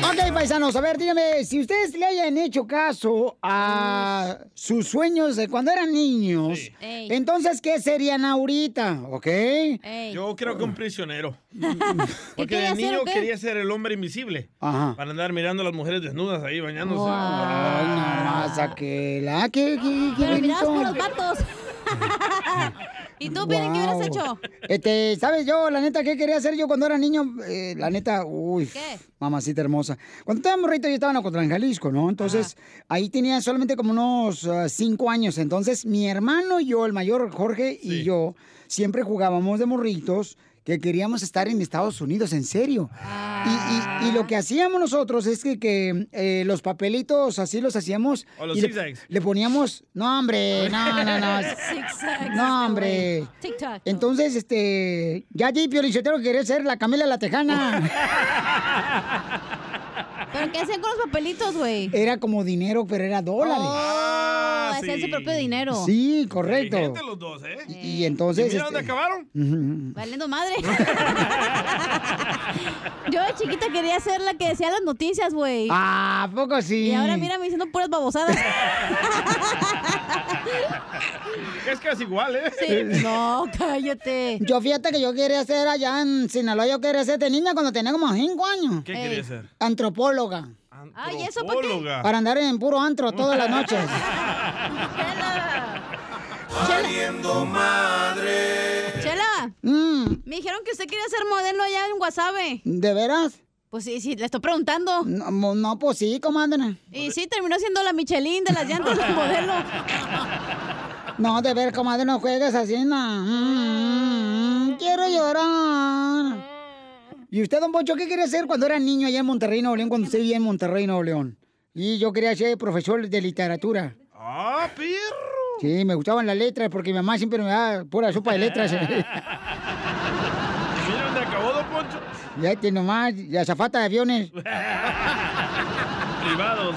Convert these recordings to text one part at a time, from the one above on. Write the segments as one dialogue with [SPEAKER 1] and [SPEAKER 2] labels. [SPEAKER 1] Ok, paisanos, a ver, díganme, si ustedes le hayan hecho caso a sus sueños de cuando eran niños,
[SPEAKER 2] Ey. Eh.
[SPEAKER 1] entonces, ¿qué serían ahorita? ¿Ok?
[SPEAKER 3] Yo creo que un prisionero.
[SPEAKER 1] ¿Qué
[SPEAKER 3] Porque
[SPEAKER 1] quería
[SPEAKER 3] de
[SPEAKER 1] ser
[SPEAKER 3] niño
[SPEAKER 1] o qué?
[SPEAKER 3] quería ser el hombre invisible.
[SPEAKER 1] Ajá.
[SPEAKER 3] Para andar mirando a las mujeres desnudas ahí bañándose.
[SPEAKER 1] Ay, nomás aquela. ¿Qué, qué, qué,
[SPEAKER 2] Pero mirabas
[SPEAKER 1] bonito.
[SPEAKER 2] con los vatos. ¿Y tú, Piolín, qué hubieras hecho?
[SPEAKER 1] Guau. Este, ¿sabes yo, la neta, qué quería hacer yo cuando era niño? Eh, la neta, uy, mamacita hermosa. Cuando estaba morrito yo estaba en Ocotlán, Jalisco, ¿no? Entonces, ahí tenía solamente como unos ah, cinco años. Entonces, mi hermano y yo, el mayor Jorge y yo, siempre jugábamos de morritos que queríamos estar en Estados Unidos, en serio. Y,
[SPEAKER 2] Ah.
[SPEAKER 1] y- y lo que hacíamos nosotros es que, que, eh, los papelitos así los hacíamos.
[SPEAKER 3] O los
[SPEAKER 1] y le,
[SPEAKER 3] zigzags.
[SPEAKER 1] le poníamos, no hombre, Eh, no, no, no.
[SPEAKER 2] Zigzags,
[SPEAKER 1] No, hombre. Eh,
[SPEAKER 2] TikTok.
[SPEAKER 1] Entonces, este, ya di Piolichotero quería ser la Camila la Tejana.
[SPEAKER 2] ¿Pero qué hacían con los papelitos, güey?
[SPEAKER 1] Era como dinero, pero era dólares.
[SPEAKER 2] Ah, hacían Oh, su propio dinero.
[SPEAKER 1] Sí, correcto.
[SPEAKER 3] Inteligentes los dos, ¿eh?
[SPEAKER 1] Y entonces. este,
[SPEAKER 3] ¿Y mira dónde acabaron?
[SPEAKER 1] Ujú.
[SPEAKER 2] Valiendo madre. Yo de chiquita quería ser la que decía las noticias, güey.
[SPEAKER 1] Ah, ¿a poco sí.
[SPEAKER 2] Y ahora mírame diciendo puras babosadas.
[SPEAKER 3] Es casi igual, ¿eh?
[SPEAKER 2] Sí. No, cállate.
[SPEAKER 1] Yo fíjate que yo quería ser allá en Sinaloa, yo quería ser de niña cuando tenía como cinco años.
[SPEAKER 3] ¿Qué quería ser?
[SPEAKER 1] Antropóloga.
[SPEAKER 2] Ay, ¿eso para qué?
[SPEAKER 3] Antropóloga.
[SPEAKER 1] Para andar en puro antro todas las noches.
[SPEAKER 4] Valiendo madre.
[SPEAKER 2] Chela,
[SPEAKER 1] Mm,
[SPEAKER 2] me dijeron que usted quería ser modelo allá en Guasave.
[SPEAKER 1] ¿De veras?
[SPEAKER 2] Pues sí, sí, le estoy preguntando.
[SPEAKER 1] No, mo- no, pues sí, comadre.
[SPEAKER 2] Y sí, terminó siendo la Michelin de las llantas del modelo.
[SPEAKER 1] No, de ver, comadre, no juegues así, no. Mm, mm, quiero llorar. ¿Y usted, don Poncho, qué quería hacer cuando era niño allá en Monterrey, Nuevo León, cuando usted vivía en Monterrey, Nuevo León? Y yo quería ser profesor de literatura.
[SPEAKER 3] ¡Ah, pirro!
[SPEAKER 1] Sí, me gustaban las letras porque mi mamá siempre me daba pura sopa de letras.
[SPEAKER 3] Mira dónde acabó Don Poncho.
[SPEAKER 1] ya que nomás, la zafata de aviones.
[SPEAKER 3] Privados.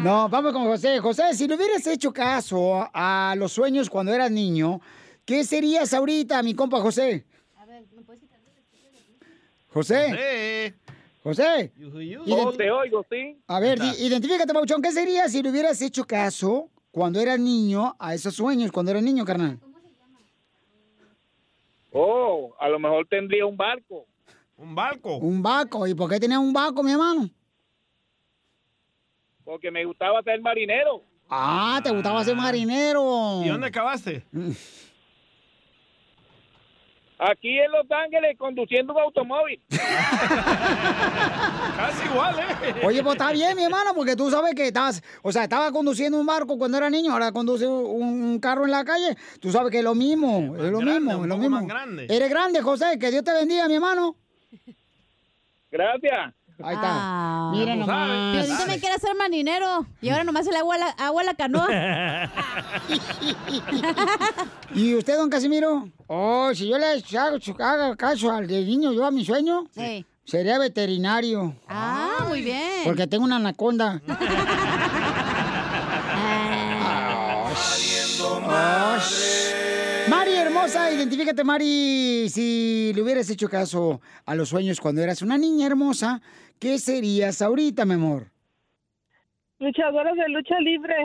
[SPEAKER 1] No, vamos con José. José, si le hubieras hecho caso a los sueños cuando eras niño, ¿qué serías ahorita, mi compa José? José,
[SPEAKER 3] Eh,
[SPEAKER 1] José.
[SPEAKER 5] Oh, te oigo, sí.
[SPEAKER 1] A ver, di- identifícate, Pauchón, ¿qué sería si le hubieras hecho caso cuando eras niño a esos sueños, cuando eras niño, carnal?
[SPEAKER 5] Oh, a lo mejor tendría un barco.
[SPEAKER 3] un barco.
[SPEAKER 1] Un vaco. ¿Y por qué tenías un vaco, mi hermano?
[SPEAKER 5] Porque me gustaba ser marinero.
[SPEAKER 1] Ah, te gustaba ser marinero.
[SPEAKER 3] ¿Y dónde acabaste?
[SPEAKER 5] Aquí en Los Ángeles conduciendo un automóvil.
[SPEAKER 3] Casi igual, ¿eh?
[SPEAKER 1] Oye, pues está bien, mi hermano, porque tú sabes que estás, o sea, estaba conduciendo un barco cuando era niño, ahora conduce un, un carro en la calle. Tú sabes que es lo mismo, es lo
[SPEAKER 3] grande,
[SPEAKER 1] mismo,
[SPEAKER 3] un
[SPEAKER 1] es lo
[SPEAKER 3] poco
[SPEAKER 1] mismo.
[SPEAKER 3] más grande.
[SPEAKER 1] Eres grande, José, que Dios te bendiga, mi hermano.
[SPEAKER 5] Gracias.
[SPEAKER 1] Ahí está.
[SPEAKER 2] Ah.
[SPEAKER 1] Mira
[SPEAKER 3] Tú
[SPEAKER 1] nomás.
[SPEAKER 2] Pero yo también quería ser marinero. Y ahora nomás se le agua a la, agua a la canoa.
[SPEAKER 1] ¿Y usted, don Casimiro? Oh, si yo le hago haga caso al de niño, yo a mi sueño,
[SPEAKER 2] Sí.
[SPEAKER 1] sería veterinario,
[SPEAKER 2] Ah, muy bien.
[SPEAKER 1] porque tengo una anaconda. Oh, sh- Mari hermosa, identifícate Mari, si le hubieras hecho caso a los sueños cuando eras una niña hermosa, ¿qué serías ahorita, mi amor?
[SPEAKER 6] Luchadoras de lucha libre.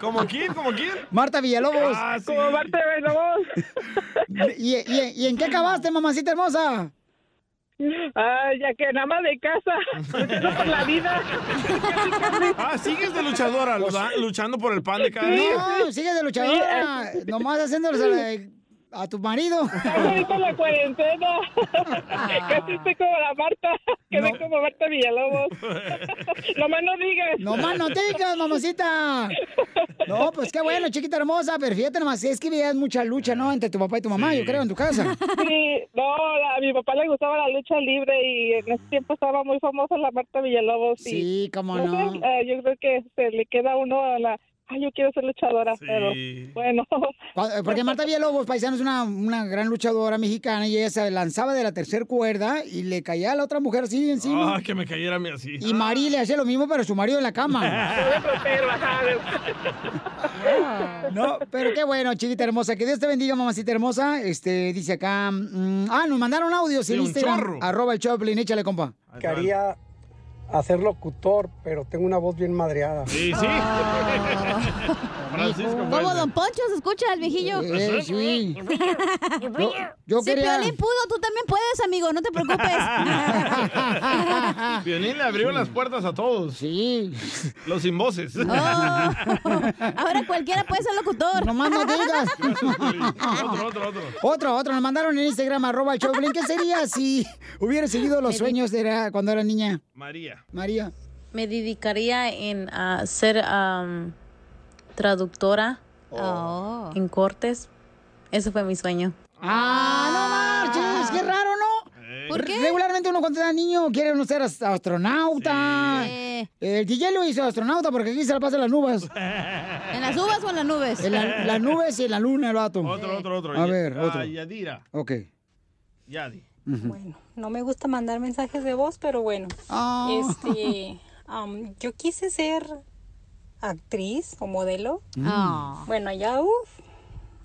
[SPEAKER 3] ¿Como quién? ¿Como quién?
[SPEAKER 1] Marta Villalobos.
[SPEAKER 3] Ah, sí. Como Marta
[SPEAKER 6] Villalobos.
[SPEAKER 1] ¿Y, y, y en qué acabaste, mamacita hermosa?
[SPEAKER 6] Ay, ya que nada más de casa. Luchando por la vida. Pues
[SPEAKER 3] Ah, sigues de luchadora, luda- luchando por el pan de cada día.
[SPEAKER 1] No, sigue de luchadora.
[SPEAKER 6] eh.
[SPEAKER 1] Nomás haciéndoles a, a tu marido.
[SPEAKER 6] Ahorita la cuarentena. Casi estoy como la Marta. Quedé como Marta Villalobos. Nomás no digas.
[SPEAKER 1] Nomás no te digas, mamacita. No, pues qué bueno, chiquita hermosa. Pero fíjate nomás, es que veías mucha lucha, ¿no? Entre tu papá y tu mamá, yo creo, en tu casa.
[SPEAKER 6] Sí, no, a mi papá le gustaba la lucha libre y en ese tiempo estaba muy famosa la Marta Villalobos. y,
[SPEAKER 1] Sí, cómo no.
[SPEAKER 6] sé, eh, yo creo que se le queda a uno a la... Ay, yo quiero ser luchadora, pero bueno.
[SPEAKER 1] Cuando- Porque Marta Villalobos, paisano, es una, una gran luchadora mexicana y ella se lanzaba de la tercer cuerda y le caía a la otra mujer así encima.
[SPEAKER 3] Ah, que me cayera a mí así.
[SPEAKER 1] Y Mari le hacía lo mismo, pero su marido en la cama. No, pero qué bueno, chiquita hermosa. Que Dios te bendiga, mamacita hermosa. Este, dice acá. mm, ah, nos mandaron audios
[SPEAKER 3] Sí,
[SPEAKER 1] en
[SPEAKER 3] un
[SPEAKER 1] Instagram.
[SPEAKER 3] chorro.
[SPEAKER 1] Arroba el Choplin, échale, compa.
[SPEAKER 7] quería hacer locutor, pero tengo una voz bien madreada.
[SPEAKER 3] Sí, sí. Francisco.
[SPEAKER 2] ¿Cómo Don Poncho se escucha el viejillo?
[SPEAKER 1] Eh, sí. Yo, yo
[SPEAKER 2] Si
[SPEAKER 1] quería.
[SPEAKER 2] Piolín pudo, tú también puedes, amigo, no te preocupes.
[SPEAKER 3] Violín le abrió las puertas a todos.
[SPEAKER 1] Sí. Ah.
[SPEAKER 3] Los sin voces.
[SPEAKER 2] Oh, ahora cualquiera puede ser locutor.
[SPEAKER 1] Nomás no digas.
[SPEAKER 3] Otro, otro, otro.
[SPEAKER 1] Otro, otro, nos mandaron en Instagram, arroba el Choplin. ¿Qué sería si hubiera seguido los sueños de la- cuando era niña?
[SPEAKER 3] María.
[SPEAKER 1] María.
[SPEAKER 8] Me dedicaría en ah, ser am, traductora
[SPEAKER 2] Oh.
[SPEAKER 8] en cortes. Ese fue mi sueño.
[SPEAKER 1] ¡Ah, no marches! ¡Qué raro, no!
[SPEAKER 2] Eh. ¿Por qué?
[SPEAKER 1] Regularmente uno cuando era niño quiere uno ser as- astronauta.
[SPEAKER 2] Eh,
[SPEAKER 1] El DJ lo hizo astronauta porque aquí se la pasa en las nubes.
[SPEAKER 3] Eh.
[SPEAKER 2] ¿En las uvas o en las nubes?
[SPEAKER 1] En la- las nubes y en la luna el vato.
[SPEAKER 3] Otro, otro, otro.
[SPEAKER 1] A ver,
[SPEAKER 3] Ah,
[SPEAKER 1] otro.
[SPEAKER 3] Yadira.
[SPEAKER 1] Ok.
[SPEAKER 3] Yadi.
[SPEAKER 9] Bueno, no me gusta mandar mensajes de voz, pero bueno.
[SPEAKER 1] Ah.
[SPEAKER 9] Este, am, yo quise ser actriz o modelo.
[SPEAKER 2] Ah.
[SPEAKER 9] Bueno, allá, uff,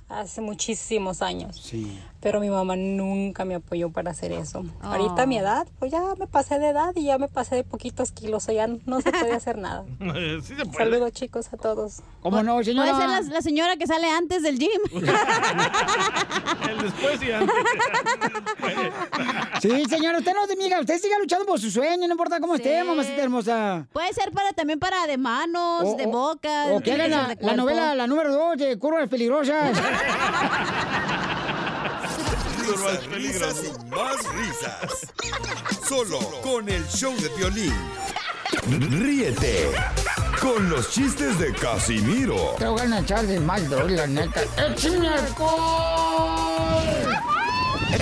[SPEAKER 9] hace muchísimos años.
[SPEAKER 1] Sí.
[SPEAKER 9] Pero mi mamá nunca me apoyó para hacer eso.
[SPEAKER 2] Ah.
[SPEAKER 9] Ahorita a mi edad, pues ya me pasé de edad y ya me pasé de poquitos kilos. O ya no se puede hacer nada.
[SPEAKER 3] Sí se puede.
[SPEAKER 9] Saludos, chicos, a todos.
[SPEAKER 1] ¿Cómo no, señora?
[SPEAKER 2] Puede ser la, la señora que sale antes del gym.
[SPEAKER 3] El después y antes.
[SPEAKER 1] Sí, señora, usted no se mira, usted siga luchando por su sueño, no importa cómo esté,
[SPEAKER 2] Sí.
[SPEAKER 1] mamacita hermosa.
[SPEAKER 2] Puede ser para también para de manos,
[SPEAKER 1] O-
[SPEAKER 2] de
[SPEAKER 1] o-
[SPEAKER 2] boca.
[SPEAKER 1] O que haga oh, la, la novela, la número dos de Curvas Peligrosas.
[SPEAKER 10] Risas, risas y más risas. Solo con el show de violín. Ríete con los chistes de Casimiro
[SPEAKER 1] Te voy a echar de mal, bro, la neta. ¡Eh, ¡Échame alcohol!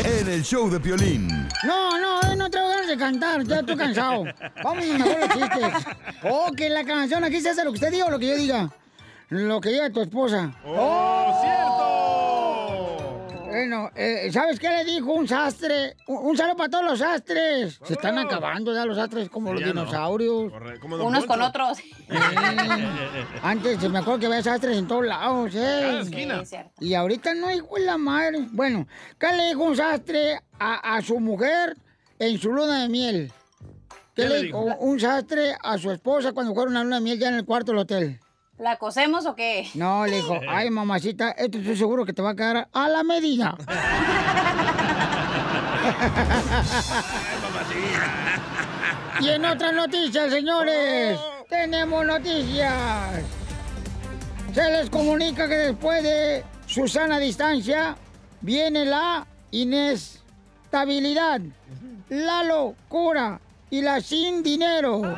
[SPEAKER 10] en el show de violín.
[SPEAKER 1] No, no, hoy no tengo ganas de cantar, ya estoy cansado. Vamos a mejor los chistes. Oh, que la canción aquí se hace lo que usted diga o lo que yo diga. Lo que diga tu esposa.
[SPEAKER 3] ¡Oh, cierto!
[SPEAKER 1] Bueno, eh, ¿sabes qué le dijo un sastre? Un, un saludo para todos los sastres. Se están acabando ya los sastres como los
[SPEAKER 3] Oh. Ya no.
[SPEAKER 1] dinosaurios.
[SPEAKER 3] Corre- como Don
[SPEAKER 8] Unos con
[SPEAKER 3] Poncho.
[SPEAKER 8] otros.
[SPEAKER 1] Eh, antes se me acuerdo que había sastres en todos lados,
[SPEAKER 3] Cada
[SPEAKER 1] ¿eh?
[SPEAKER 3] esquina.
[SPEAKER 1] Y ahorita no, hijo de la madre. Bueno, ¿qué le dijo un sastre a, a su mujer en su luna de miel? ¿Qué, le dijo un sastre a su esposa cuando fueron a la luna de miel ya en el cuarto del hotel?
[SPEAKER 8] ¿La cosemos o qué?
[SPEAKER 1] No, le dijo, ay mamacita, esto estoy seguro que te va a quedar a la medida. y en otras noticias, señores, tenemos noticias. Se les comunica que después de Susana Distancia viene la inestabilidad, la locura y la sin dinero.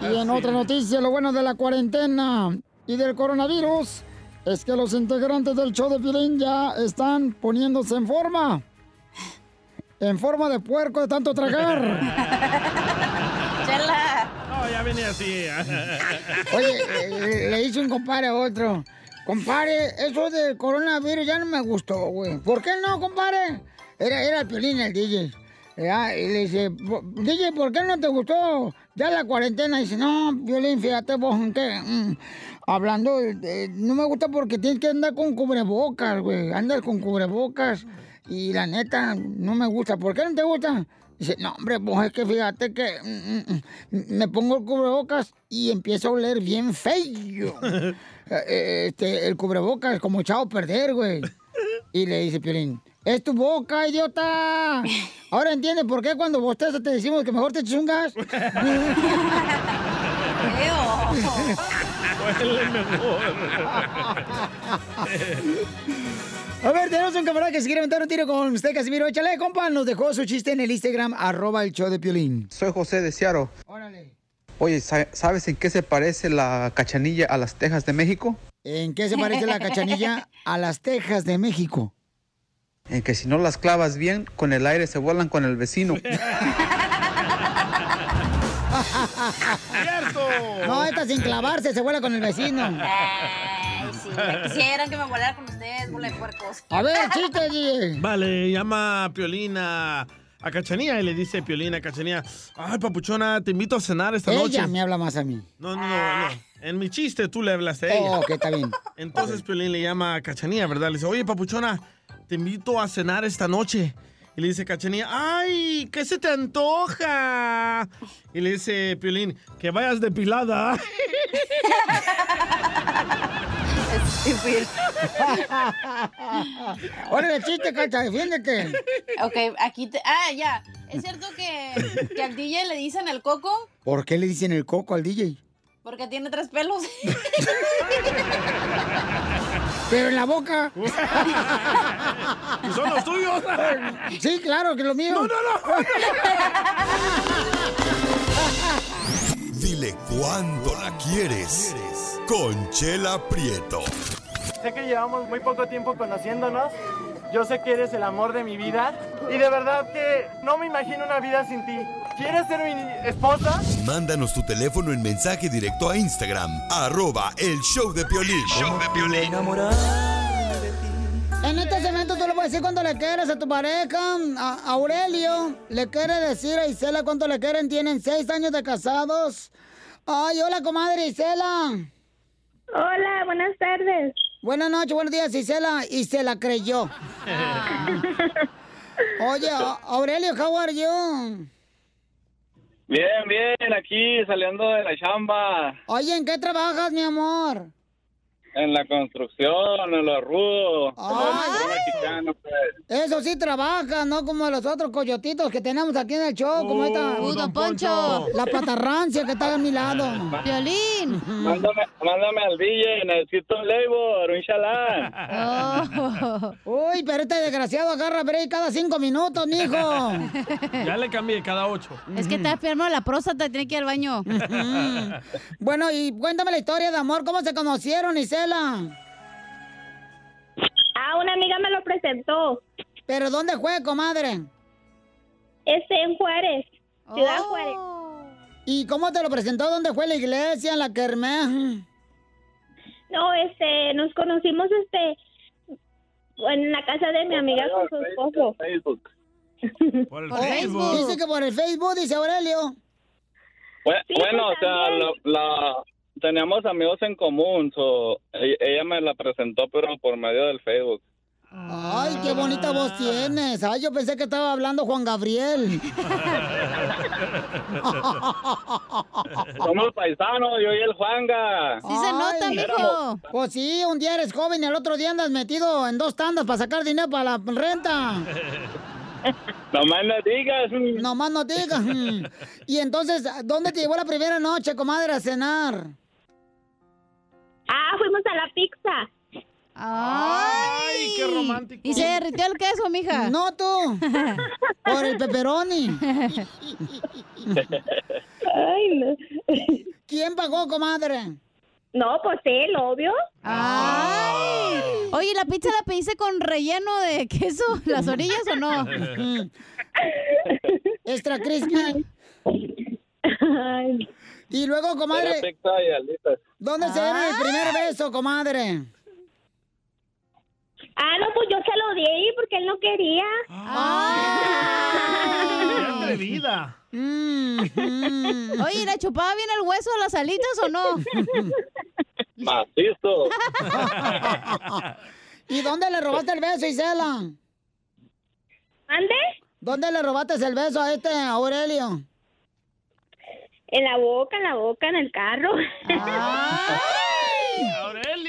[SPEAKER 1] Y en otra noticia, lo bueno de la cuarentena y del coronavirus es que los integrantes del show de Piolín ya están poniéndose en forma. En forma de puerco de tanto tragar.
[SPEAKER 8] Chela.
[SPEAKER 3] No, ya venía así.
[SPEAKER 1] Oye, eh, le hice un compare a otro. Compare, eso del coronavirus ya no me gustó, güey. ¿Por qué no, compare? Era, era el Piolín el DJ. Ya, ah, y le dice, "Bo- DJ, ¿por qué no te gustó ya la cuarentena? dice, no, Piolín, fíjate vos, en qué, mm, hablando, eh, no me gusta porque tienes que andar con cubrebocas, güey. Andas con cubrebocas y la neta no me gusta. ¿Por qué no te gusta? Dice, no, hombre, pues es que fíjate que mm, mm, me pongo el cubrebocas y empiezo a oler bien feo. Eh, eh, este, el cubrebocas como echado a perder, güey. Y le dice Piolín, es tu boca, idiota. Ahora entiendes por qué cuando bostezas te decimos que mejor te chungas.
[SPEAKER 3] Huele mejor.
[SPEAKER 1] A ver, tenemos un camarada que se quiere aventar un tiro con usted, Casimiro. Échale, compa, nos dejó su chiste en el Instagram, arroba el show de Piolín.
[SPEAKER 11] Soy José de Ciaro.
[SPEAKER 1] Órale.
[SPEAKER 11] Oye, ¿sa- ¿sabes en qué se parece la cachanilla a las tejas de México?
[SPEAKER 1] ¿En qué se parece la cachanilla a las tejas de México?
[SPEAKER 11] En que si no las clavas bien, con el aire se vuelan con el vecino.
[SPEAKER 3] ¡Cierto!
[SPEAKER 1] No, esta sin clavarse se vuela con el vecino.
[SPEAKER 8] Ay, sí, ya quisieran que me volara con ustedes, bola de puercos.
[SPEAKER 1] A ver, chiste, DJ.
[SPEAKER 3] Vale, llama a Piolina a Cachanía y le dice Piolina a Cachanía, ay, papuchona, te invito a cenar esta noche.
[SPEAKER 1] Ella me habla más a mí.
[SPEAKER 3] No, no, no, no. En mi chiste tú le hablaste a ella.
[SPEAKER 1] Oh, que está bien.
[SPEAKER 3] Entonces Piolín le llama a Cachanía, ¿verdad? Le dice, oye, papuchona, te invito a cenar esta noche. Y le dice Cachanía, ay, ¿qué se te antoja? Y le dice Piolín, que vayas depilada.
[SPEAKER 1] Órale, chiste, cacha, defiéndete.
[SPEAKER 8] Ok, aquí te... Ah, ya. ¿Es cierto que, que al DJ le dicen el coco
[SPEAKER 1] ¿Por qué le dicen el coco al DJ?
[SPEAKER 8] porque tiene tres pelos?
[SPEAKER 1] Pero en la boca.
[SPEAKER 3] ¿Son los tuyos?
[SPEAKER 1] Sí, claro, que es lo mío. No, no,
[SPEAKER 10] Dile cuándo la quieres. Conchela Prieto.
[SPEAKER 5] Sé que llevamos muy poco tiempo conociéndonos. Yo sé que eres el amor de mi vida. Y de verdad que no me imagino una vida sin ti. ¿Quieres ser mi esposa?
[SPEAKER 10] Mándanos tu teléfono en mensaje directo a Instagram, arroba el show de Piolín. Show de Piolín.
[SPEAKER 1] En este segmento tú le puedes decir cuánto le quieres a tu pareja. A Aurelio le quiere decir a Isela cuánto le quieren. Tienen seis años de casados. Ay, hola, comadre Isela. Hola, buenas tardes. Buenas noches, buenos días, Isela. Y se la creyó. Oye, A- Aurelio, how are you?
[SPEAKER 12] Bien, bien, aquí saliendo de la chamba,
[SPEAKER 1] Oye, ¿en qué trabajas, mi amor?
[SPEAKER 12] en la construcción, en lo rudo. Mexicano, pues.
[SPEAKER 1] Eso sí trabaja, no como los otros coyotitos que tenemos aquí en el show, como esta...
[SPEAKER 12] Uh, don Poncho.
[SPEAKER 1] La patarrancia que está a mi lado.
[SPEAKER 2] Violín.
[SPEAKER 12] Mándame, mándame al DJ, necesito un labor, un chalán.
[SPEAKER 1] Uy, pero este desgraciado agarra break cada cinco minutos, mijo.
[SPEAKER 3] ya le cambié cada ocho.
[SPEAKER 2] Es que está enfermo de la próstata, tiene que ir al baño.
[SPEAKER 1] Bueno, y cuéntame la historia de amor, ¿cómo se conocieron, Isela?
[SPEAKER 13] Ah, una amiga me lo presentó.
[SPEAKER 1] ¿Pero dónde fue, comadre?
[SPEAKER 13] Este, en Juárez, Ciudad
[SPEAKER 1] Oh.
[SPEAKER 13] Juárez.
[SPEAKER 1] ¿Y cómo te lo presentó? ¿Dónde fue la iglesia? ¿En la Kermés?
[SPEAKER 13] No, este, nos conocimos, este, en la casa de mi amiga con su esposo.
[SPEAKER 3] Por
[SPEAKER 12] el
[SPEAKER 1] Oh, Dice que por el Facebook, dice Aurelio.
[SPEAKER 12] Bue- bueno, o sea, la, la- teníamos amigos en común, so, e- ella me la presentó, pero por medio del Facebook.
[SPEAKER 1] Ay, qué bonita voz tienes. Ay, yo pensé que estaba hablando Juan Gabriel.
[SPEAKER 12] Somos paisanos, yo y el Juanga.
[SPEAKER 1] Ay,
[SPEAKER 12] Éramos-
[SPEAKER 1] Pues sí, un día eres joven y el otro día andas metido en dos tandas para sacar dinero para la renta.
[SPEAKER 12] Nomás no digas.
[SPEAKER 1] Nomás no digas. mm. Y entonces, ¿dónde te llevó la primera noche, comadre, a cenar?
[SPEAKER 13] Ah, fuimos a la pizza.
[SPEAKER 2] ¡Ay!
[SPEAKER 3] qué romántico.
[SPEAKER 2] ¿Y se derritió el queso, mija?
[SPEAKER 1] No, tú. Por el pepperoni.
[SPEAKER 13] Ay, no.
[SPEAKER 1] ¿Quién pagó, comadre?
[SPEAKER 13] No, pues él, obvio.
[SPEAKER 3] Ah.
[SPEAKER 2] ¡Ay! Oye, ¿la pizza la pediste con relleno de queso, las orillas o no?
[SPEAKER 1] Extra crispy. Y luego,
[SPEAKER 12] Era
[SPEAKER 1] comadre,
[SPEAKER 12] pizza y alitas.
[SPEAKER 1] ¿dónde se dieron el primer beso, comadre?
[SPEAKER 13] Ah, no, pues yo se lo di porque él no quería.
[SPEAKER 2] Ah.
[SPEAKER 3] atrevida!
[SPEAKER 2] Oye, ¿la chupaba bien el hueso, las alitas o no?
[SPEAKER 12] Macizo.
[SPEAKER 1] ¿Y dónde le robaste el beso, Isela?
[SPEAKER 13] ¿Mande?
[SPEAKER 1] ¿Dónde le robaste el beso a este Aurelio?
[SPEAKER 13] En la boca, en la boca, en el carro.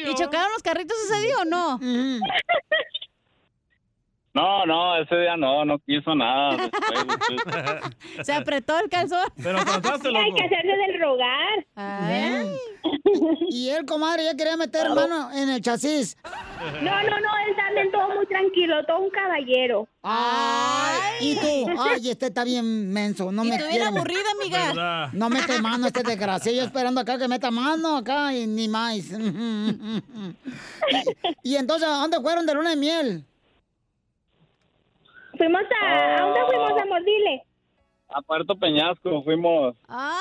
[SPEAKER 2] ¿Y chocaron los carritos ese día o no?
[SPEAKER 12] No, no, ese día no, no quiso nada. después, después.
[SPEAKER 2] Se apretó el calzón.
[SPEAKER 12] Pero trataste,
[SPEAKER 13] Hay que hacerse del rogar. ¿Eh?
[SPEAKER 1] Y él, comadre, ya quería meter
[SPEAKER 13] Oh.
[SPEAKER 1] mano en el chasis.
[SPEAKER 13] No, no, no, él también todo muy tranquilo, todo un caballero.
[SPEAKER 1] Ay, y tú, ay, este está bien menso, no
[SPEAKER 13] Y
[SPEAKER 1] me
[SPEAKER 13] tú
[SPEAKER 1] quiere.
[SPEAKER 13] bien aburrida, amiga. ¿Verdad?
[SPEAKER 1] No mete mano este desgraciado, yo esperando acá que meta mano acá y ni más. y entonces, ¿a dónde fueron de luna de miel?
[SPEAKER 13] Fuimos a... ¿A dónde
[SPEAKER 1] Oh.
[SPEAKER 13] fuimos, amor? Dile.
[SPEAKER 12] A Puerto Peñasco fuimos. a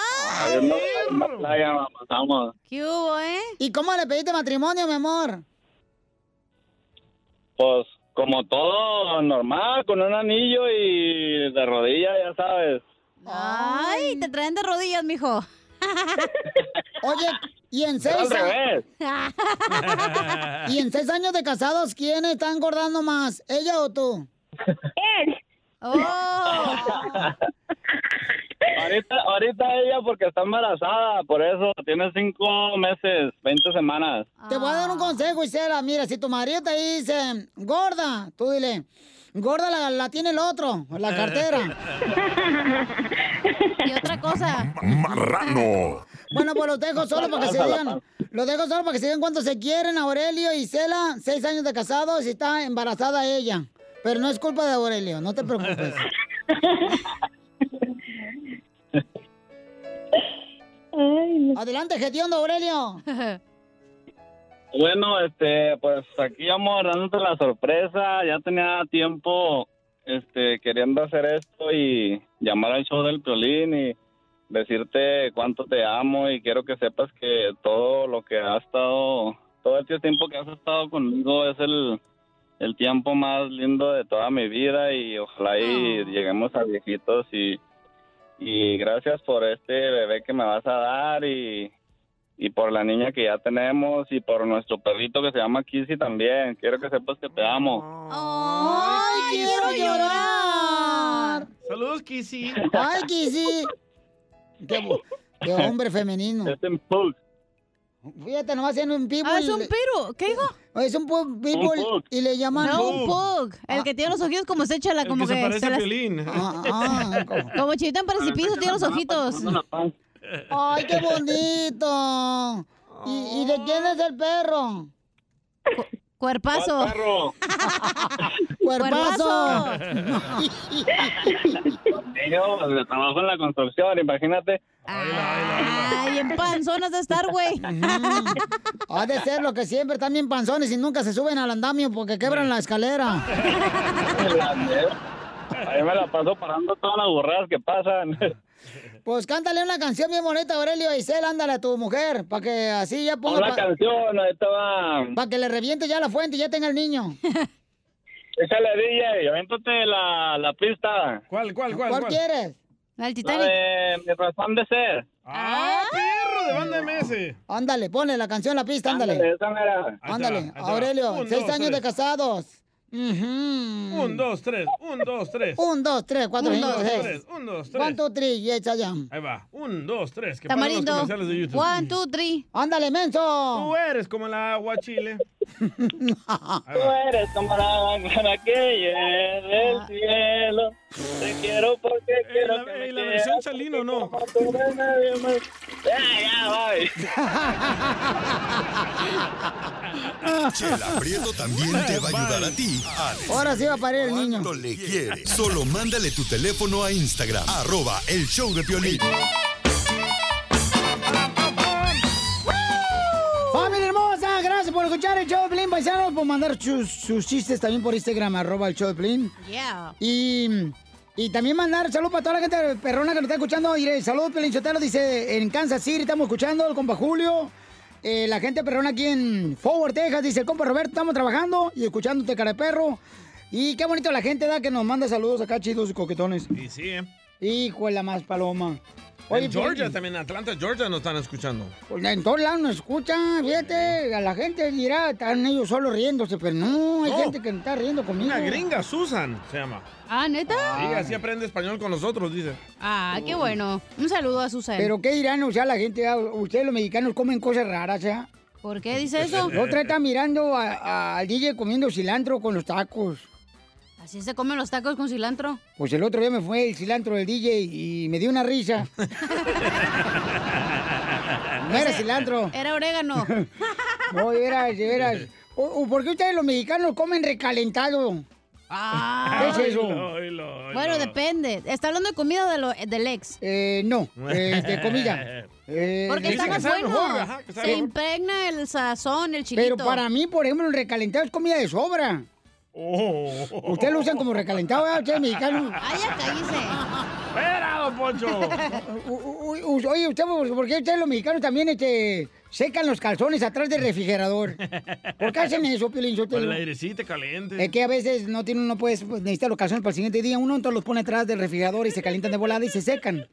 [SPEAKER 12] ver, no, a una playa, pasamos.
[SPEAKER 2] ¿Qué hubo, eh?
[SPEAKER 1] ¿Y cómo le pediste matrimonio, mi amor?
[SPEAKER 12] Pues como todo normal, con un anillo y de rodillas, ya sabes.
[SPEAKER 2] Ay, te traen de rodillas, mijo.
[SPEAKER 1] Oye, y en
[SPEAKER 12] Pero
[SPEAKER 1] seis
[SPEAKER 12] al
[SPEAKER 1] años. Y en seis años de casados, ¿quién está engordando más? ¿Ella o tú?
[SPEAKER 13] Él.
[SPEAKER 2] Oh.
[SPEAKER 12] Ahorita, ahorita ella porque está embarazada, por eso tiene cinco meses, 20 semanas.
[SPEAKER 1] Te voy a dar un consejo, Isela. Mira, si tu marido te dice, gorda, tú dile, gorda la, la tiene el otro, la cartera.
[SPEAKER 2] y otra cosa.
[SPEAKER 10] Marrano.
[SPEAKER 1] Bueno, pues los dejo solo para que se
[SPEAKER 10] Alza la
[SPEAKER 1] digan. Los dejo solo para que se digan cuánto se quieren, Aurelio y Isela. Seis años de casados y está embarazada ella. Pero no es culpa de Aurelio, no te preocupes. Adelante, gestión de Aurelio.
[SPEAKER 12] Bueno, este, pues aquí vamos dándote la sorpresa. Ya tenía tiempo este, queriendo hacer esto y llamar al show del Piolín y decirte cuánto te amo y quiero que sepas que todo lo que has estado, todo este tiempo que has estado conmigo es el, el tiempo más lindo de toda mi vida y ojalá y lleguemos a viejitos y, y gracias por este bebé que me vas a dar y, y por la niña que ya tenemos y por nuestro perrito que se llama Kissy también. Quiero que sepas que te amo.
[SPEAKER 1] ¡Ay, quiero llorar!
[SPEAKER 3] Saludos, Kissy.
[SPEAKER 1] ¡Ay, Kissy! Qué, bu- qué hombre femenino.
[SPEAKER 12] Es un pug.
[SPEAKER 1] Fíjate, nomás siendo un people.
[SPEAKER 2] Ah, es un piru. ¿Qué dijo?
[SPEAKER 1] Es un pu- people
[SPEAKER 2] pug.
[SPEAKER 1] y le llaman...
[SPEAKER 2] No, un pug. El que tiene los ojitos como se echa la como
[SPEAKER 3] que se parece a
[SPEAKER 2] las-
[SPEAKER 3] Piolín. Ah,
[SPEAKER 1] Ah, ah, como-
[SPEAKER 2] Como chivita en precipicio tiene los ojitos.
[SPEAKER 1] ¡Ay, qué bonito! ¿Y, y de quién es el perro?
[SPEAKER 2] Cuerpazo.
[SPEAKER 12] ¿Cuál perro?
[SPEAKER 1] ¡Cuerpazo!
[SPEAKER 12] Yo pues, trabajo en la construcción, imagínate.
[SPEAKER 2] Ay, en panzonas de estar, güey.
[SPEAKER 1] Ha de ser lo que siempre, están bien panzones y nunca se suben al andamio porque quebran la escalera.
[SPEAKER 12] Ahí me la paso parando todas las burradas que pasan.
[SPEAKER 1] Pues cántale una canción bien bonita, Aurelio Isel, ándale a tu mujer, para que así ya ponga...
[SPEAKER 12] Una canción, ahí te va.
[SPEAKER 1] Para que le reviente ya la fuente y ya tenga el niño.
[SPEAKER 12] Échale, DJ, avéntate la, la pista.
[SPEAKER 3] ¿Cuál, cuál, cuál?
[SPEAKER 1] ¿Cuál quieres?
[SPEAKER 2] La del
[SPEAKER 12] La de mi razón de ser.
[SPEAKER 3] ¡Ah, perro! De banda MS.
[SPEAKER 1] Ándale, ponle la canción la pista,
[SPEAKER 12] Ándale,
[SPEAKER 1] ándale.
[SPEAKER 12] esa mera.
[SPEAKER 3] Ahí
[SPEAKER 1] Ándale,
[SPEAKER 3] está, ahí está.
[SPEAKER 1] Aurelio,
[SPEAKER 3] Un,
[SPEAKER 1] seis
[SPEAKER 3] dos,
[SPEAKER 1] años de
[SPEAKER 3] tres.
[SPEAKER 1] casados. Ujú.
[SPEAKER 3] Un, dos, tres. Un, dos, tres.
[SPEAKER 1] Un, dos, tres, cuatro,
[SPEAKER 3] Un,
[SPEAKER 1] cinco,
[SPEAKER 3] dos,
[SPEAKER 1] seis.
[SPEAKER 3] tres, un, dos, tres.
[SPEAKER 1] One, two, three, yes, I am.
[SPEAKER 3] Ahí va. Un, dos, tres. Que paran los
[SPEAKER 2] Tamarindo.
[SPEAKER 3] comerciales de YouTube.
[SPEAKER 2] One, two, three.
[SPEAKER 1] Ándale, menso.
[SPEAKER 3] Tú eres como el agua, Chile.
[SPEAKER 12] Tú eres como la banana que llena el cielo. Te quiero porque quiero que me
[SPEAKER 3] La versión Chalino, no.
[SPEAKER 10] Chela Prieto también te va a ayudar a ti a decirle
[SPEAKER 1] Ahora sí va a parir el niño.
[SPEAKER 10] cuánto le quiere. Solo mándale tu teléfono a Instagram, arroba el show de Piolín.
[SPEAKER 1] ¡Familia hermosa! Gracias por escuchar el show de Plin, paisanos, por mandar sus, sus chistes también por Instagram, arroba el show de Plin.
[SPEAKER 2] Yeah.
[SPEAKER 1] Y, y también mandar saludos para toda la gente perrona que nos está escuchando. Mire, saludos, Pelín Sotelo, dice, en Kansas City estamos escuchando, el compa Julio. Eh, la gente perrona aquí en Forward, Texas, dice, el compa Roberto, estamos trabajando y escuchándote, cara de perro. Y qué bonito la gente da que nos manda saludos acá, chidos y coquetones.
[SPEAKER 3] Y sí, ¿eh?
[SPEAKER 1] Hijo de la más paloma. Oye,
[SPEAKER 3] en Georgia
[SPEAKER 1] Piolín,
[SPEAKER 3] también, en Atlanta, Georgia nos están escuchando.
[SPEAKER 1] pues, en todos lados nos escuchan, fíjate, a la gente dirá, están ellos solo riéndose, pero no, hay
[SPEAKER 3] No.
[SPEAKER 1] gente que no está riendo conmigo.
[SPEAKER 3] Una gringa, Susan, se llama.
[SPEAKER 2] Ah, ¿neta?
[SPEAKER 3] Sí, así aprende español con nosotros, dice.
[SPEAKER 2] Ah, qué bueno. Un saludo a Susan.
[SPEAKER 1] Pero qué dirán, o sea, la gente, ah, ustedes los mexicanos comen cosas raras, ¿eh? ¿ya?
[SPEAKER 2] ¿Por qué dice eso?
[SPEAKER 1] La otra está mirando a- a- al DJ comiendo cilantro con los tacos.
[SPEAKER 2] ¿Así se comen los tacos con cilantro?
[SPEAKER 1] Pues el otro día me fue el cilantro del DJ y me dio una risa. No era cilantro.
[SPEAKER 2] Era orégano.
[SPEAKER 1] No, era, veras. O, o ¿Por qué ustedes los mexicanos comen recalentado?
[SPEAKER 2] Ah.
[SPEAKER 1] ¿Qué es eso?
[SPEAKER 2] Bueno, depende. ¿Está hablando de comida o de lo- del ex?
[SPEAKER 1] Eh, no, eh,
[SPEAKER 14] Este,
[SPEAKER 1] de comida. Eh,
[SPEAKER 2] Porque
[SPEAKER 1] de-
[SPEAKER 2] está más bueno. se impregna el sazón, el chilito.
[SPEAKER 1] Pero para mí, por ejemplo, el recalentado es comida de sobra. Ustedes lo usan como recalentado, ¿verdad? Ustedes
[SPEAKER 15] Uh,
[SPEAKER 1] mexicanos.
[SPEAKER 2] ¡Ay, ya caíse!
[SPEAKER 3] ¡Espera, don Poncho!
[SPEAKER 1] U- u- u- Oye, usted, pues, ¿por qué ustedes los mexicanos también este, secan los calzones atrás del refrigerador? ¿Por qué hacen eso, Piolín? Yo Eh.
[SPEAKER 3] Para el airecito caliente.
[SPEAKER 1] Es que a veces no tiene uno, pues, pues, necesita los calzones para el siguiente día. Uno entonces los pone atrás del refrigerador y se calientan de volada y se secan.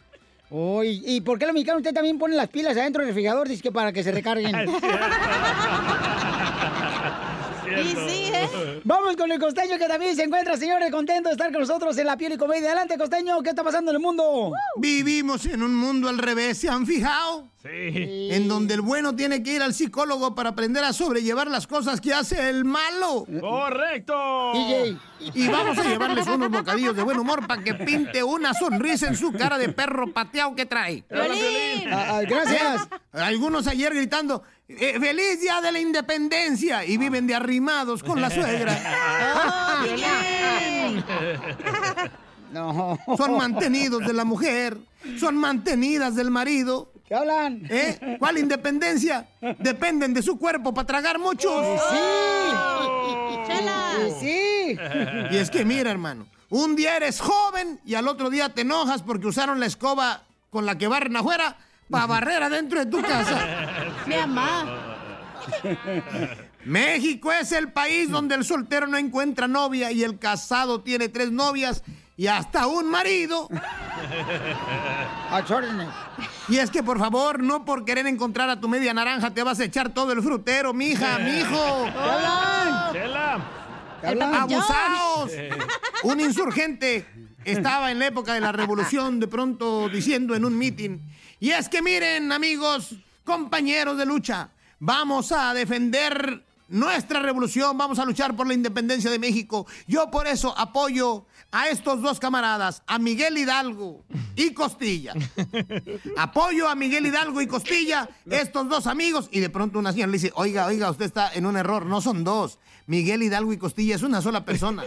[SPEAKER 1] Uy, ¿y por qué los mexicanos usted también ponen las pilas adentro del refrigerador? Dice que para que se recarguen.
[SPEAKER 3] Cierto.
[SPEAKER 1] Vamos con el costeño que también se encuentra, señores, contento de estar con nosotros en la piel y comedia. Adelante, costeño, ¿qué está pasando en el mundo?
[SPEAKER 14] Vivimos en un mundo al revés, ¿se han fijado? Sí. En donde el bueno tiene que ir al psicólogo para aprender a sobrellevar las cosas que hace el malo.
[SPEAKER 3] ¡Correcto!
[SPEAKER 14] Y vamos a llevarles unos bocadillos de buen humor para que pinte una sonrisa en su cara de perro pateado que trae.
[SPEAKER 3] Hola, Piolín.
[SPEAKER 1] Ah, ah, gracias.
[SPEAKER 14] Eh, Algunos ayer gritando, eh, ¡Feliz Día de la Independencia! Y viven de arrimados con la
[SPEAKER 1] Ah.
[SPEAKER 15] Oh,
[SPEAKER 14] suegra.
[SPEAKER 1] No.
[SPEAKER 14] Son mantenidos de la mujer, son mantenidas del marido.
[SPEAKER 1] ¿Qué hablan?
[SPEAKER 14] ¿Eh? ¿Cuál independencia? Dependen de su cuerpo para tragar mucho.
[SPEAKER 1] ¡Sí! ¡Sí!
[SPEAKER 14] Y es que mira, hermano, un día eres joven y al otro día te enojas porque usaron la escoba con la que barren afuera para barrer adentro de tu casa.
[SPEAKER 2] Mi mamá.
[SPEAKER 14] México es el país donde el soltero no encuentra novia y el casado tiene tres novias y hasta un marido. Y es que por favor, no por querer encontrar a tu media naranja te vas a echar todo el frutero, mija, mijo.
[SPEAKER 3] ¡Chela!
[SPEAKER 1] ¡Chela!
[SPEAKER 14] ¡Abusados! Un insurgente estaba en la época de la revolución de pronto diciendo en un mitin, y es que miren amigos, compañeros de lucha, vamos a defender nuestra revolución, vamos a luchar por la independencia de México. Yo por eso apoyo a estos dos camaradas, a Miguel Hidalgo y Costilla. Apoyo a Miguel Hidalgo y Costilla, estos dos amigos. Y de pronto una señora le dice, oiga, oiga, usted está en un error, no son dos. Miguel Hidalgo y Costilla es una sola persona.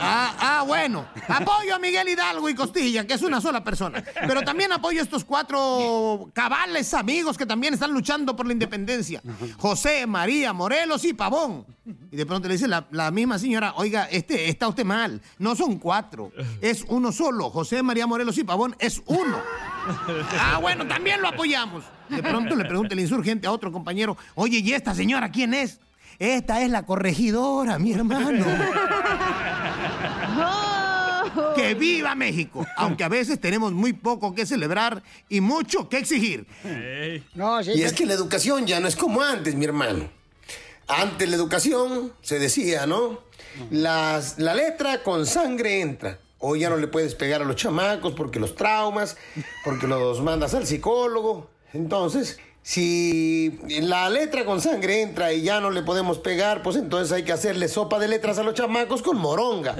[SPEAKER 14] Ah, ah, bueno. Apoyo a Miguel Hidalgo y Costilla, que es una sola persona. Pero también apoyo a estos cuatro cabales amigos que también están luchando por la independencia. José, María, Morelos y Pavón. Y de pronto le dice la, la misma señora, oiga, este, está usted mal. No son cuatro, es uno solo. José, María, Morelos y Pavón es uno. Ah, bueno, también lo apoyamos. De pronto le pregunta el insurgente a otro compañero, oye, ¿y esta señora quién es? Esta es la corregidora, mi hermano. ¡Que viva México! Aunque a veces tenemos muy poco que celebrar y mucho que exigir.
[SPEAKER 16] Y es que la educación ya no es como antes, mi hermano. Antes la educación se decía, ¿no? Las- la letra con sangre entra. Hoy ya no le puedes pegar a los chamacos porque los traumas, porque los mandas al psicólogo. Entonces, si la letra con sangre entra y ya no le podemos pegar, pues entonces hay que hacerle sopa de letras a los chamacos con moronga.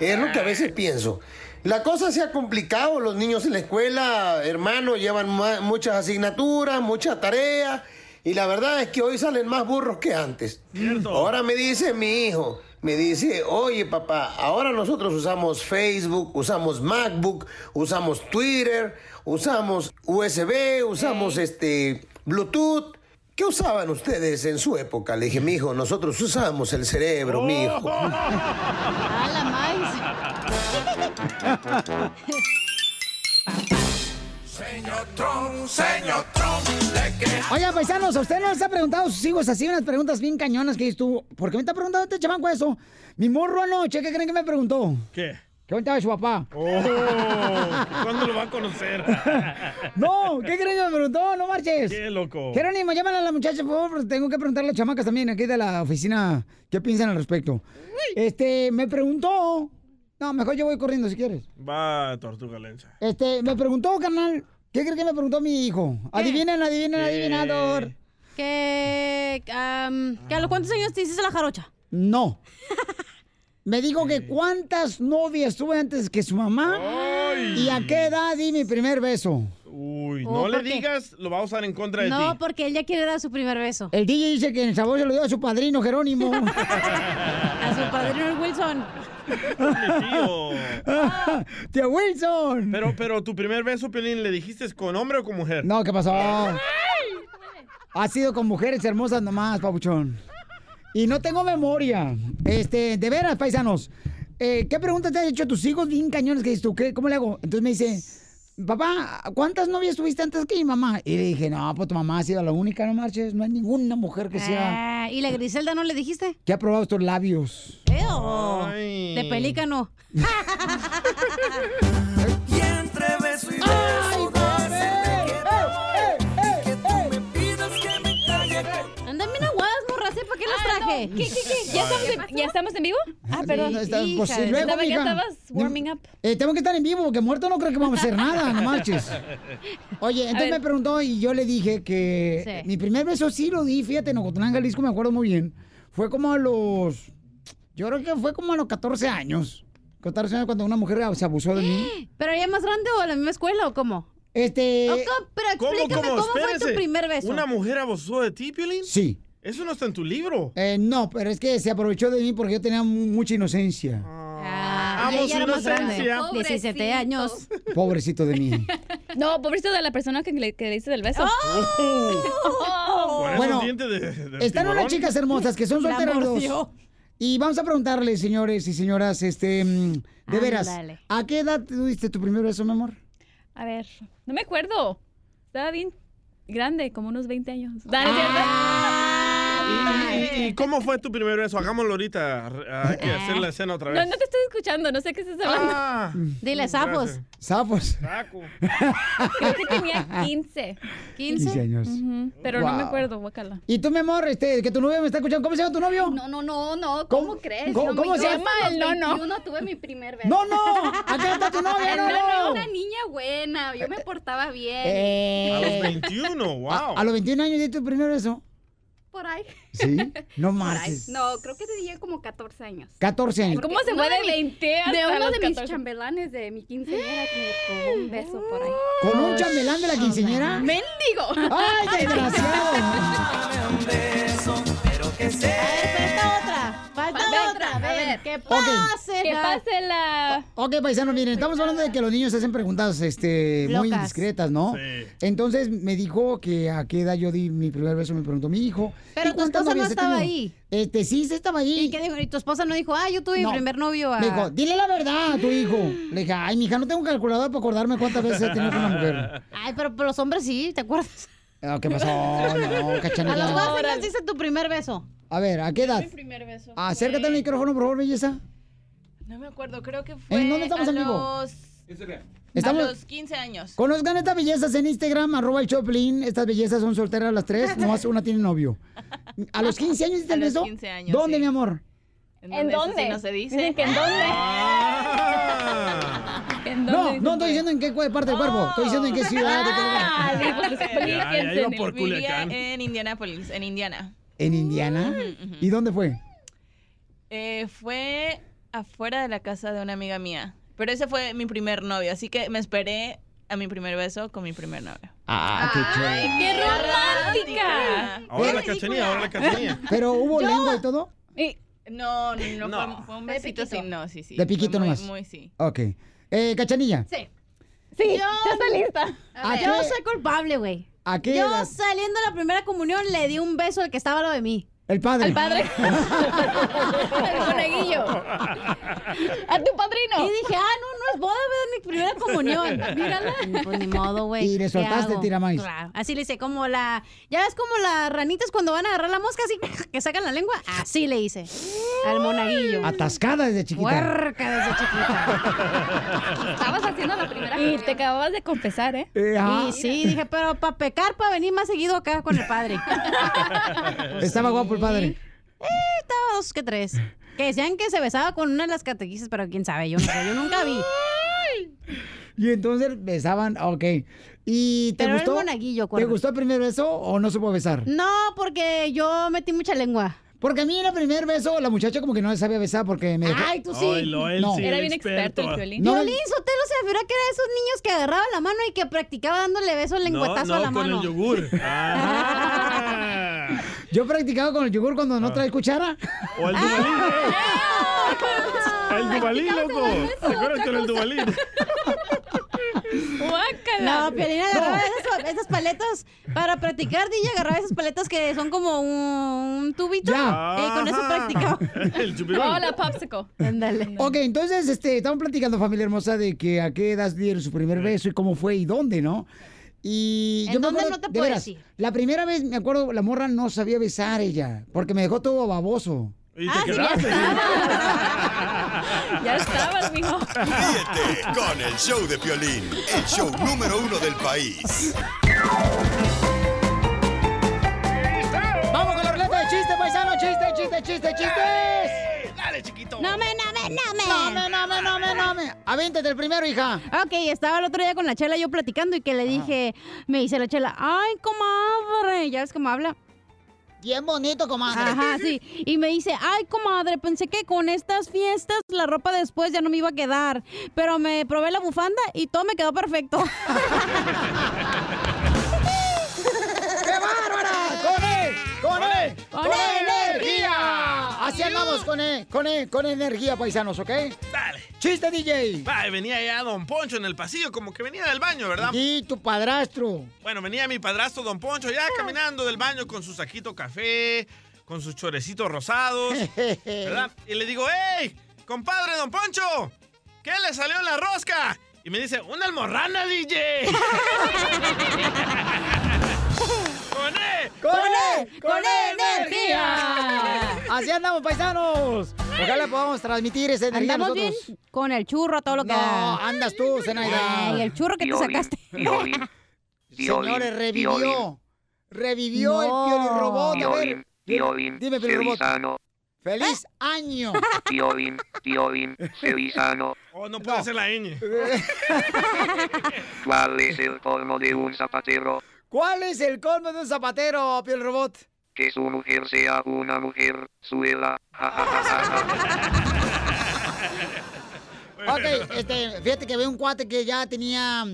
[SPEAKER 16] Es lo que a veces pienso. La cosa se ha complicado, los niños en la escuela, hermano, llevan ma- muchas asignaturas, muchas tareas, y la verdad es que hoy salen más burros que antes. Ahora me dice mi hijo, me dice, oye papá, ahora nosotros usamos Facebook, usamos MacBook, usamos Twitter, usamos USB, usamos este Bluetooth. ¿Qué usaban ustedes en su época? Le dije, mi hijo, nosotros usamos el cerebro, mi hijo.
[SPEAKER 2] A
[SPEAKER 15] Ah,
[SPEAKER 2] la más.
[SPEAKER 1] Oiga, paisanos, ¿a usted no les ha preguntado a sus hijos así unas preguntas bien cañonas que dices tú? ¿Por qué me está preguntando este chamanco eso? Mi morro anoche, ¿qué creen que me preguntó?
[SPEAKER 3] ¿Qué?
[SPEAKER 1] ¿Qué contaba su papá?
[SPEAKER 3] Oh, ¿Cuándo lo va a conocer?
[SPEAKER 1] No, ¿qué creen que me preguntó? No marches.
[SPEAKER 3] Qué loco.
[SPEAKER 1] Jerónimo, llámale a la muchacha, por favor, porque tengo que preguntarle a las chamacas también aquí de la oficina qué piensan al respecto. Este, me preguntó. No, mejor yo voy corriendo si quieres.
[SPEAKER 3] Va, tortuga lencha.
[SPEAKER 1] Este, me preguntó, carnal. ¿Qué creen que me preguntó mi hijo? Adivinen, adivinen,
[SPEAKER 2] ¿Qué?
[SPEAKER 1] adivinador.
[SPEAKER 2] Que, am, que a los cuántos años te hiciste la jarocha.
[SPEAKER 1] No. Me dijo que cuántas novias tuve antes que su mamá y a qué edad di mi primer beso.
[SPEAKER 3] Uy,
[SPEAKER 2] Oh,
[SPEAKER 3] no le
[SPEAKER 2] ¿por qué?
[SPEAKER 3] digas, lo va a usar en contra de
[SPEAKER 2] No,
[SPEAKER 3] ti.
[SPEAKER 2] porque él ya quiere dar su primer beso.
[SPEAKER 1] El DJ dice que en el sabor se lo dio a su padrino Jerónimo.
[SPEAKER 2] A su padrino el Wilson.
[SPEAKER 1] ¡Tío Wilson!
[SPEAKER 3] Pero, pero tu primer beso, Piolín, ¿le dijiste con hombre o con mujer?
[SPEAKER 1] No, ¿qué pasó? Ha sido con mujeres hermosas nomás, papuchón. Y no tengo memoria. Este, de veras, paisanos. Eh, ¿Qué pregunta te han hecho tus hijos bien cañones que dices tú? ¿Qué, ¿Cómo le hago? Entonces me dice, papá, ¿cuántas novias tuviste antes que mi mamá? Y le dije, no, pues tu mamá ha sido la única, no marches. No hay ninguna mujer que sea...
[SPEAKER 2] Ah, ¿Y la Griselda no le dijiste?
[SPEAKER 1] que ha probado estos labios.
[SPEAKER 2] Eo. De pelícano.
[SPEAKER 4] Andan bien aguadas, morras, ¿para qué las traje? ¿Qué, qué, Ah, qué? ¿Ya estamos, en, ¿Ya estamos en vivo? Ah, perdón.
[SPEAKER 1] No, está-
[SPEAKER 4] Hija,
[SPEAKER 1] pues, y luego,
[SPEAKER 4] estaba- ya
[SPEAKER 1] mija.
[SPEAKER 4] estabas warming up.
[SPEAKER 1] Eh, tengo que estar en vivo porque muerto no creo que vamos a hacer nada, no marches. Oye,
[SPEAKER 4] A
[SPEAKER 1] entonces
[SPEAKER 4] ver.
[SPEAKER 1] me preguntó y yo le dije que
[SPEAKER 4] Sí.
[SPEAKER 1] mi primer beso sí lo di, fíjate, en Ocotlán, Jalisco, me acuerdo muy bien. Fue como a los. Yo creo que fue como a los 14 años. 14 años cuando una mujer se abusó de mí.
[SPEAKER 2] ¿Pero ya más grande o a la misma escuela o cómo?
[SPEAKER 1] Este.
[SPEAKER 2] O co- pero explícame cómo, fue tu
[SPEAKER 3] Espérese.
[SPEAKER 2] primer beso.
[SPEAKER 3] ¿Una mujer abusó de ti, Piolín?
[SPEAKER 1] Sí.
[SPEAKER 3] Eso no está en tu libro.
[SPEAKER 1] Eh, no, pero es que se aprovechó de mí porque yo tenía mu- mucha inocencia.
[SPEAKER 2] Ah,
[SPEAKER 4] Amo
[SPEAKER 2] ya
[SPEAKER 4] su
[SPEAKER 2] era más grande.
[SPEAKER 4] inocencia.
[SPEAKER 2] 17 años.
[SPEAKER 1] Pobrecito de mí.
[SPEAKER 4] No, pobrecito de la persona que le, que le diste del beso.
[SPEAKER 2] ¡Oh!
[SPEAKER 3] Con esos
[SPEAKER 1] Bueno,
[SPEAKER 3] dientes de- de
[SPEAKER 1] Están
[SPEAKER 3] tiburón.
[SPEAKER 1] unas chicas hermosas que son
[SPEAKER 4] La
[SPEAKER 1] solteras los dos.
[SPEAKER 4] mordió.
[SPEAKER 1] Y vamos a preguntarles, señores y señoras, este, mm, de
[SPEAKER 4] Ah,
[SPEAKER 1] veras,
[SPEAKER 4] Ándale.
[SPEAKER 1] ¿a qué edad tuviste tu primer beso, mi amor?
[SPEAKER 4] A ver, no me acuerdo. Estaba bien grande, como unos 20 años. Dale,
[SPEAKER 2] Ah.
[SPEAKER 3] ¿Y, y- y cómo fue tu primer beso? Hagámoslo ahorita. re- Hay
[SPEAKER 1] Eh.
[SPEAKER 3] que hacer la escena otra
[SPEAKER 4] No,
[SPEAKER 3] vez.
[SPEAKER 4] no te estoy escuchando, no sé qué estás hablando.
[SPEAKER 1] Ah.
[SPEAKER 2] Dile, sapos.
[SPEAKER 1] Sapos.
[SPEAKER 4] Creo que tenía 15.
[SPEAKER 1] 15 años.
[SPEAKER 4] Ujú, Pero no me
[SPEAKER 1] Wow.
[SPEAKER 4] acuerdo, guacala.
[SPEAKER 1] Y tú, mi amor, este, que tu novio me está escuchando, ¿cómo se llama tu novio?
[SPEAKER 17] No, no, no, no. ¿Cómo, crees?
[SPEAKER 1] cómo-
[SPEAKER 17] No,
[SPEAKER 1] cómo se
[SPEAKER 17] yo
[SPEAKER 1] llama
[SPEAKER 17] hasta
[SPEAKER 1] él?
[SPEAKER 17] los
[SPEAKER 1] No, no.
[SPEAKER 17] 21 tuve mi primer beso.
[SPEAKER 1] No, no, acá está tu novia, no,
[SPEAKER 17] Yo era
[SPEAKER 1] no.
[SPEAKER 17] una niña buena. Yo me portaba bien.
[SPEAKER 1] Eh.
[SPEAKER 3] A los 21, wow.
[SPEAKER 1] A, a los 21 años diste tu primer beso.
[SPEAKER 17] Por ahí.
[SPEAKER 1] Sí, no
[SPEAKER 17] Por ahí.
[SPEAKER 1] marches.
[SPEAKER 17] No, creo que tenía como 14 años.
[SPEAKER 1] 14 años.
[SPEAKER 4] ¿Cómo se
[SPEAKER 17] Uno
[SPEAKER 4] fue de
[SPEAKER 17] mi-
[SPEAKER 4] 20 hasta
[SPEAKER 17] De uno
[SPEAKER 4] los
[SPEAKER 17] de mis
[SPEAKER 4] 14?
[SPEAKER 17] chambelanes de mi quinceañera que me tomó un beso por ahí.
[SPEAKER 1] ¿Con un chambelán de la quinceñera?
[SPEAKER 17] ¡Mendigo!
[SPEAKER 1] ¡Ay, desgraciado!
[SPEAKER 2] otra. Falta
[SPEAKER 4] Falta
[SPEAKER 2] otra.
[SPEAKER 4] otra,
[SPEAKER 2] A ver, ¿qué
[SPEAKER 1] Ok.
[SPEAKER 2] pasa?
[SPEAKER 4] Que pase la...
[SPEAKER 1] Ok, paisanos, miren, estamos hablando de que los niños hacen preguntas este, muy
[SPEAKER 4] Locas.
[SPEAKER 1] indiscretas, ¿no? Entonces me dijo que a qué edad yo di mi primer beso, me preguntó mi hijo.
[SPEAKER 2] Pero
[SPEAKER 1] ¿y
[SPEAKER 2] tu
[SPEAKER 1] cuántas
[SPEAKER 2] esposa no
[SPEAKER 1] novias he
[SPEAKER 2] estaba
[SPEAKER 1] tenido?
[SPEAKER 2] ahí.
[SPEAKER 1] Este, sí, sí estaba ahí.
[SPEAKER 2] ¿Y qué dijo? ¿Y tu esposa no dijo, ah, yo tuve
[SPEAKER 1] No.
[SPEAKER 2] mi primer novio a...
[SPEAKER 1] Me dijo, dile la verdad a tu hijo. Le dije, ay, mija, no tengo calculador para acordarme cuántas veces he tenido con una mujer.
[SPEAKER 2] Ay, pero, pero los hombres sí, ¿te acuerdas?
[SPEAKER 1] Ah, ¿Qué pasó? No,
[SPEAKER 2] A los
[SPEAKER 1] cachanilla.
[SPEAKER 2] dos años hice tu primer beso.
[SPEAKER 1] A ver, ¿a qué edad?
[SPEAKER 4] primer beso.
[SPEAKER 1] Acércate al micrófono, por favor, belleza.
[SPEAKER 4] No me acuerdo, creo que
[SPEAKER 1] fue dónde estamos a en vivo? Estamos- los
[SPEAKER 4] 15 años.
[SPEAKER 1] Conozcan estas bellezas en Instagram, arroba el Choplin. Estas bellezas son solteras las tres, nomás una tiene novio. ¿A los 15 años hiciste
[SPEAKER 18] A
[SPEAKER 1] el
[SPEAKER 18] los
[SPEAKER 1] beso?
[SPEAKER 18] 15 años,
[SPEAKER 1] ¿Dónde, mi amor?
[SPEAKER 18] ¿En dónde? Ah. Eso sí no se dice.
[SPEAKER 4] Dicen que en dónde. ¿En
[SPEAKER 1] No, no estoy diciendo en qué cu- parte del cuerpo. Estoy diciendo
[SPEAKER 18] Oh.
[SPEAKER 1] en qué ciudad. de qué
[SPEAKER 18] Ah,
[SPEAKER 1] lugar.
[SPEAKER 18] Ya, ya iba por Vivía
[SPEAKER 1] Culiacán.
[SPEAKER 18] en Indianápolis, en Indiana.
[SPEAKER 1] ¿En Indiana? ¿Y dónde fue?
[SPEAKER 18] Eh, fue afuera de la casa de una amiga mía. Pero ese fue mi primer novio, así que me esperé a mi primer beso con mi primer novio.
[SPEAKER 1] Ah, qué chévere.
[SPEAKER 4] ¡Qué romántica!
[SPEAKER 3] Ahora la cachanilla, ahora la cachanilla.
[SPEAKER 1] Pero hubo lengua y todo.
[SPEAKER 18] No, no, no,
[SPEAKER 3] No.
[SPEAKER 18] Fue, fue un besito sí, no, sí, sí.
[SPEAKER 1] De piquito
[SPEAKER 18] Fue muy,
[SPEAKER 1] nomás.
[SPEAKER 18] Muy, sí.
[SPEAKER 1] Ok. Eh, Cachanilla,
[SPEAKER 2] Sí.
[SPEAKER 4] Sí,
[SPEAKER 2] ya está lista.
[SPEAKER 1] A ver.
[SPEAKER 2] Yo
[SPEAKER 1] ¿A qué-
[SPEAKER 2] soy culpable, güey.
[SPEAKER 1] ¿a qué
[SPEAKER 2] Yo
[SPEAKER 1] edad?
[SPEAKER 2] saliendo de la primera comunión le di un beso al que estaba al lado de mí.
[SPEAKER 1] El padre.
[SPEAKER 4] Al padre. Al monaguillo. A tu padrino.
[SPEAKER 2] Y dije, ah, no, no es boda, es mi primera comunión. Mírala.
[SPEAKER 1] Y
[SPEAKER 2] pues ni modo, güey.
[SPEAKER 1] Y le
[SPEAKER 2] ¿qué
[SPEAKER 1] soltaste
[SPEAKER 2] hago?
[SPEAKER 1] tiramaíz.
[SPEAKER 2] Claro. Así le hice, como la. Ya ves como las ranitas cuando van a agarrar la mosca, así que sacan la lengua. Así le hice. Al monaguillo.
[SPEAKER 1] Atascada desde chiquita.
[SPEAKER 2] Puerca desde chiquita.
[SPEAKER 17] Estabas haciendo la primera
[SPEAKER 2] Y te acababas de confesar, ¿eh?
[SPEAKER 1] Eh, ajá.
[SPEAKER 2] Y sí, dije, pero para pecar, para venir más seguido acá con el padre.
[SPEAKER 1] Pues Estaba guapo el padre.
[SPEAKER 2] Eh, estaba dos que tres. Que decían que se besaba con una de las catequistas, pero quién sabe, yo, no sé, yo nunca vi.
[SPEAKER 1] Y entonces besaban, ah, ok. ¿Y te
[SPEAKER 2] Pero era el
[SPEAKER 1] gustó?
[SPEAKER 2] monaguillo,
[SPEAKER 1] ¿Te
[SPEAKER 2] acuérdate.
[SPEAKER 1] gustó el primer beso o no se puede besar?
[SPEAKER 2] No, porque yo metí mucha lengua.
[SPEAKER 1] Porque a mí en el primer beso la muchacha como que no sabía besar porque me dejó...
[SPEAKER 2] Ay, tú sí. Ay, lo, él sí, Era el bien
[SPEAKER 18] experto, el Piolín.
[SPEAKER 1] No,
[SPEAKER 2] Piolín Sotelo se afirma que era de esos niños que agarraba la mano y que practicaba dándole besos lenguetazo
[SPEAKER 3] no,
[SPEAKER 2] a la
[SPEAKER 3] con
[SPEAKER 2] mano.
[SPEAKER 3] el yogur. Ah.
[SPEAKER 1] Yo practicaba con el yogur cuando no trae cuchara.
[SPEAKER 3] O el Dubalín.
[SPEAKER 2] Ah,
[SPEAKER 3] El Dubalín, loco. ¿Te acuerdas con el Dubalín?
[SPEAKER 2] No, Piolín agarraba esas, esas paletas para practicar. DJ agarraba esas paletas que son como un, un tubito.
[SPEAKER 1] Ya.
[SPEAKER 2] Y con eso practicaba.
[SPEAKER 3] El
[SPEAKER 2] Ah. Oh, la popsicle. Ándale.
[SPEAKER 1] Ok, entonces este, estamos platicando, familia hermosa, de que a qué edad dieron su primer beso y cómo fue y dónde, ¿no? Y
[SPEAKER 2] Mm. ¿En
[SPEAKER 1] yo me
[SPEAKER 2] dónde
[SPEAKER 1] acuerdo,
[SPEAKER 2] no te
[SPEAKER 1] de
[SPEAKER 2] puedo
[SPEAKER 1] veras,
[SPEAKER 2] decir?
[SPEAKER 1] La primera vez, me acuerdo, la morra no sabía besar ella, porque me dejó todo baboso.
[SPEAKER 3] Y
[SPEAKER 10] te quedaste.
[SPEAKER 4] Ya estabas, mijo.
[SPEAKER 10] Ríete con el show de Piolín, el show número uno del país.
[SPEAKER 1] ¡Vamos con la ruleta de chistes, paisano! ¡Chiste, chiste, chiste, chistes!
[SPEAKER 3] ¡Dale, chiquito!
[SPEAKER 2] No me, no me, no me.
[SPEAKER 1] No me, no me, no me, no me. Avéntate el primero, hija.
[SPEAKER 2] Ok, estaba el otro día con la chela yo platicando y que le dije, me dice la chela, ay, comadre, ya ves cómo habla.
[SPEAKER 1] Bien bonito, comadre.
[SPEAKER 2] Ajá, sí. Y me dice, ay, comadre, pensé que con estas fiestas la ropa después ya no me iba a quedar. Pero me probé la bufanda y todo me quedó perfecto.
[SPEAKER 1] ¡Qué bárbara! ¡Con él! ¡Con él! ¡Con, energía! Así andamos con, e- con, e- con energía, paisanos, ¿ok?
[SPEAKER 3] Dale.
[SPEAKER 1] ¡Chiste, DJ!
[SPEAKER 3] Va, y venía ya Don Poncho en el pasillo, como que venía del baño, ¿verdad?
[SPEAKER 1] Y tu padrastro.
[SPEAKER 3] Bueno, venía mi padrastro Don Poncho ya caminando del baño con su saquito café, con sus chorecitos rosados, ¿verdad? Y le digo, ¡Ey! ¡Compadre Don Poncho! ¿Qué le salió en la rosca? Y me dice, ¡Una almorrana, DJ! ¡Con él!
[SPEAKER 1] ¡Con él! ¡Con energía! Así andamos, paisanos. Ojalá podamos transmitir esa energía
[SPEAKER 2] Andamos bien
[SPEAKER 1] nosotros.
[SPEAKER 2] con el churro, a todo lo que
[SPEAKER 1] No,
[SPEAKER 2] da.
[SPEAKER 1] andas tú, Zenaida.
[SPEAKER 2] Ay, el churro que te
[SPEAKER 1] Piolín,
[SPEAKER 2] sacaste.
[SPEAKER 1] Señores, revivió.
[SPEAKER 19] Piolín.
[SPEAKER 1] Revivió
[SPEAKER 2] No.
[SPEAKER 1] el Piolín Robot. A ver,
[SPEAKER 19] Piolín, Piolín,
[SPEAKER 1] dime, Piolín Robot.
[SPEAKER 19] Felizano,
[SPEAKER 1] ¡Feliz año!
[SPEAKER 19] Piolín, Piolín, Felizano.
[SPEAKER 3] Oh, no puedo hacer la ñ.
[SPEAKER 19] ¿Cuál es el colmo de un zapatero?
[SPEAKER 1] ¿Cuál es el colmo de un zapatero, Piel Robot?
[SPEAKER 19] Que su mujer sea una mujer, suela. Ja, ja, ja, ja, ja.
[SPEAKER 1] Ok, este, fíjate que veo un cuate que ya tenía,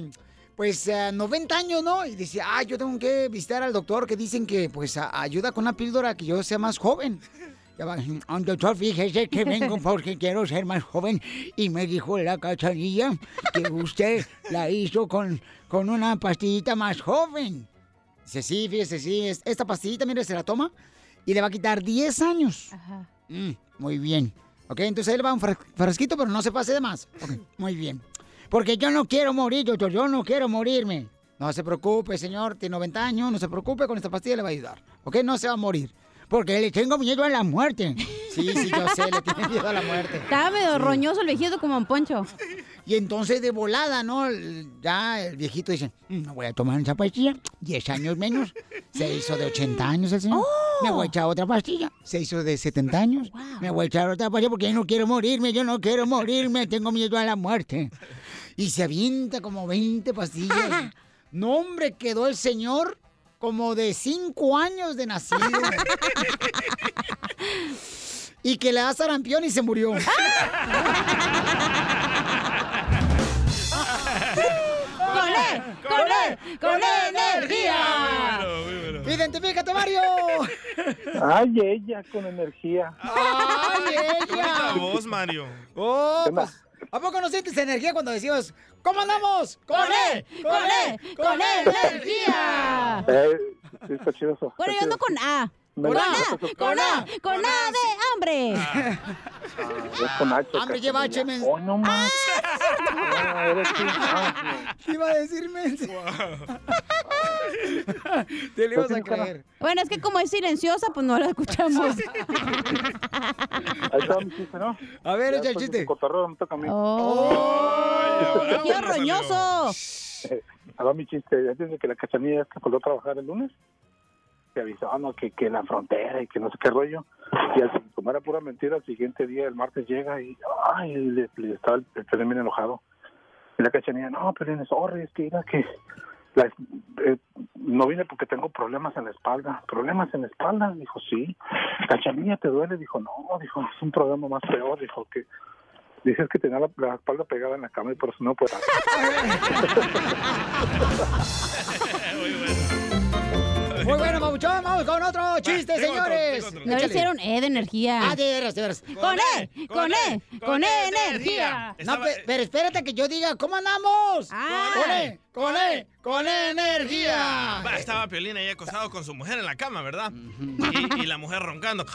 [SPEAKER 1] pues, eh, 90 años, ¿no? Y dice, ah, yo tengo que visitar al doctor que dicen que, pues, a- ayuda con una píldora que yo sea más joven. Ya va, "Ah, doctor, fíjese que vengo porque quiero ser más joven. Y me dijo la cachanilla que usted la hizo con, con una pastillita más joven. Dice, sí, fíjese, sí, es- esta pastillita, mire, se la toma y le va a quitar 10 años. Mm, muy bien. Ok, entonces ahí le va un fra- frasquito, pero no se pase de más. Ok, muy bien. Porque yo no quiero morir, doctor, yo no quiero morirme. No se preocupe, señor, tiene 90 años, no se preocupe, con esta pastilla le va a ayudar. Ok, no se va a morir. Porque le tengo miedo a la muerte. Sí, sí, yo sé, le tiene miedo a la muerte.
[SPEAKER 2] Estaba medio
[SPEAKER 1] Sí.
[SPEAKER 2] roñoso el viejito como un poncho.
[SPEAKER 1] Y entonces de volada, ¿no? El- Ya el viejito dice, "Mm, no voy a tomar esa pastilla, 10 años menos. Se hizo de 80 años el señor. Me voy a echar otra pastilla. Se hizo de 70 años. Me voy a echar otra pastilla porque yo no quiero morirme, yo no quiero morirme, tengo miedo a la muerte. Y se avienta como 20 pastillas. No, hombre, quedó el señor como de 5 años de nacido. y que le da sarampión y se murió.
[SPEAKER 2] E, ¡Con él! ¡Con él! ¡Con él energía!
[SPEAKER 1] ¡Identifícate, Mario!
[SPEAKER 7] Ay, ella con energía.
[SPEAKER 1] ¡Ay,
[SPEAKER 3] Bonita
[SPEAKER 1] ella!
[SPEAKER 3] voz, Mario.
[SPEAKER 1] ¡Oh! pues, ¿A poco no sientes energía cuando decimos, ¿cómo andamos? ¡Con él!
[SPEAKER 2] E,
[SPEAKER 1] ¡Con E?" él! ¡Con él! ¡Energía!
[SPEAKER 7] Eh, sí, está chido eso.
[SPEAKER 2] Bueno, yo ando con A. Con A, con A, con A de hambre.
[SPEAKER 7] Ah,
[SPEAKER 6] Es con H.
[SPEAKER 1] Hambre Ah. lleva H, men.
[SPEAKER 6] Oh, no más.
[SPEAKER 7] Ah,
[SPEAKER 1] Ah. Iba a decirme. Te lo
[SPEAKER 2] Pues
[SPEAKER 1] ibas a creer.
[SPEAKER 2] Bueno, es que como es silenciosa, pues no la escuchamos.
[SPEAKER 6] Ahí está mi chiste, ¿no?
[SPEAKER 1] A ver,
[SPEAKER 6] echa el chiste. Cotorreo, me toca a mí.
[SPEAKER 2] ¡Oh! ¡Tío roñoso!
[SPEAKER 6] Eh, Ahí va mi chiste. Antes de que la cachanilla esta volvió a trabajar el lunes, se avisó, ah, no, que, que la frontera y que no sé qué rollo. Y al, como era pura mentira, al siguiente día, el martes llega y, ay, le, le estaba el, el pelín bien enojado. Y la cachanilla, no, pelín, sorry, es que mira que la- eh, no vine porque tengo problemas en la espalda. ¿Problemas en la espalda? Dijo, sí. Cachanilla, ¿te duele? Dijo, no, dijo, es un problema más peor. Dijo que, dices que tenía la, la espalda pegada en la cama y por eso no puedo.
[SPEAKER 1] Muy bueno, Pabuchón, vamos con otro chiste,
[SPEAKER 2] tengo otro,
[SPEAKER 1] señores.
[SPEAKER 2] tengo otro. No le hicieron E de energía.
[SPEAKER 1] Ah, de veras, de veras.
[SPEAKER 2] Con E, con E, con E energía.
[SPEAKER 1] No, pe- pero espérate que yo diga, ¿cómo andamos?
[SPEAKER 2] Ah.
[SPEAKER 1] Con E, con E, con E energía.
[SPEAKER 3] Va, estaba Piolín ahí acostado con su mujer en la cama, ¿verdad? Y, y la mujer roncando.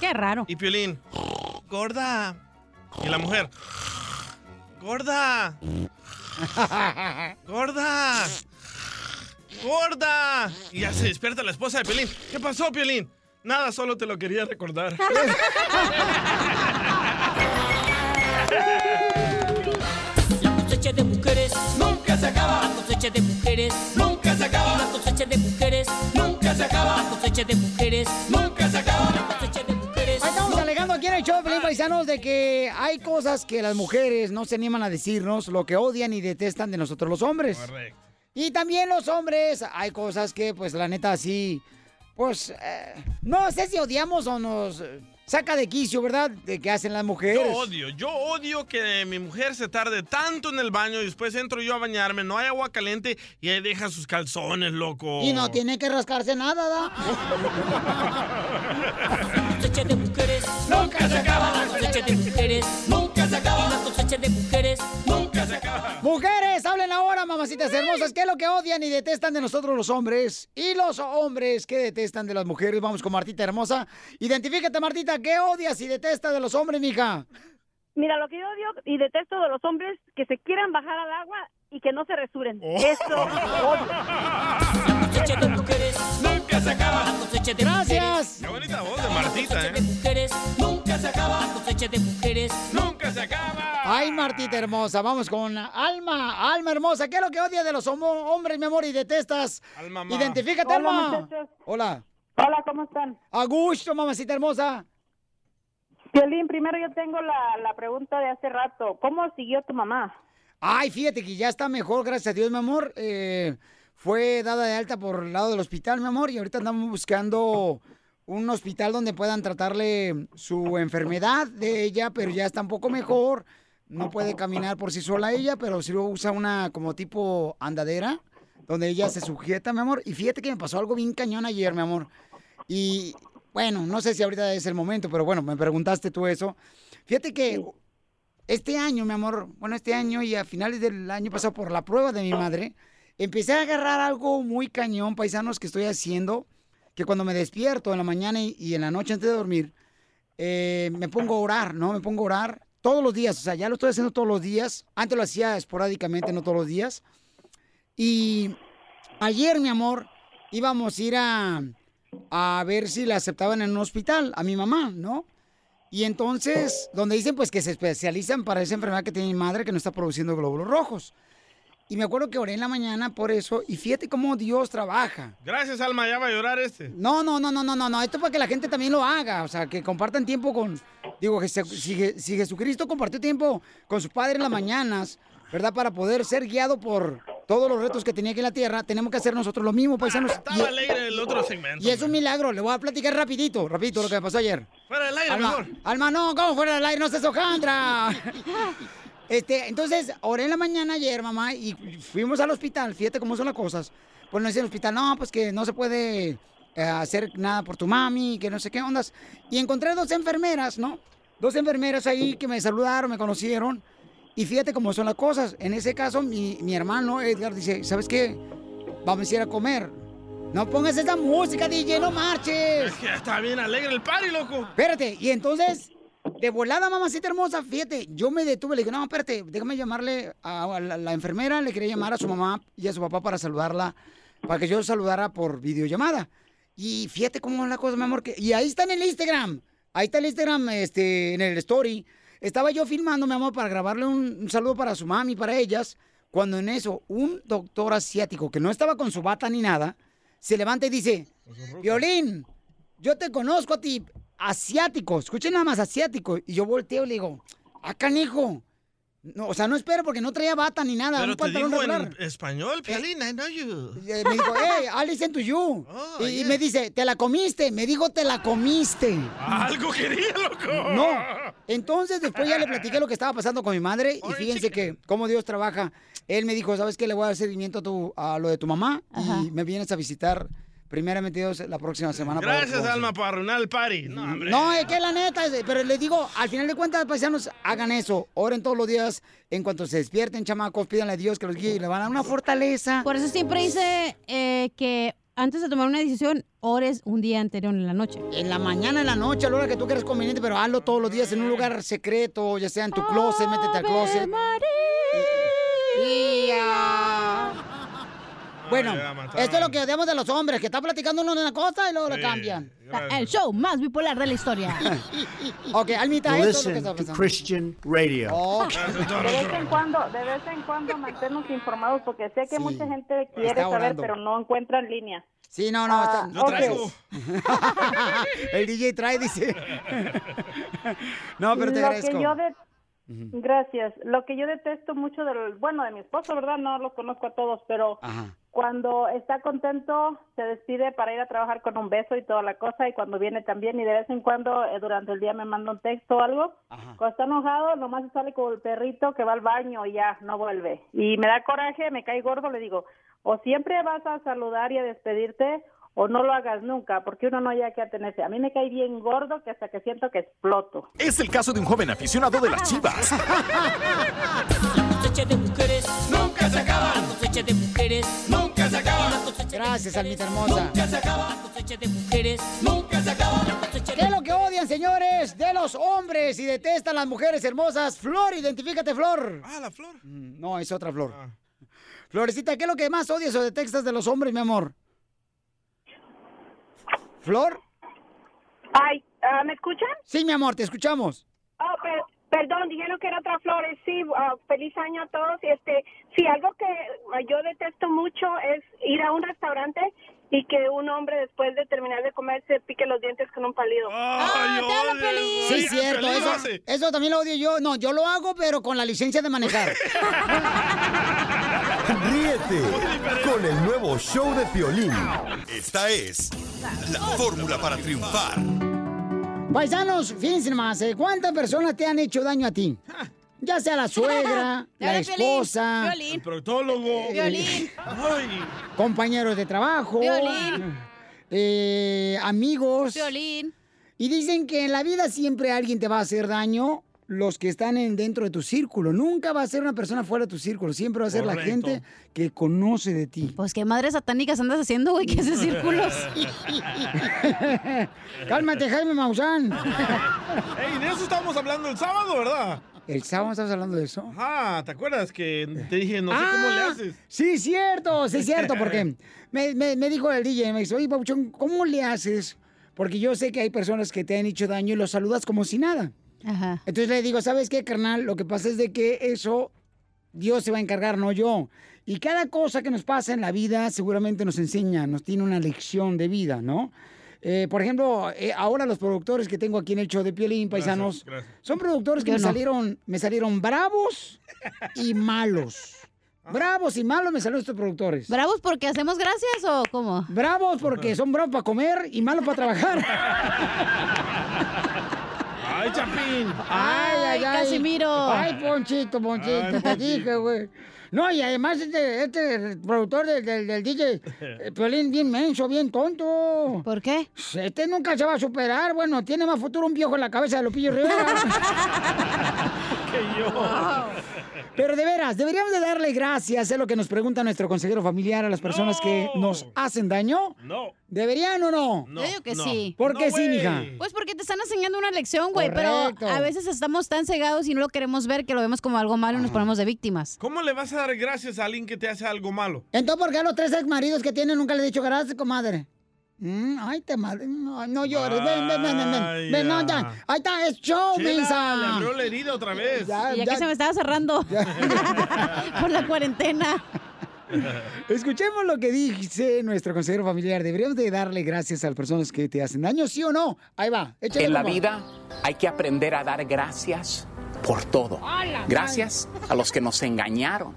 [SPEAKER 2] Qué raro.
[SPEAKER 3] Y Piolín, gorda. Y la mujer, gorda. Gorda. Gorda. Y ya se despierta la esposa de Piolín. ¿Qué pasó, Piolín? Nada, solo te lo quería recordar.
[SPEAKER 15] La cosecha de mujeres nunca se acaba. La cosecha de mujeres nunca se acaba. La cosecha de mujeres nunca se acaba. La cosecha de mujeres nunca se acaba. La cosecha de mujeres.
[SPEAKER 1] Ahí Estamos alegando aquí en el show, de Pelín, paisanos, de que hay cosas que las mujeres no se animan a decirnos, lo que odian y detestan de nosotros los hombres.
[SPEAKER 3] Correcto.
[SPEAKER 1] Y también los hombres, hay cosas que, pues, la neta, sí, pues, eh, no sé si odiamos o nos eh, saca de quicio, ¿verdad? De que hacen las mujeres.
[SPEAKER 3] Yo odio, yo odio que mi mujer se tarde tanto en el baño y después entro yo a bañarme, no hay agua caliente y ahí deja sus calzones, loco.
[SPEAKER 1] Y no tiene que rascarse nada, ¿da?
[SPEAKER 15] cosecha de mujeres nunca se acaba. La cosecha de mujeres nunca se acaba. La cosecha de mujeres nunca se acaba.
[SPEAKER 1] Mujeres, hablen ahora, mamacitas hermosas. ¿Qué es lo que odian y detestan de nosotros los hombres? Y los hombres, ¿qué detestan de las mujeres? Vamos con Martita hermosa. Identifícate, Martita, ¿qué odias y detestas de los hombres, mija?
[SPEAKER 20] Mira, lo que yo odio y detesto de los hombres que se quieran bajar al agua y que no se
[SPEAKER 1] Oh.
[SPEAKER 20] resuren. Eso.
[SPEAKER 15] cosecha de mujeres nunca se acaba. La cosecha de
[SPEAKER 1] Gracias.
[SPEAKER 3] Qué bonita voz de Martita, ¿eh?
[SPEAKER 15] mujeres nunca se acaba. La cosecha de mujeres
[SPEAKER 3] nunca se acaba.
[SPEAKER 1] Ay, Martita hermosa, vamos con Alma, Alma hermosa. ¿Qué es lo que odias de los homo- hombres, mi amor, y detestas?
[SPEAKER 3] Alma,
[SPEAKER 15] ma.
[SPEAKER 1] Identifícate,
[SPEAKER 15] Hola,
[SPEAKER 1] Alma.
[SPEAKER 15] muchachos.
[SPEAKER 1] Hola.
[SPEAKER 20] Hola, ¿cómo están?
[SPEAKER 1] A gusto, mamacita hermosa.
[SPEAKER 20] Piolín, primero yo tengo la, la pregunta de hace rato. ¿Cómo siguió tu mamá?
[SPEAKER 1] Ay, fíjate que ya está mejor, gracias a Dios, mi amor. Eh, fue dada de alta por el lado del hospital, mi amor, y ahorita andamos buscando un hospital donde puedan tratarle su enfermedad de ella, pero ya está un poco mejor. No puede caminar por sí sola ella, pero sí usa una como tipo andadera, donde ella se sujeta, mi amor. Y fíjate que me pasó algo bien cañón ayer, mi amor. Y bueno, no sé si ahorita es el momento, pero bueno, me preguntaste tú eso. Fíjate que este año, mi amor, bueno, este año y a finales del año pasado, por la prueba de mi madre, empecé a agarrar algo muy cañón, paisanos, que estoy haciendo, que cuando me despierto en la mañana y, y en la noche antes de dormir, eh, me pongo a orar, ¿no? Me pongo a orar todos los días, o sea, ya lo estoy haciendo todos los días. Antes lo hacía esporádicamente, no todos los días. Y ayer, mi amor, íbamos a ir a, a ver si la aceptaban en un hospital, a mi mamá, ¿no? Y entonces, donde dicen pues que se especializan para esa enfermedad que tiene mi madre que no está produciendo glóbulos rojos. Y me acuerdo que oré en la mañana por eso y fíjate cómo Dios trabaja.
[SPEAKER 3] Gracias, Alma, ya va a llorar este.
[SPEAKER 1] No, no, no, no, no, no, no. Esto es para que la gente también lo haga. O sea, que compartan tiempo con. Digo, que se- si, Je- si Jesucristo compartió tiempo con su padre en las mañanas, ¿verdad? Para poder ser guiado por todos los retos que tenía aquí en la tierra, tenemos que hacer nosotros lo mismo, paisanos. Y-
[SPEAKER 3] Estaba alegre el otro segmento.
[SPEAKER 1] y es un milagro. Le voy a platicar rapidito, rapidito lo que me pasó ayer.
[SPEAKER 3] Fuera del aire,
[SPEAKER 1] Alma,
[SPEAKER 3] mejor.
[SPEAKER 1] Alma, no, ¿cómo fuera del aire? No seas hojandra. este, entonces, oré en la mañana ayer, mamá, y fuimos al hospital. Fíjate cómo son las cosas. Pues nos dicen en el hospital, no, pues que no se puede eh, hacer nada por tu mami, que no sé qué ondas. Y encontré dos enfermeras, ¿no? Dos enfermeras ahí que me saludaron, me conocieron. Y fíjate cómo son las cosas. En ese caso, mi, mi hermano Edgar dice, ¿sabes qué? Vamos a ir a comer. No pongas esa música, DJ, no marches.
[SPEAKER 3] Es que está bien alegre el party, loco.
[SPEAKER 1] Espérate, y entonces, de volada, mamacita hermosa, fíjate, yo me detuve, le dije, no, espérate, déjame llamarle a la, la enfermera, le quería llamar a su mamá y a su papá para saludarla, para que yo saludara por videollamada. Y fíjate cómo es la cosa, mi amor, que... y ahí está en el Instagram, ahí está el Instagram, este, en el story. Estaba yo filmando, mi amor, para grabarle un, un saludo para su mami, para ellas, cuando en eso, un doctor asiático, que no estaba con su bata ni nada, se levanta y dice, Violín, yo te conozco a ti, asiático, escuchen nada más, asiático. Y yo volteo y le digo, ah, canijo. No, o sea, no espero porque no traía bata ni nada,
[SPEAKER 3] Pero
[SPEAKER 1] un
[SPEAKER 3] te
[SPEAKER 1] pantalón
[SPEAKER 3] dijo
[SPEAKER 1] regular.
[SPEAKER 3] en español, Piolín, I know you.
[SPEAKER 1] Eh, me dijo, hey, I listen to you.
[SPEAKER 3] Oh,
[SPEAKER 1] y, y me dice, te la comiste. Me dijo, te la comiste.
[SPEAKER 3] Algo quería, loco.
[SPEAKER 1] No. Entonces, después ya le platiqué lo que estaba pasando con mi madre. Y fíjense que, cómo Dios trabaja. Él me dijo, ¿sabes qué? Le voy a dar seguimiento a, tu, a lo de tu mamá. Y me vienes a visitar, primeramente Dios, la próxima semana. por
[SPEAKER 3] Gracias,
[SPEAKER 1] favor".
[SPEAKER 3] Alma, por arruinar el party. No, hombre.
[SPEAKER 1] No, es que la neta, es- pero les digo, al final de cuentas, paisanos, hagan eso. Oren todos los días. En cuanto se despierten, chamacos, pídanle a Dios que los guíe y le van a dar una fortaleza.
[SPEAKER 2] Por eso siempre dice eh, que antes de tomar una decisión, ores un día anterior en la noche.
[SPEAKER 1] En la mañana, en la noche, a la hora que tú creas conveniente, pero hazlo todos los días en un lugar secreto, ya sea en tu closet, métete al closet. Bueno,
[SPEAKER 3] ya mataron.
[SPEAKER 1] esto es lo que odiamos de los hombres, que está platicando uno de una cosa y luego
[SPEAKER 3] Sí,
[SPEAKER 1] lo cambian.
[SPEAKER 3] gracias.
[SPEAKER 1] El
[SPEAKER 2] show más bipolar de la historia.
[SPEAKER 1] ok, Almita, esto es lo que
[SPEAKER 21] Listen
[SPEAKER 1] está
[SPEAKER 21] to
[SPEAKER 1] pasando.
[SPEAKER 21] Christian radio.
[SPEAKER 20] De vez en cuando, de vez en cuando mantenernos informados porque sé que
[SPEAKER 21] Sí.
[SPEAKER 20] mucha gente quiere
[SPEAKER 1] Está
[SPEAKER 20] saber,
[SPEAKER 1] orando.
[SPEAKER 20] pero no encuentra en línea.
[SPEAKER 1] Sí, no, no.
[SPEAKER 20] Ah,
[SPEAKER 1] está-
[SPEAKER 20] Yo traigo.
[SPEAKER 1] El DJ trae, dice. no, pero te
[SPEAKER 20] Lo que
[SPEAKER 1] agradezco.
[SPEAKER 20] yo de- Gracias. Lo que yo detesto mucho del, bueno, de mi esposo, ¿verdad? No los conozco a todos, pero
[SPEAKER 1] Ajá.
[SPEAKER 20] cuando está contento se despide para ir a trabajar con un beso y toda la cosa y cuando viene también y de vez en cuando eh, durante el día me manda un texto o algo. Cuando está enojado, nomás se sale con el perrito que va al baño y ya, no vuelve. Y me da coraje, me cae gordo, le digo, o siempre vas a saludar y a despedirte o no lo hagas nunca, porque uno no haya que atenerse. A mí me cae bien gordo que hasta que siento que exploto.
[SPEAKER 22] Es el caso de un joven aficionado de las chivas.
[SPEAKER 15] cosecha de mujeres nunca se acaba. La cosecha de mujeres nunca se acaba. La cosecha
[SPEAKER 1] Gracias, Almita hermosa.
[SPEAKER 15] nunca se acaba. La cosecha de mujeres nunca se acaba. La cosecha
[SPEAKER 1] ¿Qué es lo que odian, señores? De los hombres y detestan las mujeres hermosas. Flor, identifícate, Flor. Mm,
[SPEAKER 3] Ah, la flor. Ah.
[SPEAKER 1] No, es otra flor. Florecita, ¿qué es lo que más odias o detestas de los hombres, mi amor? ¿Flor?
[SPEAKER 23] Ay, ah, ¿me escuchan?
[SPEAKER 1] Sí, mi amor, te escuchamos.
[SPEAKER 23] Oh, per- perdón, dijeron que era otra flores. Sí, ah, feliz año a todos. Y este, sí, algo que ah, yo detesto mucho es ir a un restaurante y que un hombre después de terminar de comer se pique los dientes con un palido.
[SPEAKER 3] ¡Ah, te hablo, Pelín!
[SPEAKER 1] Sí, cierto, eso, eso también lo odio yo. No, yo lo hago, pero con la licencia de manejar.
[SPEAKER 10] Ríete con el nuevo show de Piolín. Esta es la fórmula para triunfar.
[SPEAKER 1] Paisanos, fíjense más, ¿cuántas personas te han hecho daño a ti? Ya sea la
[SPEAKER 2] Ah,
[SPEAKER 1] suegra, la
[SPEAKER 3] Dale, Piolín.
[SPEAKER 1] esposa.
[SPEAKER 3] El proctólogo.
[SPEAKER 1] Violín.
[SPEAKER 3] Ay.
[SPEAKER 1] compañeros de trabajo,
[SPEAKER 3] Violín.
[SPEAKER 1] eh, amigos. Y dicen que en la vida siempre alguien te va a hacer daño, los que están en- dentro de tu círculo. Nunca va a ser una persona fuera de tu círculo, siempre va a ser la
[SPEAKER 2] Correcto.
[SPEAKER 1] gente que conoce de ti.
[SPEAKER 2] Pues qué madres satánicas andas haciendo, güey, que haces círculos.
[SPEAKER 1] Cálmate, Jaime Maussan.
[SPEAKER 3] Ey, de eso estábamos hablando el sábado, ¿verdad?
[SPEAKER 1] El sábado estamos hablando de eso.
[SPEAKER 3] Ajá, ¿te acuerdas que te dije, no sé cómo le
[SPEAKER 1] Ah,
[SPEAKER 3] haces?
[SPEAKER 1] Sí, cierto, sí, cierto, porque me, me- me dijo el DJ, me dice, oye, Papuchón, ¿cómo le haces? Porque yo sé que hay personas que te han hecho daño y los saludas como si nada.
[SPEAKER 2] Ajá.
[SPEAKER 1] Entonces le digo, ¿sabes qué, carnal? Lo que pasa es de que eso Dios se va a encargar, no yo. Y cada cosa que nos pasa en la vida seguramente nos enseña, nos tiene una lección de vida, ¿no? Eh, por ejemplo, eh, ahora los productores que tengo aquí en el show de Piolín, paisanos,
[SPEAKER 3] gracias.
[SPEAKER 1] son productores que
[SPEAKER 3] Yo
[SPEAKER 1] me
[SPEAKER 3] no.
[SPEAKER 1] salieron, me salieron bravos y malos. Bravos y malos me salieron estos productores.
[SPEAKER 2] ¿Bravos porque hacemos gracias o cómo?
[SPEAKER 1] Bravos porque son bravos para comer y malos para trabajar.
[SPEAKER 3] ¡Ay, Chapín!
[SPEAKER 1] Ay, ay, ay. Ay, Ponchito, Ponchito,
[SPEAKER 3] Ay,
[SPEAKER 1] te
[SPEAKER 3] Ponchito.
[SPEAKER 1] dije, güey. No, y además este, este productor del, del, del DJ, eh, Piolín, bien menso, bien tonto.
[SPEAKER 2] ¿Por qué?
[SPEAKER 1] Este nunca se va a superar. Bueno, tiene más futuro un viejo en la cabeza de Lupillo Rivera.
[SPEAKER 3] Que yo.
[SPEAKER 1] Pero de veras, deberíamos de darle gracias, es lo que nos pregunta nuestro consejero familiar a las personas que nos hacen daño.
[SPEAKER 3] No.
[SPEAKER 1] ¿Deberían o no?
[SPEAKER 2] No, Yo digo que no. sí.
[SPEAKER 1] ¿Por
[SPEAKER 2] No,
[SPEAKER 1] qué sí,
[SPEAKER 2] güey.
[SPEAKER 1] mija?
[SPEAKER 2] Pues porque te están enseñando una lección, güey, pero
[SPEAKER 3] Correcto.
[SPEAKER 2] a veces estamos tan cegados y no lo queremos ver que lo vemos como algo malo y
[SPEAKER 3] Ah.
[SPEAKER 2] nos ponemos de víctimas.
[SPEAKER 3] ¿Cómo le vas a dar gracias a alguien que te hace algo malo?
[SPEAKER 1] Entonces, ¿por qué a los tres ex maridos que tienen nunca le he dicho gracias, comadre? Mm, ay, te madre. No, no llores. Ven, ven, ven, ven. Ven, ven no, ya. Ahí está, es show,
[SPEAKER 3] Chela,
[SPEAKER 1] mensa.
[SPEAKER 3] le abrió la herida otra vez.
[SPEAKER 2] y ya, que se me estaba cerrando por la cuarentena.
[SPEAKER 1] Escuchemos lo que dice nuestro consejero familiar. Deberíamos de darle gracias a las personas que te hacen daño, ¿sí o no? Ahí va, échale.
[SPEAKER 21] En la
[SPEAKER 1] compa.
[SPEAKER 21] vida hay que aprender a dar gracias por todo.
[SPEAKER 1] ¡Hala!
[SPEAKER 21] Gracias a los que nos engañaron.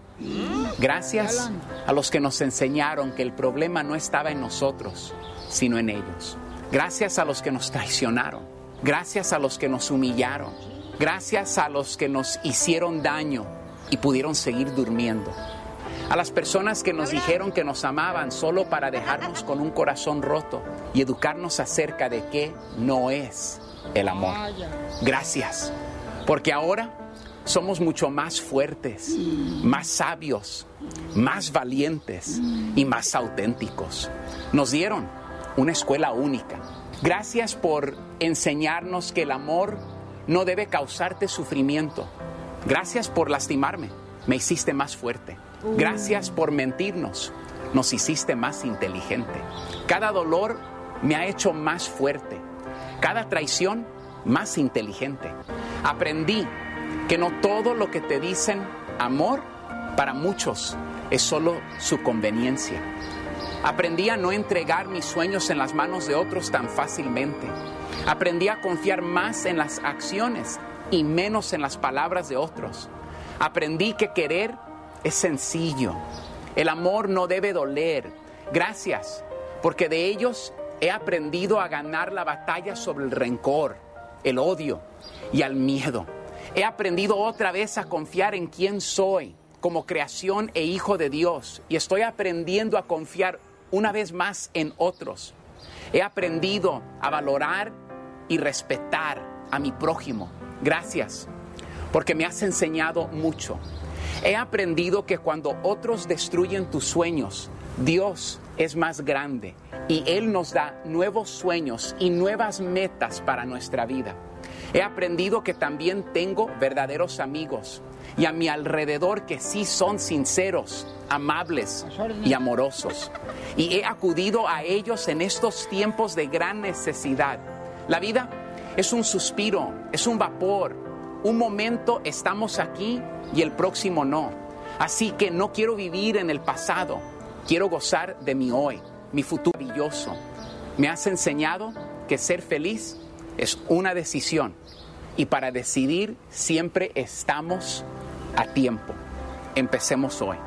[SPEAKER 21] Gracias a los que nos enseñaron que el problema no estaba en nosotros, sino en ellos. Gracias a los que nos traicionaron. Gracias a los que nos humillaron. Gracias a los que nos hicieron daño y pudieron seguir durmiendo. A las personas que nos dijeron que nos amaban solo para dejarnos con un corazón roto y educarnos acerca de qué no es el amor. Gracias, porque ahora somos mucho más fuertes, más sabios, más valientes y más auténticos. Nos dieron una escuela única. Gracias por enseñarnos que el amor no debe causarte sufrimiento. Gracias por lastimarme, me hiciste más fuerte. Gracias por mentirnos, nos hiciste más inteligente. Cada dolor me ha hecho más fuerte cada traición más inteligente. Aprendí que no todo lo que te dicen amor para muchos es solo su conveniencia. Aprendí a no entregar mis sueños en las manos de otros tan fácilmente. Aprendí a confiar más en las acciones y menos en las palabras de otros. Aprendí que querer es sencillo. El amor no debe doler. Gracias, porque de ellos he aprendido a ganar la batalla sobre el rencor, el odio y al miedo. He aprendido otra vez a confiar en quién soy como creación e hijo de Dios y estoy aprendiendo a confiar una vez más en otros. He aprendido a valorar y respetar a mi prójimo. Gracias porque me has enseñado mucho. He aprendido que cuando otros destruyen tus sueños, Dios es más grande y Él nos da nuevos sueños y nuevas metas para nuestra vida. He aprendido que también tengo verdaderos amigos y a mi alrededor que sí son sinceros, amables y amorosos. Y he acudido a ellos en estos tiempos de gran necesidad. La vida es un suspiro, es un vapor, un momento estamos aquí y el próximo no. Así que no quiero vivir en el pasado, quiero gozar de mi hoy, mi futuro maravilloso. Me has enseñado que ser feliz es una decisión y para decidir siempre estamos a tiempo. Empecemos hoy.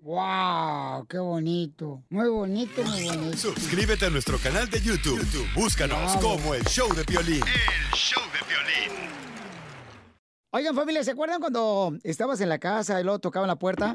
[SPEAKER 1] ¡Wow! ¡Qué bonito! Muy bonito, muy bonito.
[SPEAKER 10] Suscríbete a nuestro canal de YouTube. YouTube, Búscanos como el show de violín. El show de violín.
[SPEAKER 1] Oigan, familia, ¿se acuerdan cuando estabas en la casa y luego tocaban la puerta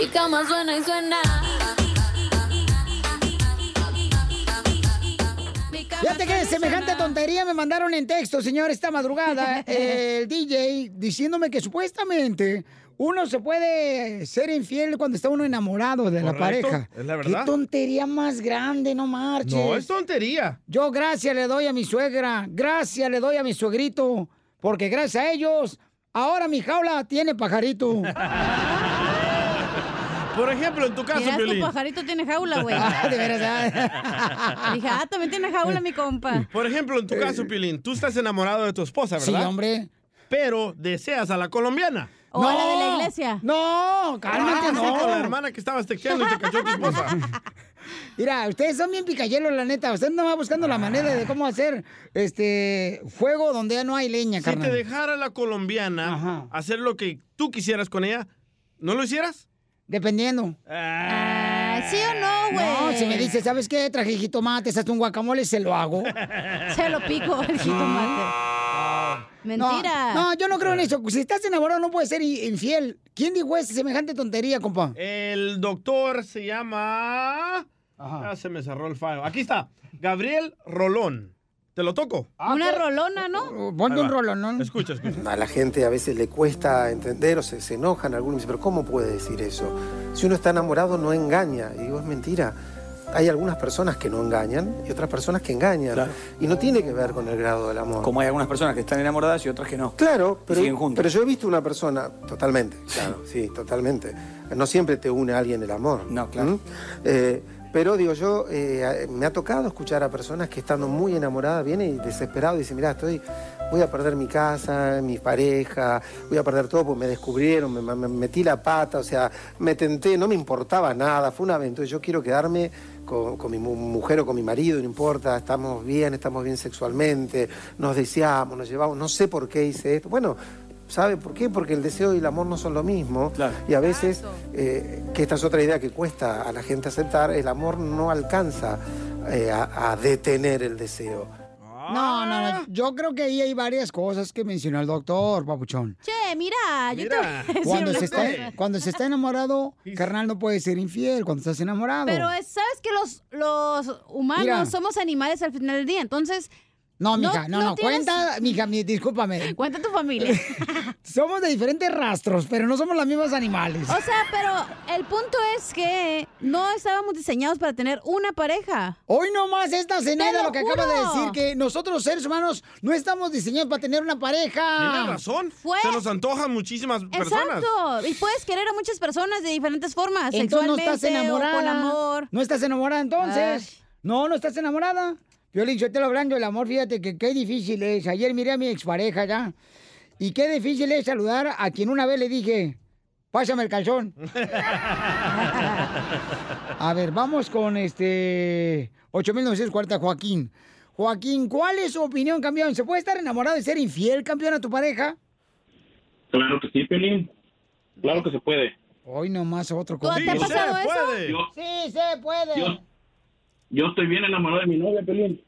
[SPEAKER 9] Mi cama suena y suena.
[SPEAKER 1] Fíjate que semejante tontería me mandaron en texto, señor, esta madrugada, el DJ, diciéndome que supuestamente uno se puede ser infiel cuando está uno enamorado de la
[SPEAKER 3] Correcto,
[SPEAKER 1] pareja.
[SPEAKER 3] es la verdad.
[SPEAKER 1] Qué tontería más grande, no marches.
[SPEAKER 3] No, es tontería.
[SPEAKER 1] Yo gracias le doy a mi suegra, gracias le doy a mi suegrito, porque gracias a ellos, ahora mi jaula tiene pajarito.
[SPEAKER 3] Por ejemplo, en tu caso,
[SPEAKER 2] Mira, tu
[SPEAKER 3] Piolín.
[SPEAKER 2] pajarito tiene jaula, güey.
[SPEAKER 3] Ah, de veras, ah.
[SPEAKER 2] Dije, ah, también tiene jaula mi compa.
[SPEAKER 3] Por ejemplo, en tu caso, Piolín, tú estás enamorado de tu esposa,
[SPEAKER 2] Eh, Sí,
[SPEAKER 3] ¿verdad?
[SPEAKER 2] hombre.
[SPEAKER 3] Pero deseas a la colombiana.
[SPEAKER 2] O a la de la iglesia.
[SPEAKER 1] No, cálmate,
[SPEAKER 3] Ah, sí,
[SPEAKER 1] no.
[SPEAKER 3] con la hermana que estabas texteando y te cachó tu esposa.
[SPEAKER 1] Mira, ustedes son bien picayelos, la neta. Ustedes no van buscando la manera de cómo hacer este fuego donde ya no hay leña,
[SPEAKER 3] Si te
[SPEAKER 1] carnal.
[SPEAKER 3] dejara la colombiana hacer lo que tú quisieras con ella, ¿no lo hicieras?
[SPEAKER 1] Dependiendo.
[SPEAKER 2] ¿Sí o
[SPEAKER 3] Eh,
[SPEAKER 2] no, güey?
[SPEAKER 1] No, si me dice, ¿sabes qué? Traje jitomates, hazte un guacamole, se lo hago.
[SPEAKER 2] Se lo pico el jitomate. Mentira.
[SPEAKER 1] No, no, yo no creo en eso. Si estás enamorado no puedes ser i- infiel. ¿Quién dijo esa semejante tontería, compa?
[SPEAKER 3] El doctor se llama. Ah, se me cerró el file. Aquí está. Gabriel Rolón. ¿Te lo toco?
[SPEAKER 2] Una rolona, ¿no?
[SPEAKER 1] Ponte
[SPEAKER 3] Ah, pues. Ahí
[SPEAKER 1] un
[SPEAKER 3] va.
[SPEAKER 1] rolo, ¿no?
[SPEAKER 3] Escucha, escucha.
[SPEAKER 24] A la gente a veces le cuesta entender o se, se enojan. Algunos dicen, pero ¿cómo puede decir eso? Si uno está enamorado no engaña. Y digo, es mentira. Hay algunas personas que no engañan y otras personas que engañan. Y no tiene que ver con el grado del amor.
[SPEAKER 8] Como hay algunas personas que están enamoradas y otras que no.
[SPEAKER 24] Claro,
[SPEAKER 8] Y
[SPEAKER 24] pero,
[SPEAKER 8] siguen juntas.
[SPEAKER 24] pero yo he visto una persona, totalmente, claro, sí, totalmente. No siempre te une a alguien el amor. No, claro. pero digo yo, eh, me ha tocado escuchar a personas que estando muy enamoradas viene y desesperado dice, mira, estoy, voy a perder mi casa, mi pareja, voy a perder todo porque me descubrieron, me, me- metí la pata, o sea, me tenté, no me importaba nada, fue una aventura, yo quiero quedarme con, con mi mu- mujer o con mi marido, no importa, estamos bien, estamos bien sexualmente, nos deseamos, nos llevamos, no sé por qué hice esto. Bueno, ¿sabe por qué? Porque el deseo y el amor no son lo mismo. Y a veces, eh, que esta es otra idea que cuesta a la gente aceptar, el amor no alcanza eh, a, a detener el deseo.
[SPEAKER 1] No, no,
[SPEAKER 2] Ah.
[SPEAKER 1] no. Yo creo que ahí hay varias cosas que mencionó el doctor, papuchón.
[SPEAKER 2] Che, mira, yo te voy a decir
[SPEAKER 1] Cuando
[SPEAKER 2] una
[SPEAKER 1] se,
[SPEAKER 2] cosa.
[SPEAKER 1] está, cuando se está enamorado, carnal no puede ser infiel cuando estás enamorado.
[SPEAKER 2] Pero es- sabes que los, los humanos
[SPEAKER 1] Mira.
[SPEAKER 2] somos animales al final del día, entonces.
[SPEAKER 1] No, mija, no, no,
[SPEAKER 2] tienes-
[SPEAKER 1] cuenta, mija, mi- discúlpame.
[SPEAKER 2] Cuenta tu familia.
[SPEAKER 1] somos de diferentes rastros, pero no somos los mismos animales.
[SPEAKER 2] O sea, pero el punto es que no estábamos diseñados para tener una pareja.
[SPEAKER 1] Hoy nomás esta Zenaida
[SPEAKER 2] Te
[SPEAKER 1] lo que acaba de
[SPEAKER 2] juro.
[SPEAKER 1] decir, que nosotros los seres humanos no estamos diseñados para tener una pareja.
[SPEAKER 3] Tienes razón.
[SPEAKER 2] Ah, Fue-
[SPEAKER 3] Se nos antojan muchísimas personas.
[SPEAKER 2] Exacto. Y puedes querer a muchas personas de diferentes formas.
[SPEAKER 1] Entonces no estás
[SPEAKER 2] Ah, sexualmente o
[SPEAKER 1] enamorada.
[SPEAKER 2] Con amor.
[SPEAKER 1] No estás enamorada entonces. No, no estás enamorada. Yo le yo te lo hablando del amor, fíjate que qué difícil es. Ayer miré a mi expareja ya. Y qué difícil es saludar a quien una vez le dije, pásame el calzón. A ver, vamos con este 8940 Joaquín. Joaquín, ¿cuál es su opinión, campeón? ¿Se puede estar enamorado y ser infiel, campeón, a tu pareja?
[SPEAKER 9] Claro que sí, Piolín. Claro que se puede.
[SPEAKER 1] Hoy nomás otro
[SPEAKER 9] ¿Tú- te ha
[SPEAKER 1] comentario.
[SPEAKER 9] pasado Sí, se eso? puede.
[SPEAKER 1] Sí, se puede.
[SPEAKER 9] Yo, yo estoy bien enamorado de mi novia, Piolín.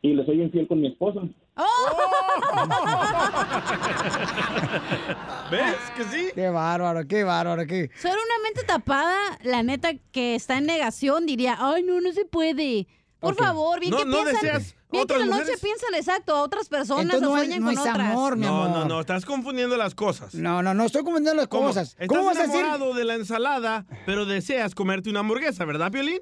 [SPEAKER 9] Y le soy infiel con mi esposa.
[SPEAKER 3] ¿Ves que sí?
[SPEAKER 1] Qué bárbaro, qué bárbaro, qué.
[SPEAKER 2] Solo una mente tapada, la neta, que está en negación, diría, ay, no, no se puede. Por
[SPEAKER 1] Ok.
[SPEAKER 2] favor, bien
[SPEAKER 3] No-
[SPEAKER 2] que
[SPEAKER 3] no
[SPEAKER 2] piensan.
[SPEAKER 3] deseas
[SPEAKER 2] Bien que
[SPEAKER 3] otras
[SPEAKER 2] en la noche
[SPEAKER 3] mujeres.
[SPEAKER 2] piensan exacto a otras personas
[SPEAKER 1] Entonces
[SPEAKER 2] o
[SPEAKER 1] no es-
[SPEAKER 2] sueñan
[SPEAKER 1] no
[SPEAKER 2] con
[SPEAKER 1] es
[SPEAKER 2] otras.
[SPEAKER 1] amor, mi
[SPEAKER 3] no,
[SPEAKER 1] amor.
[SPEAKER 3] no, no, estás confundiendo las cosas.
[SPEAKER 1] No, no, no estoy confundiendo las
[SPEAKER 3] ¿Cómo?
[SPEAKER 1] cosas.
[SPEAKER 3] Estás
[SPEAKER 1] ¿Cómo vas a decir?
[SPEAKER 3] enamorado de la ensalada, pero deseas comerte una hamburguesa, ¿verdad, Piolín?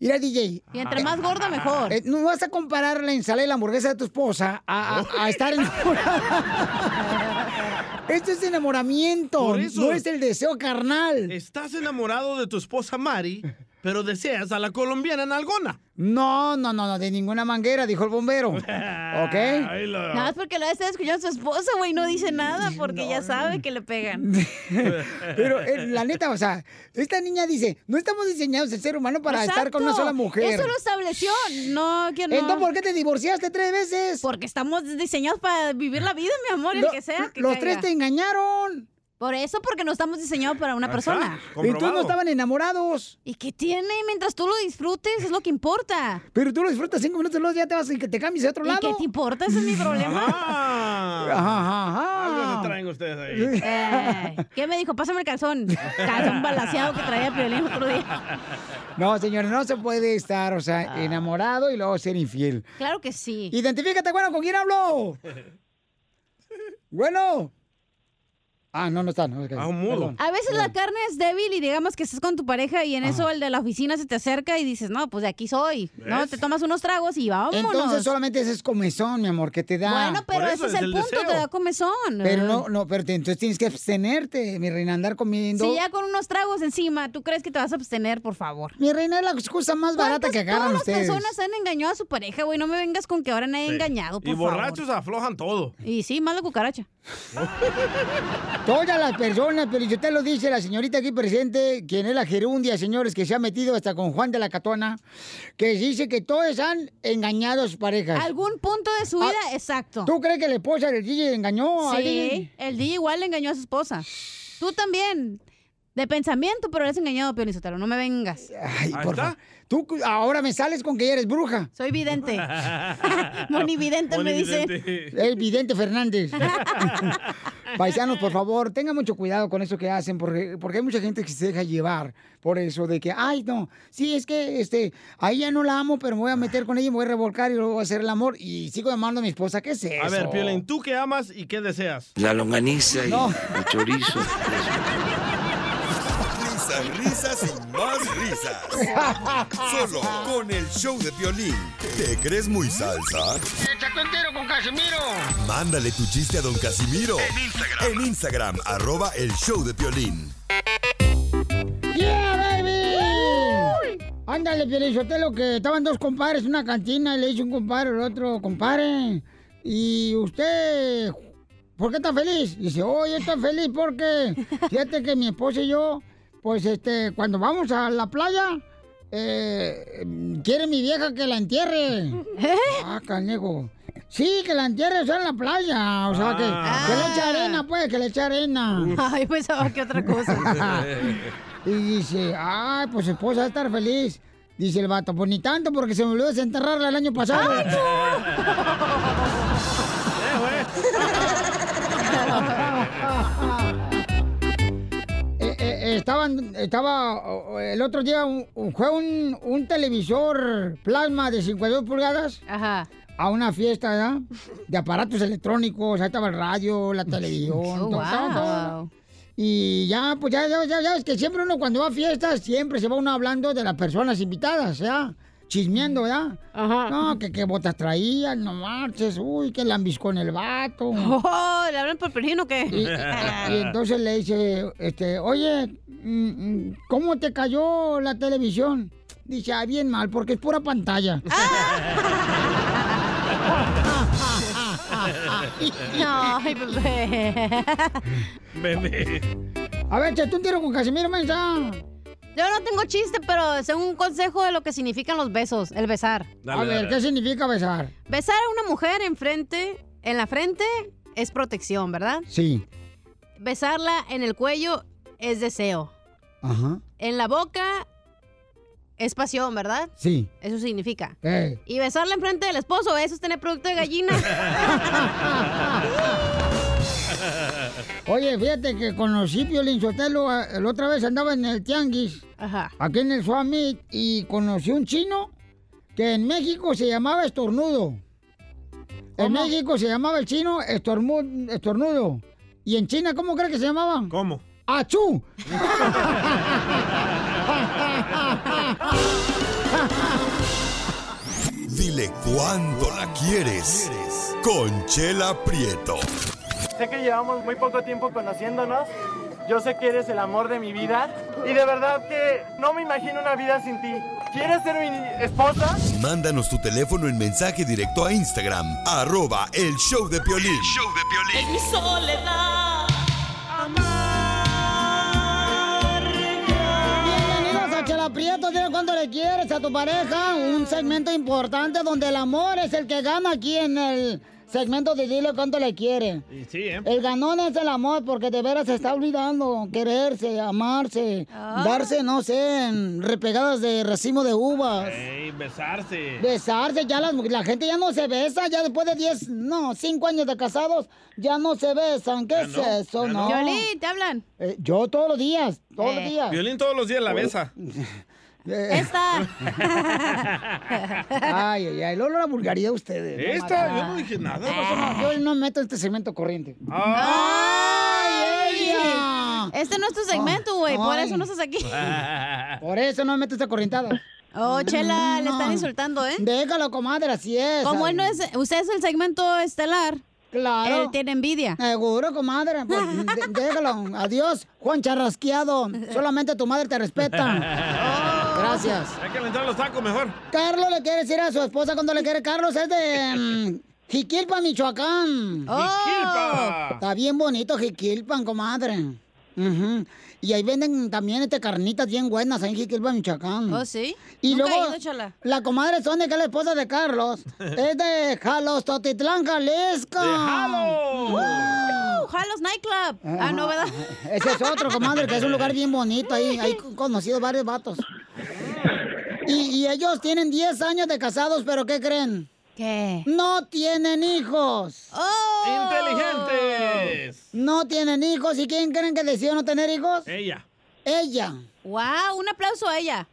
[SPEAKER 1] Mira, DJ.
[SPEAKER 3] Y entre más gorda,
[SPEAKER 2] mejor.
[SPEAKER 1] Eh, no vas a comparar la ensalada y la hamburguesa de tu esposa a,
[SPEAKER 3] Oh.
[SPEAKER 1] a- a estar enamorada. Esto es enamoramiento,
[SPEAKER 3] Por eso.
[SPEAKER 1] no es el deseo carnal.
[SPEAKER 3] Estás enamorado de tu esposa Mari, pero deseas a la colombiana Nalgona.
[SPEAKER 1] No, no, no, no, de ninguna manguera, dijo el bombero. ¿Ok?
[SPEAKER 3] Ahí lo-
[SPEAKER 2] Nada más porque la vez está escuchando a su esposa, güey, no dice nada porque ya sabe que le pegan.
[SPEAKER 1] Pero eh, la neta, o sea, esta niña dice, no estamos diseñados el ser humano para estar con una
[SPEAKER 2] Exacto.
[SPEAKER 1] sola mujer.
[SPEAKER 2] Eso lo estableció. No, que no.
[SPEAKER 1] Entonces, ¿por qué te divorciaste tres veces?
[SPEAKER 2] Porque estamos diseñados para vivir la vida, mi amor, el
[SPEAKER 1] Lo-
[SPEAKER 2] que sea. que
[SPEAKER 1] los
[SPEAKER 2] caiga.
[SPEAKER 1] tres te engañaron.
[SPEAKER 2] Por eso, porque no estamos diseñados para una
[SPEAKER 1] Ajá,
[SPEAKER 2] persona.
[SPEAKER 1] comprobado. Entonces no estaban enamorados.
[SPEAKER 2] ¿Y qué tiene? Mientras tú lo disfrutes, es lo que importa.
[SPEAKER 1] Pero tú lo disfrutas cinco minutos, luego ya te vas y que te cambies a otro
[SPEAKER 2] ¿Y
[SPEAKER 1] lado.
[SPEAKER 2] qué te importa? Ese es mi problema.
[SPEAKER 3] Ah.
[SPEAKER 1] Ajá, ajá.
[SPEAKER 3] Algo se traen ustedes ahí.
[SPEAKER 2] Eh, ¿Qué me dijo? Pásame el calzón. Calzón balaseado que traía Piolín otro día.
[SPEAKER 1] No, señores, no se puede estar, o sea, enamorado y luego ser infiel.
[SPEAKER 2] Claro que Ah. sí.
[SPEAKER 1] Identifícate, bueno, ¿con quién hablo? Bueno. Ah, no, no está. No, ah, un
[SPEAKER 3] mudo.
[SPEAKER 2] A veces la carne es débil y digamos que estás con tu pareja y en eso el de la oficina se te acerca y dices, no, pues de aquí soy. No,
[SPEAKER 1] ¿Ves?
[SPEAKER 2] te tomas unos tragos y vámonos.
[SPEAKER 1] Entonces solamente ese es comezón, mi amor, que te da.
[SPEAKER 2] Bueno, pero ese es el, punto, Ah. te da comezón.
[SPEAKER 1] Pero no, no, pero te- entonces tienes que abstenerte, mi reina, andar comiendo.
[SPEAKER 2] Si ya con unos tragos encima, ¿tú crees que te vas a abstener, por favor?
[SPEAKER 1] Mi reina es la excusa más barata que agarran
[SPEAKER 2] todas las
[SPEAKER 1] ustedes.
[SPEAKER 2] personas han engañado a su pareja, güey. No me vengas con que ahora nadie ha engañado, por
[SPEAKER 3] Y
[SPEAKER 2] favor.
[SPEAKER 3] borrachos aflojan todo.
[SPEAKER 2] Y sí, más la cucaracha.
[SPEAKER 1] Todas las personas, pero yo te lo dice la señorita aquí presente, quien es la gerundia, señores, que se ha metido hasta con Juan de la Catona, que dice que todos han engañado a sus parejas. Ah,
[SPEAKER 2] Algún punto de su vida, exacto.
[SPEAKER 1] ¿Tú crees que la esposa del DJ engañó a
[SPEAKER 2] sí,
[SPEAKER 1] alguien?
[SPEAKER 2] el DJ igual le engañó a su esposa. Tú también. De pensamiento, pero eres engañado, Pionisotero. No me vengas.
[SPEAKER 1] Ay, por favor. Tú cu- ahora me sales con que ya eres bruja.
[SPEAKER 2] Soy vidente. Monividente me dice.
[SPEAKER 1] dice. El vidente Fernández. Paisanos, por favor, tengan mucho cuidado con eso que hacen, porque, porque hay mucha gente que se deja llevar por eso de que, ay, no, sí, es que este, a ella no la amo, pero me voy a meter con ella y me voy a revolcar y luego voy a hacer el amor y sigo llamando a mi esposa. ¿Qué es eso?
[SPEAKER 3] A ver, Piolín, ¿tú qué amas y qué deseas?
[SPEAKER 11] La longaniza y
[SPEAKER 1] No.
[SPEAKER 11] el chorizo.
[SPEAKER 10] Risas, risas y más risas. Solo con el show de violín. ¿Te crees muy salsa?
[SPEAKER 5] ¡Échate un tiro con Casimiro!
[SPEAKER 10] Mándale tu chiste a don Casimiro. En Instagram. En Instagram, arroba el show de violín.
[SPEAKER 1] ¡Yeah, baby! Ándale, Pielizotelo, que estaban dos compadres en una cantina y le dice un compadre al otro, compadre, ¿y usted por qué está feliz? Dice, oh, yo estoy feliz porque fíjate que mi esposa y yo, pues este, cuando vamos a la playa, eh, quiere mi vieja que la entierre.
[SPEAKER 2] ¿Eh?
[SPEAKER 1] Ah, canego. Sí, que la entierre o sea, en la playa. O sea, que, que le eche arena, pues, que le eche arena.
[SPEAKER 2] Ah. Ay, pensaba que otra cosa.
[SPEAKER 1] Y dice, ay, pues esposa va a estar feliz. Dice el vato, pues ni tanto porque se me olvidó desenterrarla el año pasado. Eh, eh, estaban, estaba, o- o el otro día un- un- fue un, un televisor plasma de 52 pulgadas a una fiesta, ¿verdad? De aparatos electrónicos, ahí estaba el radio, la televisión,
[SPEAKER 2] Oh,
[SPEAKER 1] todo, estaba todo.
[SPEAKER 2] wow.
[SPEAKER 1] Y ya, pues ya, ya, ya, ya, es que siempre uno cuando va a fiestas, siempre se va uno hablando de las personas invitadas, ¿ya? Chismeando, ¿verdad? No, que qué botas traían, no marches, uy, que lambiscón el vato.
[SPEAKER 2] Oh, ¿le hablan por pelín o qué?
[SPEAKER 1] Y, y- y entonces le dice, este, oye, mm, mm, ¿cómo te cayó la televisión? Dice, ah, bien mal, porque es pura pantalla.
[SPEAKER 2] Ay, bebé.
[SPEAKER 3] Bebé.
[SPEAKER 1] A ver, échate un tiro con Casimiro Mensa.
[SPEAKER 2] Yo no tengo chiste, pero es un consejo de lo que significan los besos, el besar.
[SPEAKER 1] Dale, A ver, dale. ¿qué significa besar?
[SPEAKER 2] Besar a una mujer en frente, en la frente, es protección, ¿verdad?
[SPEAKER 1] Sí.
[SPEAKER 2] Besarla en el cuello es deseo.
[SPEAKER 1] Ajá.
[SPEAKER 2] En la boca es pasión, ¿verdad?
[SPEAKER 1] Sí.
[SPEAKER 2] Eso significa.
[SPEAKER 1] Ey.
[SPEAKER 2] Y besarla en frente del esposo, eso es tener producto de gallina.
[SPEAKER 1] Oye, fíjate que conocí Piolín Sotelo, eh, la otra vez andaba en el Tianguis,
[SPEAKER 2] Ajá.
[SPEAKER 1] aquí en el Suamit, y conocí un chino que en México se llamaba Estornudo. En México se llamaba el chino estormu- Estornudo. ¿Y en China cómo crees que se llamaba?
[SPEAKER 3] ¿Cómo?
[SPEAKER 1] ¡Achú!
[SPEAKER 10] Dile cuándo la quieres. Conchela Prieto.
[SPEAKER 13] Sé que llevamos muy poco tiempo conociéndonos. Yo sé que eres el amor de mi vida. Y de verdad que no me imagino una vida sin ti. ¿Quieres ser mi esposa?
[SPEAKER 10] Mándanos tu teléfono en mensaje directo a Instagram, arroba el show de Piolín.
[SPEAKER 15] Es mi soledad.
[SPEAKER 1] Bienvenidos a Chela Prieto, dile cuánto le quieres a tu pareja. Un segmento importante donde el amor es el que gana aquí en el segmento de dile cuánto le quiere.
[SPEAKER 3] Y sí, ¿eh?
[SPEAKER 1] El ganón es el amor porque de veras se está olvidando quererse, amarse,
[SPEAKER 3] Ah.
[SPEAKER 1] darse, no sé, en repegadas de racimo de uvas.
[SPEAKER 3] Ey, besarse.
[SPEAKER 1] Besarse, ya las mu- la gente ya no se besa, ya después de 10, no, 5 años de casados, ya no se besan. ¿Qué es eso? No.
[SPEAKER 2] Yoli, te hablan. Eh.
[SPEAKER 1] Eh, yo todos los días, todos los días.
[SPEAKER 3] Violín todos los días la besa.
[SPEAKER 1] Eh. ay, ay, ay. Lolo, la vulgaridad de ustedes.
[SPEAKER 3] Esta,
[SPEAKER 1] manches.
[SPEAKER 3] yo no dije nada.
[SPEAKER 1] Ah, Yo no meto este segmento corriente.
[SPEAKER 3] ¡Ay,
[SPEAKER 1] ¡Ay, ey,
[SPEAKER 2] Este no es tu segmento, güey. Por eso no estás aquí.
[SPEAKER 1] Por eso no me metes a corrientada.
[SPEAKER 2] Oh, Chela, le están insultando, ¿eh?
[SPEAKER 1] Déjalo, comadre, así es.
[SPEAKER 2] Como él no es. Usted es el segmento estelar.
[SPEAKER 1] Claro.
[SPEAKER 2] Él tiene envidia.
[SPEAKER 1] Seguro, comadre. Pues, de- déjalo. Adiós, Juan Charrasqueado. Solamente tu madre te respeta. Gracias.
[SPEAKER 3] Hay que alentar los tacos mejor.
[SPEAKER 1] Carlos le quiere decir a su esposa cuando le quiere. Carlos es de mm, Jiquilpan, Michoacán.
[SPEAKER 3] Oh. Jiquilpan.
[SPEAKER 1] Está bien bonito Jiquilpan, comadre. Ujú. Y ahí venden también este carnitas bien buenas ahí en Jiquilpan, Michoacán.
[SPEAKER 2] Oh, sí.
[SPEAKER 1] Y
[SPEAKER 2] Nunca he
[SPEAKER 1] luego,
[SPEAKER 2] ido, chala.
[SPEAKER 1] la comadre Sonia, que es la esposa de Carlos, es de Jalos, Totitlán, Jalisco.
[SPEAKER 2] ¡De Jalos! ¡Woo! ¡Jalos Nightclub! Ah, no, ¿verdad?
[SPEAKER 1] Ese es otro, comadre, que es un lugar bien bonito ahí. Ahí he conocido varios vatos. Y, y ellos tienen 10 años de casados, pero ¿qué creen?
[SPEAKER 2] ¿Qué? ¡Oh!
[SPEAKER 1] No tienen hijos.
[SPEAKER 3] ¡Inteligentes!
[SPEAKER 1] No tienen hijos. ¿Y quién creen que decidió no tener hijos?
[SPEAKER 3] Ella.
[SPEAKER 1] Ella.
[SPEAKER 2] ¡Wow! Un aplauso a ella.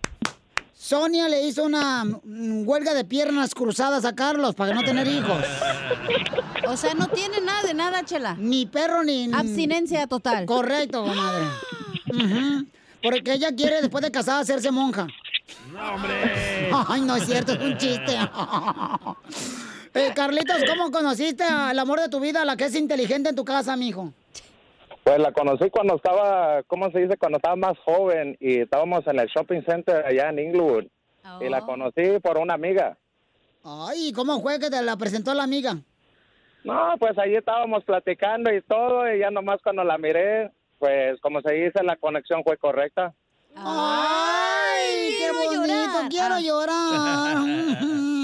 [SPEAKER 1] Sonia le hizo una mm, huelga de piernas cruzadas a Carlos para no tener hijos.
[SPEAKER 2] O sea, no tiene nada de nada, Chela.
[SPEAKER 1] Ni perro ni...
[SPEAKER 2] Abstinencia total.
[SPEAKER 1] Correcto, comadre. Ujú. Porque ella quiere, después de casada, hacerse monja.
[SPEAKER 3] ¡No, hombre!
[SPEAKER 1] Ay, no es cierto, es un chiste. Eh, Carlitos, ¿cómo conociste al amor de tu vida, a la que es inteligente en tu casa, mijo?
[SPEAKER 12] Pues la conocí cuando estaba, ¿cómo se dice? Cuando estaba más joven y estábamos en el shopping center allá en Inglewood. Y
[SPEAKER 1] Oh.
[SPEAKER 12] la conocí por una amiga.
[SPEAKER 1] Ay, ¿cómo fue que te la presentó la amiga?
[SPEAKER 12] No, pues ahí estábamos platicando y todo, y ya nomás cuando la miré, pues como se dice, la conexión fue correcta.
[SPEAKER 1] Ay, qué bonito, quiero
[SPEAKER 12] Ah.
[SPEAKER 1] llorar. Mm.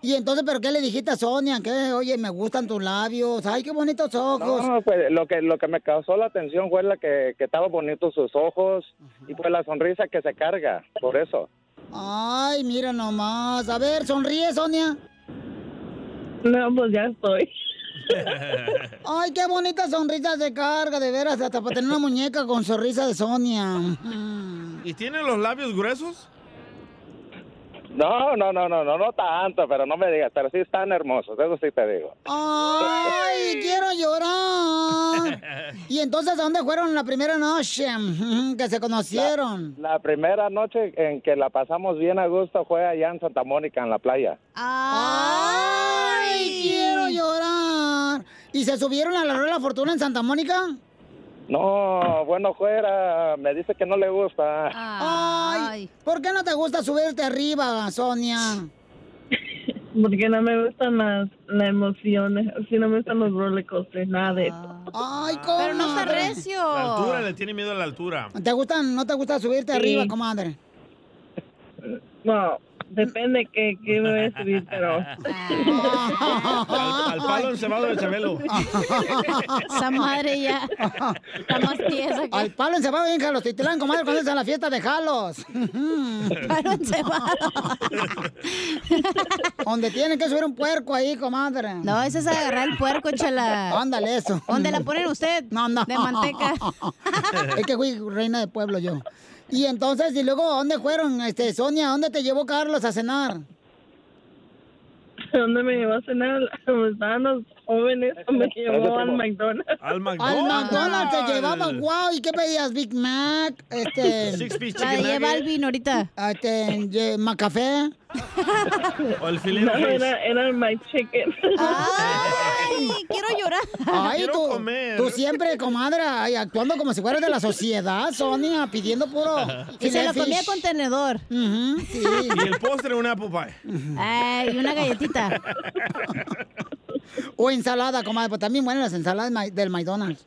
[SPEAKER 1] Y entonces, ¿pero qué le dijiste a Sonia? Que, oye, me gustan tus labios. Ay, qué bonitos ojos.
[SPEAKER 12] No, pues lo que, lo que me causó la atención fue la que, que estaba bonito sus ojos y pues la sonrisa que se carga, por eso.
[SPEAKER 1] Ay, mira nomás. A ver, sonríe, Sonia.
[SPEAKER 11] No, pues ya estoy.
[SPEAKER 1] Ay, qué bonita sonrisa de carga, de veras, hasta para tener una muñeca con sonrisa de Sonia.
[SPEAKER 3] ¿Y tiene los labios gruesos?
[SPEAKER 12] No, no, no, no, no, no tanto, pero no me digas, pero sí están hermosos, eso sí te digo.
[SPEAKER 1] Ay, quiero llorar. Y entonces, ¿a dónde fueron la primera noche mm, que se conocieron?
[SPEAKER 12] La primera noche en que la pasamos bien a gusto fue allá en Santa Mónica, en la playa.
[SPEAKER 1] Ay, quiero llorar. ¿Y se subieron a la rueda de la fortuna en Santa Mónica?
[SPEAKER 12] No, bueno, fuera, me dice que no le gusta.
[SPEAKER 1] Ah. Ay, ¿por qué no te gusta subirte arriba, Sonia?
[SPEAKER 11] Porque no me gustan las, las emociones. Así no me gustan los roller coasters, nada de eso.
[SPEAKER 1] Ay, ¿cómo? Pero no está recio.
[SPEAKER 3] La altura, le tiene miedo a la altura.
[SPEAKER 1] ¿Te gustan, no te gusta subirte
[SPEAKER 11] Sí.
[SPEAKER 1] arriba, comadre?
[SPEAKER 11] No, depende que, que me voy a subir, pero.
[SPEAKER 3] Al, al palo encebado de Chabelo.
[SPEAKER 1] Ah,
[SPEAKER 2] Esa madre ya. Está más tiesa que-
[SPEAKER 1] Al palo encebado bien, Jalos. Titlán, comadre, cuando es a la fiesta de Jalos. palo
[SPEAKER 2] encebado.
[SPEAKER 1] Donde tienen que subir un puerco ahí, comadre.
[SPEAKER 2] No, ese es agarrar el puerco, chala.
[SPEAKER 1] Ándale, eso.
[SPEAKER 2] ¿Dónde la ponen usted?
[SPEAKER 1] No, no.
[SPEAKER 2] De manteca.
[SPEAKER 1] es que fui reina de pueblo yo. Y entonces, y luego, ¿dónde fueron, este, Sonia? ¿Dónde te llevó Carlos a cenar?
[SPEAKER 11] ¿Dónde me llevó a cenar? Como estaban los jóvenes, me llevó al McDonald's.
[SPEAKER 3] Al
[SPEAKER 1] Al McDonald's te llevaba, wow, ¿y qué pedías? Big Mac, este...
[SPEAKER 3] Six Piece La Chicken lleva Nugget.
[SPEAKER 1] Alvin ahorita. Este, ye- Macafé.
[SPEAKER 3] O el filete.
[SPEAKER 11] No, era, era el McChicken.
[SPEAKER 2] Ay, quiero llorar.
[SPEAKER 1] Ay, tú, tú siempre, comadre, ay, actuando como si fueras de la sociedad, Sonia, pidiendo puro.
[SPEAKER 2] Y se lo comía con
[SPEAKER 1] tenedor. sí.
[SPEAKER 3] Y el postre, una apple pie.
[SPEAKER 2] Ay, y una galletita.
[SPEAKER 1] O ensalada, comadre, pues también buenas las ensaladas ma- del McDonald's.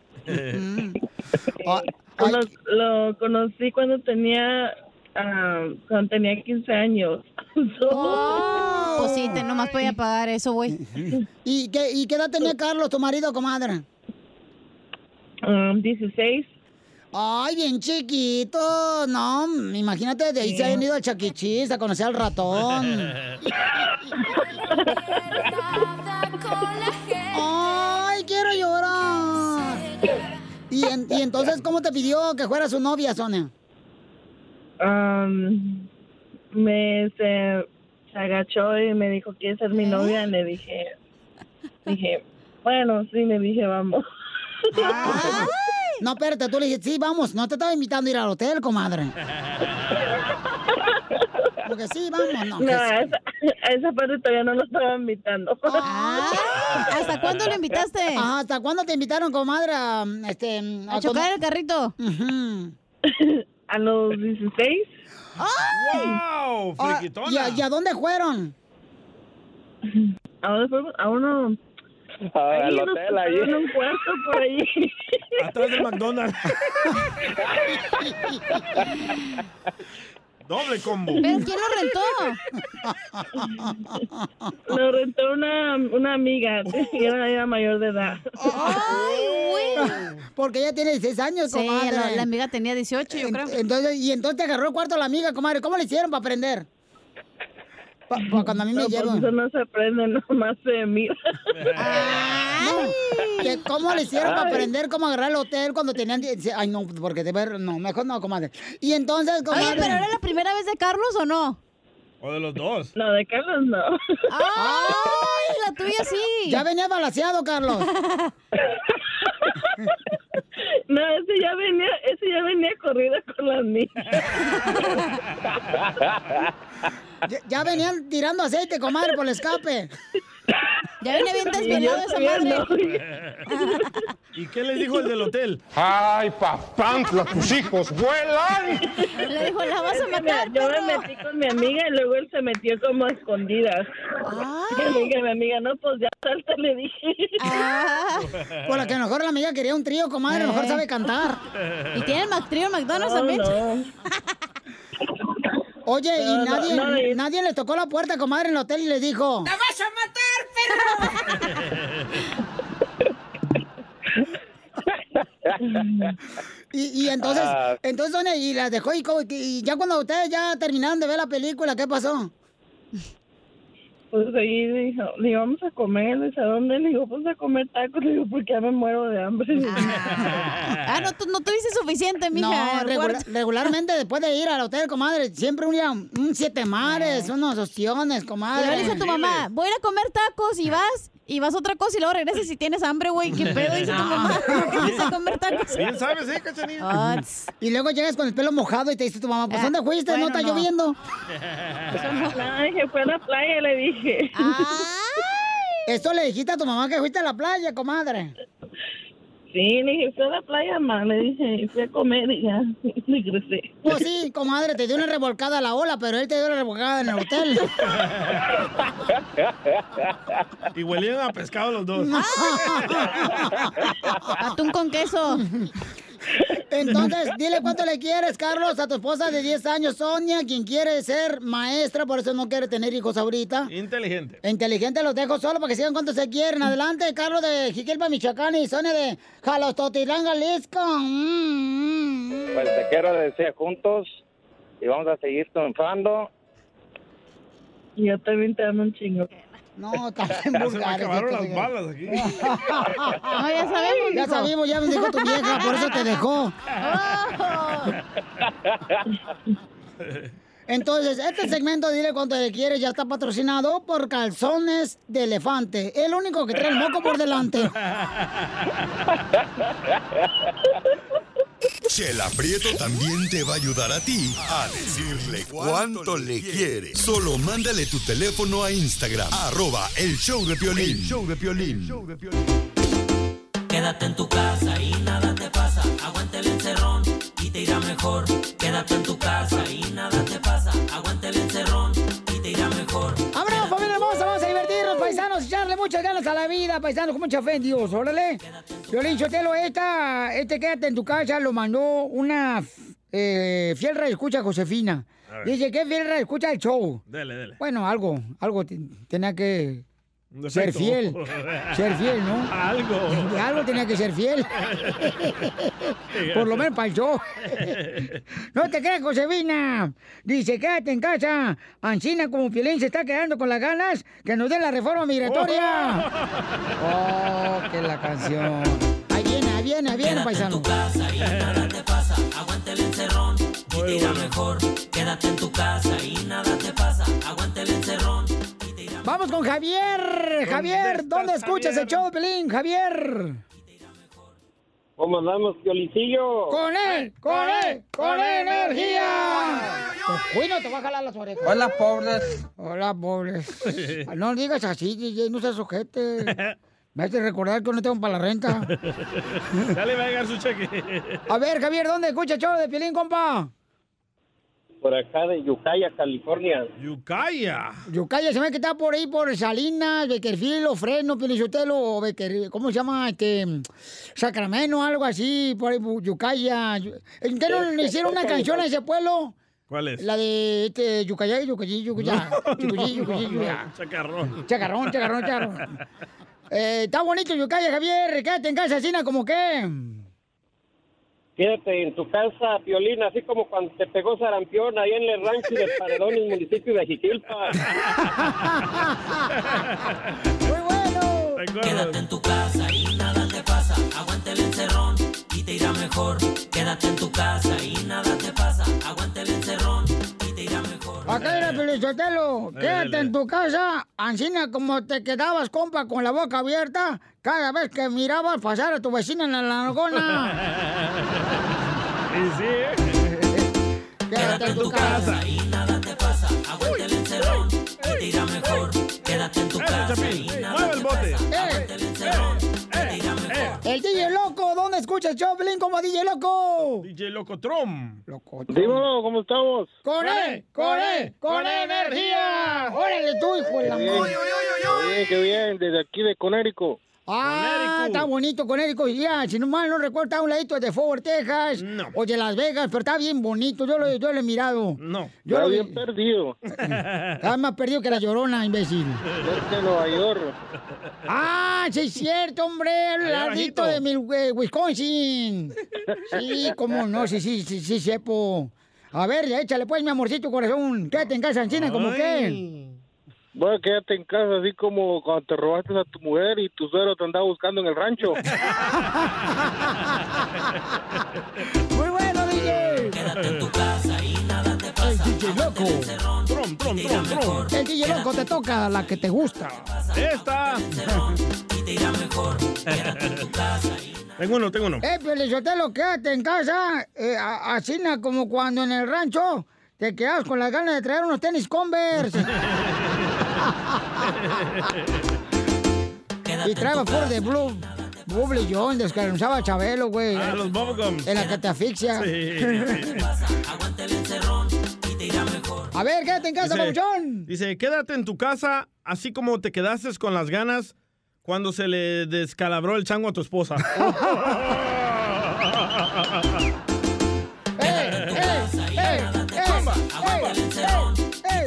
[SPEAKER 1] Ah,
[SPEAKER 11] Lo, lo conocí cuando tenía. ah, cuando tenía 15 años.
[SPEAKER 2] Pues sí, te- nomás podía pagar eso, güey.
[SPEAKER 1] ¿Y qué, ¿Y qué edad tenía Carlos, tu marido, comadre?
[SPEAKER 11] 16.
[SPEAKER 1] Ay, bien chiquito. No, imagínate, de ahí se han ido al chaquichis a conocer al ratón. Ay, quiero llorar. Y, en- y entonces, ¿cómo te pidió que fuera su novia, Sonia?
[SPEAKER 11] um, me se, se agachó y me dijo, ¿quieres ser
[SPEAKER 1] ¿Eh?
[SPEAKER 11] mi novia? Y le dije, dije, bueno, sí, le dije, vamos.
[SPEAKER 1] No, espérate, tú le dijiste, sí, vamos, no te estaba invitando a ir al hotel, comadre. Porque sí, vamos, no.
[SPEAKER 11] No, a esa, a esa parte todavía no lo estaba invitando.
[SPEAKER 1] Ah, ¿Hasta cuándo lo invitaste? ¿Hasta cuándo te invitaron, comadre, a, este,
[SPEAKER 2] A chocar el carrito.
[SPEAKER 11] A los 16.
[SPEAKER 1] ¡Wow! ¿Y a, y a dónde fueron?
[SPEAKER 11] ¿A dónde fuimos? A uno.
[SPEAKER 12] Ah,
[SPEAKER 11] ahí
[SPEAKER 12] el
[SPEAKER 11] nos
[SPEAKER 12] hotel
[SPEAKER 11] pusieron
[SPEAKER 12] ahí.
[SPEAKER 11] En un cuarto por ahí.
[SPEAKER 3] Atrás del McDonald's. Doble combo.
[SPEAKER 11] rentó? Lo rentó una, una amiga. Y era, era mayor de edad.
[SPEAKER 1] ¡Ay, güey! Porque ella tiene 16 años,
[SPEAKER 2] Sí,
[SPEAKER 1] comadre.
[SPEAKER 2] la- la
[SPEAKER 1] amiga tenía 18, yo creo. Entonces, y entonces te agarró el cuarto la amiga, comadre. ¿Cómo le hicieron para aprender? Pa- pa- cuando a mí me
[SPEAKER 11] No, pues,
[SPEAKER 1] llevan.
[SPEAKER 11] eso no se aprende, nomás se mira.
[SPEAKER 1] ¿Qué- ¿Cómo le hicieron para
[SPEAKER 11] Ay.
[SPEAKER 1] aprender cómo agarrar el hotel cuando tenían... die- Ay, no, porque de ver... No, mejor no, comadre. Y entonces, comadre...
[SPEAKER 2] Oye, ¿pero era la
[SPEAKER 1] primera vez de Carlos o no?
[SPEAKER 3] O de los dos.
[SPEAKER 11] No, de Carlos no.
[SPEAKER 1] ¡Ay, la tuya sí! Ya venía balaseado, Carlos.
[SPEAKER 11] No, ese ya venía, ese ya venía corrido con las mías.
[SPEAKER 1] Ya, ya venían tirando aceite, comadre, por el escape. Ya venía bien
[SPEAKER 3] despeinado
[SPEAKER 1] despeinado esa
[SPEAKER 3] esa
[SPEAKER 1] madre.
[SPEAKER 3] ¿Y qué les dijo el del hotel?
[SPEAKER 14] ¡Ay, papantla! ¡Tus hijos vuelan!
[SPEAKER 11] Le dijo, la vas a matar. Yo me metí con mi amiga y luego él se metió como a escondidas. Y le dije a mi amiga, no, pues ya salta, le dije. Ah.
[SPEAKER 1] Por la que a lo mejor la amiga quería un trío, comadre, a lo mejor
[SPEAKER 11] Eh.
[SPEAKER 1] sabe cantar.
[SPEAKER 11] ¿Y
[SPEAKER 1] tiene el trío McDonald's
[SPEAKER 11] No,
[SPEAKER 1] también? Oye,
[SPEAKER 11] No,
[SPEAKER 1] y
[SPEAKER 11] no,
[SPEAKER 1] nadie,
[SPEAKER 11] no, y-
[SPEAKER 1] nadie le tocó la puerta, comadre, en el hotel y le dijo.
[SPEAKER 14] ¡La vas a matar,
[SPEAKER 1] Y, y entonces,
[SPEAKER 14] Ah.
[SPEAKER 1] entonces, ¿dónde? Y las dejó y, cómo- y ya cuando ustedes ya terminaron de ver la película, ¿qué pasó?
[SPEAKER 11] Pues ahí dijo, le digo, vamos a comer, le dije, ¿a dónde? Le digo, pues a comer tacos, le digo, porque ya me muero de hambre.
[SPEAKER 2] Ah, no, tú, no tuviste suficiente, mija.
[SPEAKER 1] No,
[SPEAKER 2] el
[SPEAKER 1] regula-
[SPEAKER 2] cuarto.
[SPEAKER 1] regularmente después de ir al hotel, comadre, siempre un, día, un siete mares, unos opciones,
[SPEAKER 2] Y
[SPEAKER 1] comadre. Ah.
[SPEAKER 2] luego le Eh. dice a tu mamá, voy a ir a comer tacos y vas, y vas a otra cosa y luego regresas si tienes hambre, güey. ¿Qué pedo? Dice tu mamá, ¿qué vas a comer tacos?
[SPEAKER 3] Bien sabes, ¿eh, Cachanilla?
[SPEAKER 1] Y luego llegas con el pelo mojado y te dice tu mamá, pues
[SPEAKER 3] Ah,
[SPEAKER 1] ¿dónde fuiste?
[SPEAKER 3] bueno,
[SPEAKER 1] no está
[SPEAKER 3] no.
[SPEAKER 1] lloviendo.
[SPEAKER 11] Ah. No, dije, fue a la playa, le dije.
[SPEAKER 1] Esto le dijiste a tu mamá que fuiste a la playa, comadre.
[SPEAKER 11] Sí, le dije, fui a la playa, ma, le dije, y fui a comer y ya, regresé.
[SPEAKER 1] Pues sí, comadre, te dio una revolcada a la ola, pero él te dio la revolcada en el hotel.
[SPEAKER 3] Y huelieron a pescado los dos.
[SPEAKER 1] Ah. Atún con queso. Entonces, dile cuánto le quieres, Carlos, a tu esposa de 10 años, Sonia, quien quiere ser maestra, por eso no quiere tener hijos ahorita.
[SPEAKER 3] Inteligente.
[SPEAKER 1] Inteligente los dejo solo para que sigan cuánto se
[SPEAKER 12] Mm.
[SPEAKER 1] quieren. Adelante, Carlos de Jiquilpa, Michoacán y Sonia de Jalostotilán, Jalisco. Mm, mm.
[SPEAKER 12] Pues te quiero decir juntos y vamos a seguir triunfando.
[SPEAKER 11] Y yo también te amo un chingo.
[SPEAKER 1] No,
[SPEAKER 12] Se
[SPEAKER 1] también
[SPEAKER 12] me
[SPEAKER 1] vulgares.
[SPEAKER 12] acabaron
[SPEAKER 1] estos,
[SPEAKER 12] las balas
[SPEAKER 1] señores.
[SPEAKER 2] No, ya sabemos,
[SPEAKER 1] Ya
[SPEAKER 2] mijo.
[SPEAKER 1] sabemos, ya me dijo tu vieja, por eso te dejó.
[SPEAKER 2] Oh.
[SPEAKER 1] Entonces, este segmento, dile cuánto le quieres, ya está patrocinado por calzones de elefante. El único que trae el moco por delante.
[SPEAKER 10] Chela Prieto también te va a ayudar a ti a decirle cuánto le quiere. Solo mándale tu teléfono a Instagram, arroba el show de Piolín. show de Piolín.
[SPEAKER 15] Quédate en tu casa y nada te pasa. Aguante el encerrón y te irá mejor. Quédate en tu casa y nada te pasa. Aguante el encerrón y te irá mejor.
[SPEAKER 1] ¡Vámonos, familia hermosa! Vamos a divertirnos, paisanos, echarle muchas ganas a la vida, paisanos, con mucha fe en Dios, órale. Violín Chotelo, esta, este quédate en tu casa, lo mandó una eh, fiel escucha Josefina.
[SPEAKER 3] A ver.
[SPEAKER 1] Dice que fiel escucha el show.
[SPEAKER 3] Dele, dele.
[SPEAKER 1] Bueno, algo, algo te- tenía que
[SPEAKER 3] Un
[SPEAKER 1] ser
[SPEAKER 3] defecto.
[SPEAKER 1] fiel. Ser fiel, ¿no?
[SPEAKER 3] Algo.
[SPEAKER 1] De algo tenía que ser fiel. Por lo menos para el show. No te creas, Josefina. Dice, quédate en casa. Ancina como Piolín se está quedando con las ganas que nos dé la reforma migratoria. Oh, que la canción. Ahí viene, ahí viene, ahí viene, paisano.
[SPEAKER 15] Casa y nada te pasa. Aguante el encerrón y te irá mejor. Quédate en tu casa y nada te pasa. Aguante el encerrón.
[SPEAKER 1] Vamos con Javier. Javier, ¿dónde escuchas el show, Pelín? Javier.
[SPEAKER 4] ¿Cómo andamos, Piolincillo?
[SPEAKER 1] ¡Con él! ¡Con él! ¡Con energía! Uy, no te voy a jalar las orejas. Hola, pobres. Hola, pobres. No digas así, DJ, no seas ojete. Me hace recordar que no tengo para la renta.
[SPEAKER 3] ya le va a llegar su cheque.
[SPEAKER 1] A ver, Javier, ¿dónde escucha el show de Pielín, compa?
[SPEAKER 4] Por acá de Yucaya, California.
[SPEAKER 3] Yucaya.
[SPEAKER 1] Yucaya, se me que está por ahí, por Salinas, Beckerfield, o Fresno, Pielichotelo, o Becker, ¿cómo se llama? Este, Sacramento, algo así, por ahí, Yucaya. ¿En qué no le hicieron una canción a ese pueblo?
[SPEAKER 3] ¿Cuál es?
[SPEAKER 1] La de este, Yucaya, Yucayí, Yucayá. Yucayí, Yucayí, Yucayá.
[SPEAKER 3] Chacarrón.
[SPEAKER 1] Chacarrón, chacarrón, chacarrón. Eh, está bonito Yucaya, Javier. Quédate en casa, Sina, como que.
[SPEAKER 4] Quédate en tu casa, Piolín, así como cuando te pegó sarampión ahí en el rancho de Paredón, en el municipio de Jiquilpa.
[SPEAKER 15] Quédate en tu casa y nada te pasa. Aguanta el encerrón y te irá mejor. Quédate en tu casa y nada te pasa. Aguanta el encerrón y te irá mejor.
[SPEAKER 1] Acá era Pelichotelo.
[SPEAKER 15] Dale,
[SPEAKER 1] Quédate
[SPEAKER 15] dale.
[SPEAKER 1] en tu casa, Ancina, como te quedabas, compa, con la boca abierta cada vez que mirabas pasar a tu vecina en la largona.
[SPEAKER 15] ¿eh? Quédate en tu casa y nada te pasa. Aguanta el encerrón y te irá mejor. Quédate en tu casa y nada te pasa. Aguanta el encerrón y te irá mejor.
[SPEAKER 1] El DJ Loco, ¿dónde escuchas Choplin como DJ Loco?
[SPEAKER 3] DJ Locotrom.
[SPEAKER 1] Locotrom.
[SPEAKER 3] Dímelo,
[SPEAKER 4] ¿cómo estamos?
[SPEAKER 1] ¡Con él! ¡Con él! ¡Con E energía! ¡Órale tú, hijo de la
[SPEAKER 4] Qué bien,
[SPEAKER 1] madre!
[SPEAKER 4] qué bien, qué bien, desde aquí de Conérico.
[SPEAKER 1] Ah, está bonito con Érico. Ya, si no mal no recuerdo, está a un ladito de Fort Worth, Texas o de Las Vegas, pero está bien bonito. Yo lo, yo lo he mirado.
[SPEAKER 3] No.
[SPEAKER 1] Yo
[SPEAKER 4] Está
[SPEAKER 1] lo
[SPEAKER 4] bien perdido.
[SPEAKER 1] Está más perdido que la llorona, imbécil.
[SPEAKER 4] Cerca
[SPEAKER 5] Este
[SPEAKER 4] de Nueva York.
[SPEAKER 1] ¡Ah, sí es cierto, hombre! Al
[SPEAKER 4] Allá
[SPEAKER 1] ladito
[SPEAKER 4] abajito.
[SPEAKER 1] de Mil- eh, Wisconsin. Sí, cómo no, sí, sí, sí, sí, sepo. A ver, ya échale pues, mi amorcito corazón. Quédate en casa, en China, como que.
[SPEAKER 4] Bueno, quédate en casa, así como cuando te robaste a tu mujer y tu suegro te andaba buscando en el rancho.
[SPEAKER 1] Muy bueno, DJ.
[SPEAKER 15] Quédate en tu casa y nada te pasa. El DJ
[SPEAKER 1] loco.
[SPEAKER 15] Trom, trom, trom, trom.
[SPEAKER 1] El DJ loco te toca la que te gusta.
[SPEAKER 3] Esta. tengo uno, tengo uno.
[SPEAKER 1] Eh, Pelizotelo, quédate en casa, eh, a- así na- como cuando en el rancho te quedas con las ganas de traer unos tenis Converse. y traga por de Blue. Blue Billón, descansaba Chabelo, güey.
[SPEAKER 3] Ah, los bubblegums.
[SPEAKER 1] En la que te asfixia.
[SPEAKER 15] Aguanta el encerrón y te irá mejor.
[SPEAKER 1] A ver, quédate en casa,
[SPEAKER 3] Dice-
[SPEAKER 1] Pabuchón.
[SPEAKER 3] Dice, quédate en tu casa, así como te quedaste con las ganas cuando se le descalabró el chango a tu esposa.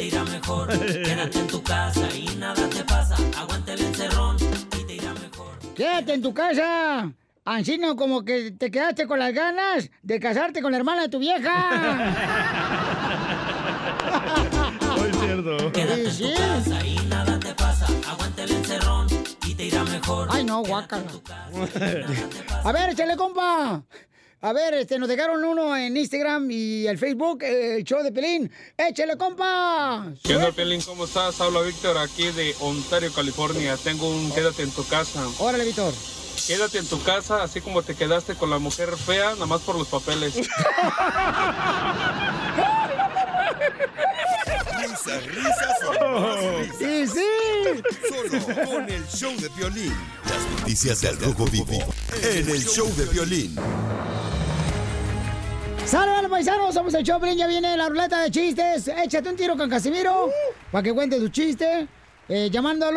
[SPEAKER 15] Quédate en tu casa y nada te pasa. Aguanta el encerrón.
[SPEAKER 1] Quédate en tu casa. Ancino, como que te quedaste con las ganas de casarte con la hermana de tu vieja.
[SPEAKER 3] Muy cierto.
[SPEAKER 15] Quédate en tu casa y nada te pasa. Aguanta el encerrón y te irá mejor.
[SPEAKER 1] Ay, no, guácala. A ver, échale, compa. A ver, este, nos dejaron uno en Instagram y el Facebook, eh, el show de Pelín. ¡Échale, compa!
[SPEAKER 17] ¿Qué onda, Pelín? ¿Cómo estás? Habla Víctor aquí de Ontario, California. Tengo un quédate en tu casa.
[SPEAKER 1] Órale, Víctor.
[SPEAKER 17] Quédate en tu casa, así como te quedaste con la mujer fea, nada más por los papeles.
[SPEAKER 10] Risas, risas y más risas.
[SPEAKER 1] ¡Sí,
[SPEAKER 10] Solo con el show de violín. Las noticias del rojo vivo. En el show de violín.
[SPEAKER 1] ¡Salve, paisanos! Somos el show, Pelín. Ya viene la ruleta de chistes. Échate un tiro con Casimiro para que cuente tu chiste. Eh, llamando al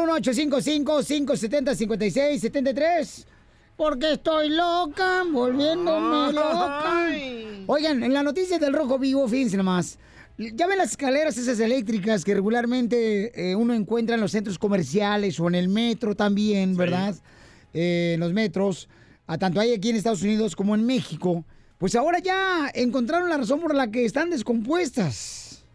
[SPEAKER 1] 1-855-570-5673. Porque estoy loca, volviéndome loca. Oigan, en la noticia del Rojo Vivo, fíjense nomás. Ya ven las escaleras esas eléctricas que regularmente eh, uno encuentra en los centros comerciales o en el metro también, ¿verdad? Eh, en los metros, a tanto hay aquí en Estados Unidos como en México. Pues ahora ya encontraron la razón por la que están descompuestas.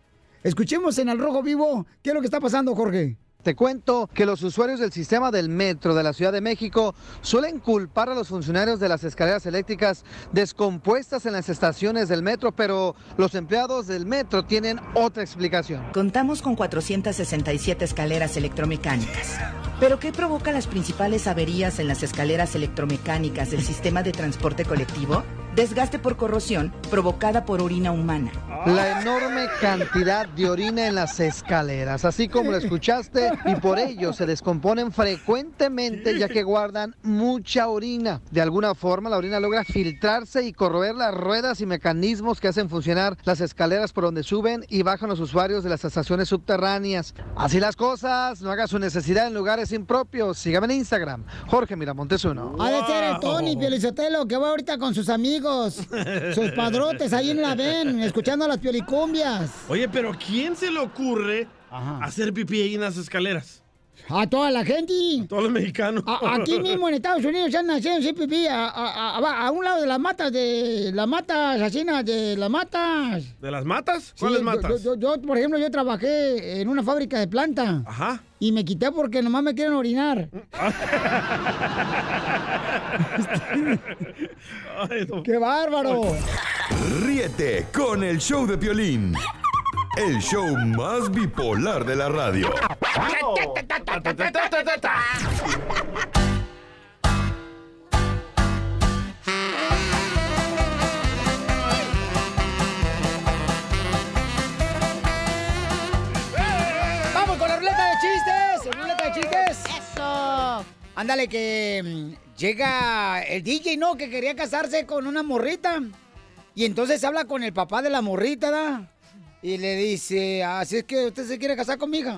[SPEAKER 1] Escuchemos en el Rojo Vivo qué es lo que está pasando, Jorge.
[SPEAKER 7] Te cuento que los usuarios del sistema del metro de la Ciudad de México suelen culpar a los funcionarios de las escaleras eléctricas descompuestas en las estaciones del metro, pero los empleados del metro tienen otra explicación.
[SPEAKER 18] Contamos con 467 escaleras electromecánicas. ¿Pero qué provoca las principales averías en las escaleras electromecánicas del sistema de transporte colectivo? Desgaste por corrosión provocada por orina humana.
[SPEAKER 7] La enorme cantidad de orina en las escaleras, así como lo escuchaste, y por ello se descomponen frecuentemente ya que guardan mucha orina. De alguna forma la orina logra filtrarse y corroer las ruedas y mecanismos que hacen funcionar las escaleras por donde suben y bajan los usuarios de las estaciones subterráneas. Así las cosas, no haga su necesidad en lugares impropios. Sígame en Instagram, Jorge Miramontes uno.
[SPEAKER 1] Ha de ser el Tony Piolizotelo que va ahorita con sus amigos, sus padrotes ahí en la ven, escuchando las piolicumbias.
[SPEAKER 3] Oye, pero ¿quién se le ocurre hacer pipí ahí en las escaleras?
[SPEAKER 1] A toda la gente. A
[SPEAKER 3] todos los mexicanos.
[SPEAKER 1] A- aquí mismo en Estados Unidos se han nacido sin pipí, a, a- a- a un lado de las matas, de las matas, asesinas de las matas.
[SPEAKER 3] ¿De las matas?
[SPEAKER 1] Sí,
[SPEAKER 3] ¿Cuáles
[SPEAKER 1] yo-
[SPEAKER 3] matas?
[SPEAKER 1] Yo, yo, por ejemplo, yo trabajé en una fábrica de planta.
[SPEAKER 3] Ajá.
[SPEAKER 1] Y me quité porque nomás me quieren orinar. ¡Qué bárbaro!
[SPEAKER 10] Ríete con el show de Piolín. El show más bipolar de la radio.
[SPEAKER 1] ¡Vamos con la ruleta de chistes! ¡Ruleta de chistes! ¡Eso! Ándale, que mm, llega el DJ, ¿no? Que quería casarse con una morrita. Y entonces habla con el papá de la morrita, ¿da? Y le dice, así es que usted se quiere casar con mi hija.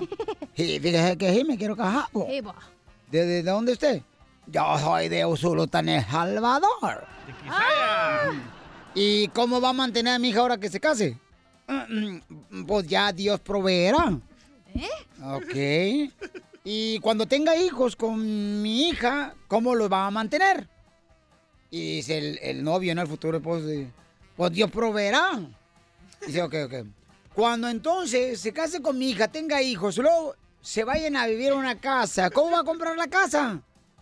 [SPEAKER 1] Y fíjese que sí, me quiero casar. po. ¿Desde dónde usted? Yo soy de Usulután, El Salvador. ¿Y cómo va a mantener a mi hija ahora que se case? Mm, mm, Pues ya Dios proveerá. ¿Eh? Ok. Y cuando tenga hijos con mi hija, ¿cómo los va a mantener? Y dice el, el novio, en el futuro esposo, dice, pues Dios proveerá. Dice, ok, ok. Cuando entonces se case con mi hija, tenga hijos, luego se vayan a vivir a una casa, ¿cómo va a comprar la casa?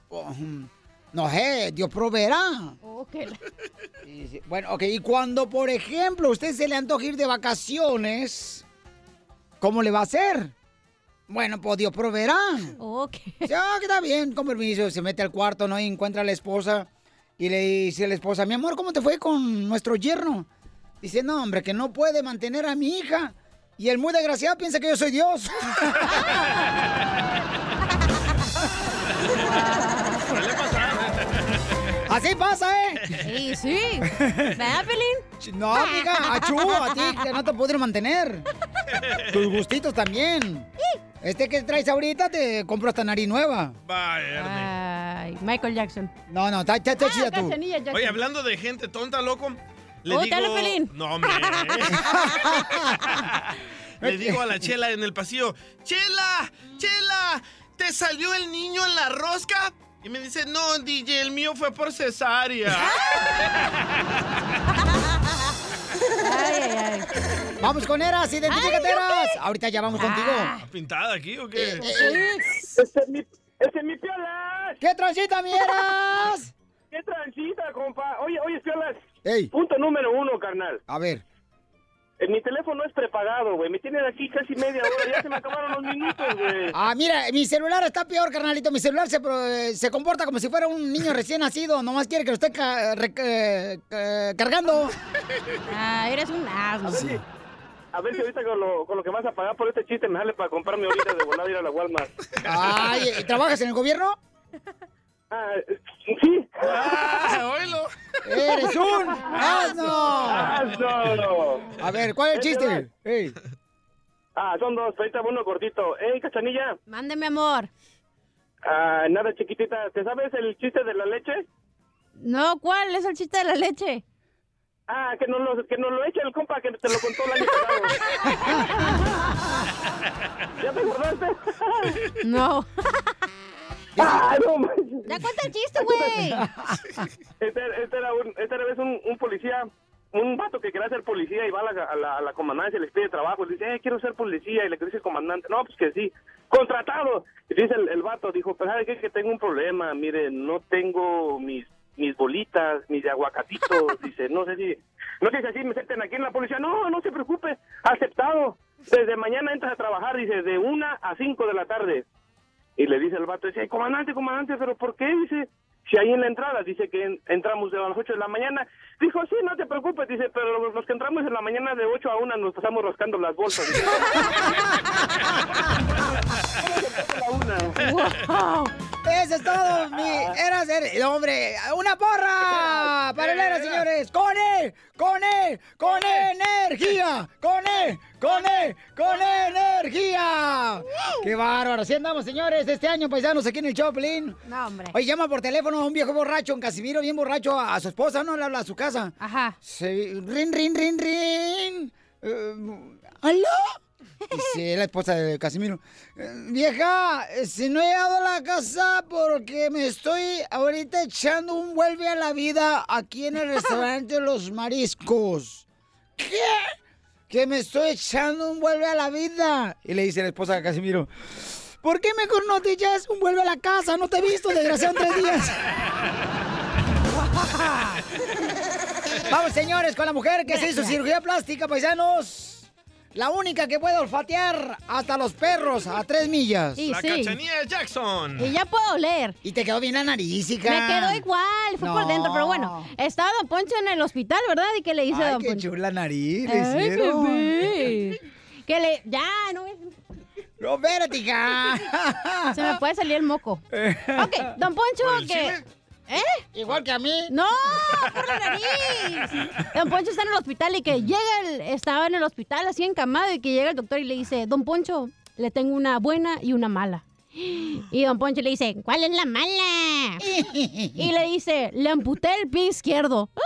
[SPEAKER 1] Pues, mm, no sé, Dios proveerá.
[SPEAKER 2] Oh,
[SPEAKER 1] Y dice, Bueno, ok, y cuando, por ejemplo, usted se le antoja ir de vacaciones, ¿cómo le va a hacer? Bueno, pues Dios proveerá. Ok. Ya, que está bien, con permiso, se mete al cuarto, ¿no? Y encuentra a la esposa y le dice a la esposa, mi amor, ¿cómo te fue con nuestro yerno? Dice, no, hombre, que no puede mantener a mi hija. Y el muy desgraciado piensa que yo soy Dios. Así pasa, ¿eh? Sí, sí. ¿Verdad, Pelín? No, amiga, achú, a ti, que no te pudieron mantener. Tus gustitos también. Este que traes ahorita te compro esta nariz nueva.
[SPEAKER 2] Ay, Michael Jackson.
[SPEAKER 1] No, no, está Ah, está- está chida tú.
[SPEAKER 3] Oye, hablando de gente tonta, loco, le
[SPEAKER 2] Oh,
[SPEAKER 3] digo...
[SPEAKER 2] dale, Pelín.
[SPEAKER 3] No, hombre. le digo a la Chela en el pasillo, Chela, Chela, ¿te salió el niño en la rosca? Y me dice, no, DJ, el mío fue por cesárea.
[SPEAKER 1] Vamos con Eras, identifícate,
[SPEAKER 3] Ay, yo
[SPEAKER 1] Eras.
[SPEAKER 3] qué.
[SPEAKER 1] Ahorita ya vamos contigo.
[SPEAKER 3] ¿Está Ah, ¿Pintada aquí o
[SPEAKER 2] Eh,
[SPEAKER 3] qué?
[SPEAKER 1] Ese Este es mi, ese es mi piolas. ¿Qué transita, mi Eras?
[SPEAKER 5] ¿Qué transita, compa? Oye, oye, Piolas.
[SPEAKER 1] Ey.
[SPEAKER 5] Punto número uno, carnal.
[SPEAKER 1] A ver.
[SPEAKER 5] Eh, mi teléfono es prepagado, güey. Me tienen aquí casi media hora. Ya se me acabaron los minutos, güey.
[SPEAKER 1] Ah, mira, mi celular está peor, carnalito. Mi celular se, pro- eh, se comporta como si fuera un niño recién nacido. Nomás quiere que lo esté ca- re- eh, eh, cargando.
[SPEAKER 5] Ah, eres un asno. A ver, si, a ver si ahorita con lo, con lo que vas a pagar por este chiste me sale para comprarme ahorita de volada ir a la Walmart.
[SPEAKER 1] Ay, ¿y ¿trabajas en el gobierno?
[SPEAKER 5] Ah, sí.
[SPEAKER 1] ¡Eres un asno!
[SPEAKER 5] ¡Asno!
[SPEAKER 1] A ver, ¿cuál es el chiste?
[SPEAKER 5] Ah, son dos. Ahorita uno cortito. ¡Ey, Cachanilla!
[SPEAKER 2] Mándeme, amor.
[SPEAKER 5] Ah, nada, chiquitita. ¿Te sabes el chiste de la leche?
[SPEAKER 2] No, ¿cuál es el chiste de la leche?
[SPEAKER 5] Ah, que nos lo, que nos lo eche el compa que te lo contó la año pasado. ¿Ya te acordaste?
[SPEAKER 2] No.
[SPEAKER 5] ¡Ah, no!
[SPEAKER 2] Ya cuenta el chiste, güey.
[SPEAKER 5] Este, este era, un, este era vez un, un policía un vato que quería ser policía y va a la, a la, a la comandancia, les pide trabajo, le dice, eh, quiero ser policía, y le dice el comandante, no, pues que sí, contratado. Y dice el, el vato, dijo, pues sabe qué? que tengo un problema, mire, no tengo mis mis bolitas, mis aguacatitos, dice, no sé si, no sé si así me acepten aquí en la policía, no, no se preocupe, aceptado, desde mañana entras a trabajar, dice, de una a cinco de la tarde. Y le dice el vato, dice, comandante, comandante, pero ¿por qué? Dice, si ahí en la entrada dice que en- entramos de las 8 de la mañana. Dijo, sí, no te preocupes, dice, pero los, los que entramos en la mañana de 8 a 1 nos pasamos rascando las bolsas. Dice,
[SPEAKER 1] ¡Wow! Eso es todo, mi era ser el hombre. ¡Una porra! Para el era, señores. ¡Con él! ¡Con él! ¡Con energía! ¡Con él! ¡Con él! ¡Con energía! ¡Qué bárbaro! Así andamos, señores, este año, paisanos, aquí en el Choplin.
[SPEAKER 2] No, hombre.
[SPEAKER 1] Oye, llama por teléfono a un viejo borracho, un Casimiro bien borracho, a, a su esposa, ¿no? Le habla a su casa.
[SPEAKER 2] Ajá.
[SPEAKER 1] rin, rin, rin, rin. Eh, ¿Aló? Y sí, es la esposa de Casimiro. Eh, Vieja, eh, si no he llegado a la casa porque me estoy ahorita echando un vuelve a la vida aquí en el restaurante Los Mariscos. ¿Qué? Que me estoy echando un vuelve a la vida. Y le dice la esposa a Casimiro. ¿Por qué mejor no te echas un vuelve a la casa? No te he visto, desgraciado, en tres días. Vamos, señores, con la mujer que se hizo cirugía plástica, paisanos. La única que puede olfatear hasta los perros a tres millas.
[SPEAKER 3] la cachanilla de Jackson.
[SPEAKER 2] ya puedo oler.
[SPEAKER 1] Y te quedó bien la nariz, hija.
[SPEAKER 2] Me quedó igual, fue por
[SPEAKER 1] No.
[SPEAKER 2] dentro, pero bueno. Estaba Don Poncho en el hospital, ¿verdad? Y que le hice a
[SPEAKER 1] Ay,
[SPEAKER 2] Don
[SPEAKER 1] qué
[SPEAKER 2] Poncho.
[SPEAKER 1] chula nariz, le
[SPEAKER 2] Ay,
[SPEAKER 1] hicieron.
[SPEAKER 2] bebé. Que le. Ya, no.
[SPEAKER 1] No, espérate, hija.
[SPEAKER 2] Se me puede salir el moco. Ok, Don Poncho,
[SPEAKER 1] ¿Por el
[SPEAKER 2] que.
[SPEAKER 1] chisme?
[SPEAKER 2] ¿Eh?
[SPEAKER 1] Igual que a mí.
[SPEAKER 2] No, por la nariz. Don Poncho está en el hospital y que llega el, estaba en el hospital así encamado y que llega el doctor y le dice, Don Poncho, le tengo una buena y una mala. Y Don Poncho le dice, ¿cuál es la mala? Y le dice, le amputé el pie izquierdo. ¡Ah!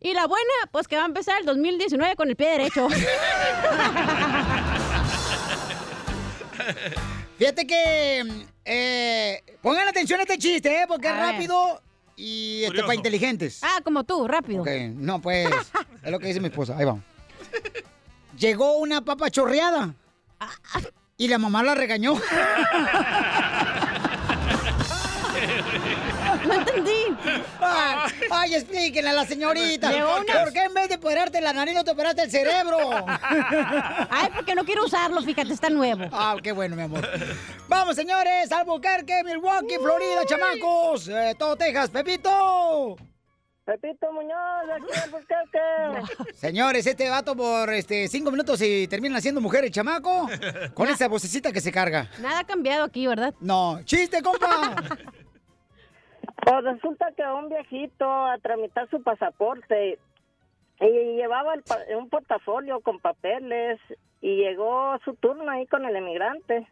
[SPEAKER 2] Y la buena, pues que va a empezar el 2019 con el pie derecho.
[SPEAKER 1] Fíjate que. eh, pongan atención a este chiste, ¿eh? Porque es
[SPEAKER 2] A ver.
[SPEAKER 1] rápido y este, para inteligentes.
[SPEAKER 2] Ah, como tú, rápido.
[SPEAKER 1] Ok, no, pues. es lo que dice mi esposa. Ahí vamos. Llegó una papa chorreada.
[SPEAKER 2] Ah.
[SPEAKER 1] Y la mamá la regañó.
[SPEAKER 2] No entendí.
[SPEAKER 1] Ay, ay, explíquenle a la señorita.
[SPEAKER 2] Llegó una-
[SPEAKER 1] ¿Por qué en vez de operarte la nariz no te operaste el cerebro?
[SPEAKER 2] Ay, porque no quiero usarlo, fíjate, está nuevo.
[SPEAKER 1] Ah, qué bueno, mi amor. Vamos, señores, Albuquerque, Milwaukee, Florida, chamacos. Eh, todo Texas, Pepito.
[SPEAKER 11] Pepito Muñoz, de aquí en Albuquerque.
[SPEAKER 1] Señores, este vato por este cinco minutos y termina siendo mujer el chamaco. Con esa vocecita que se carga.
[SPEAKER 2] Nada ha cambiado aquí, ¿verdad?
[SPEAKER 1] No, chiste, compa.
[SPEAKER 11] Pues resulta que un viejito a tramitar su pasaporte y llevaba el pa- un portafolio con papeles y llegó su turno ahí con el emigrante.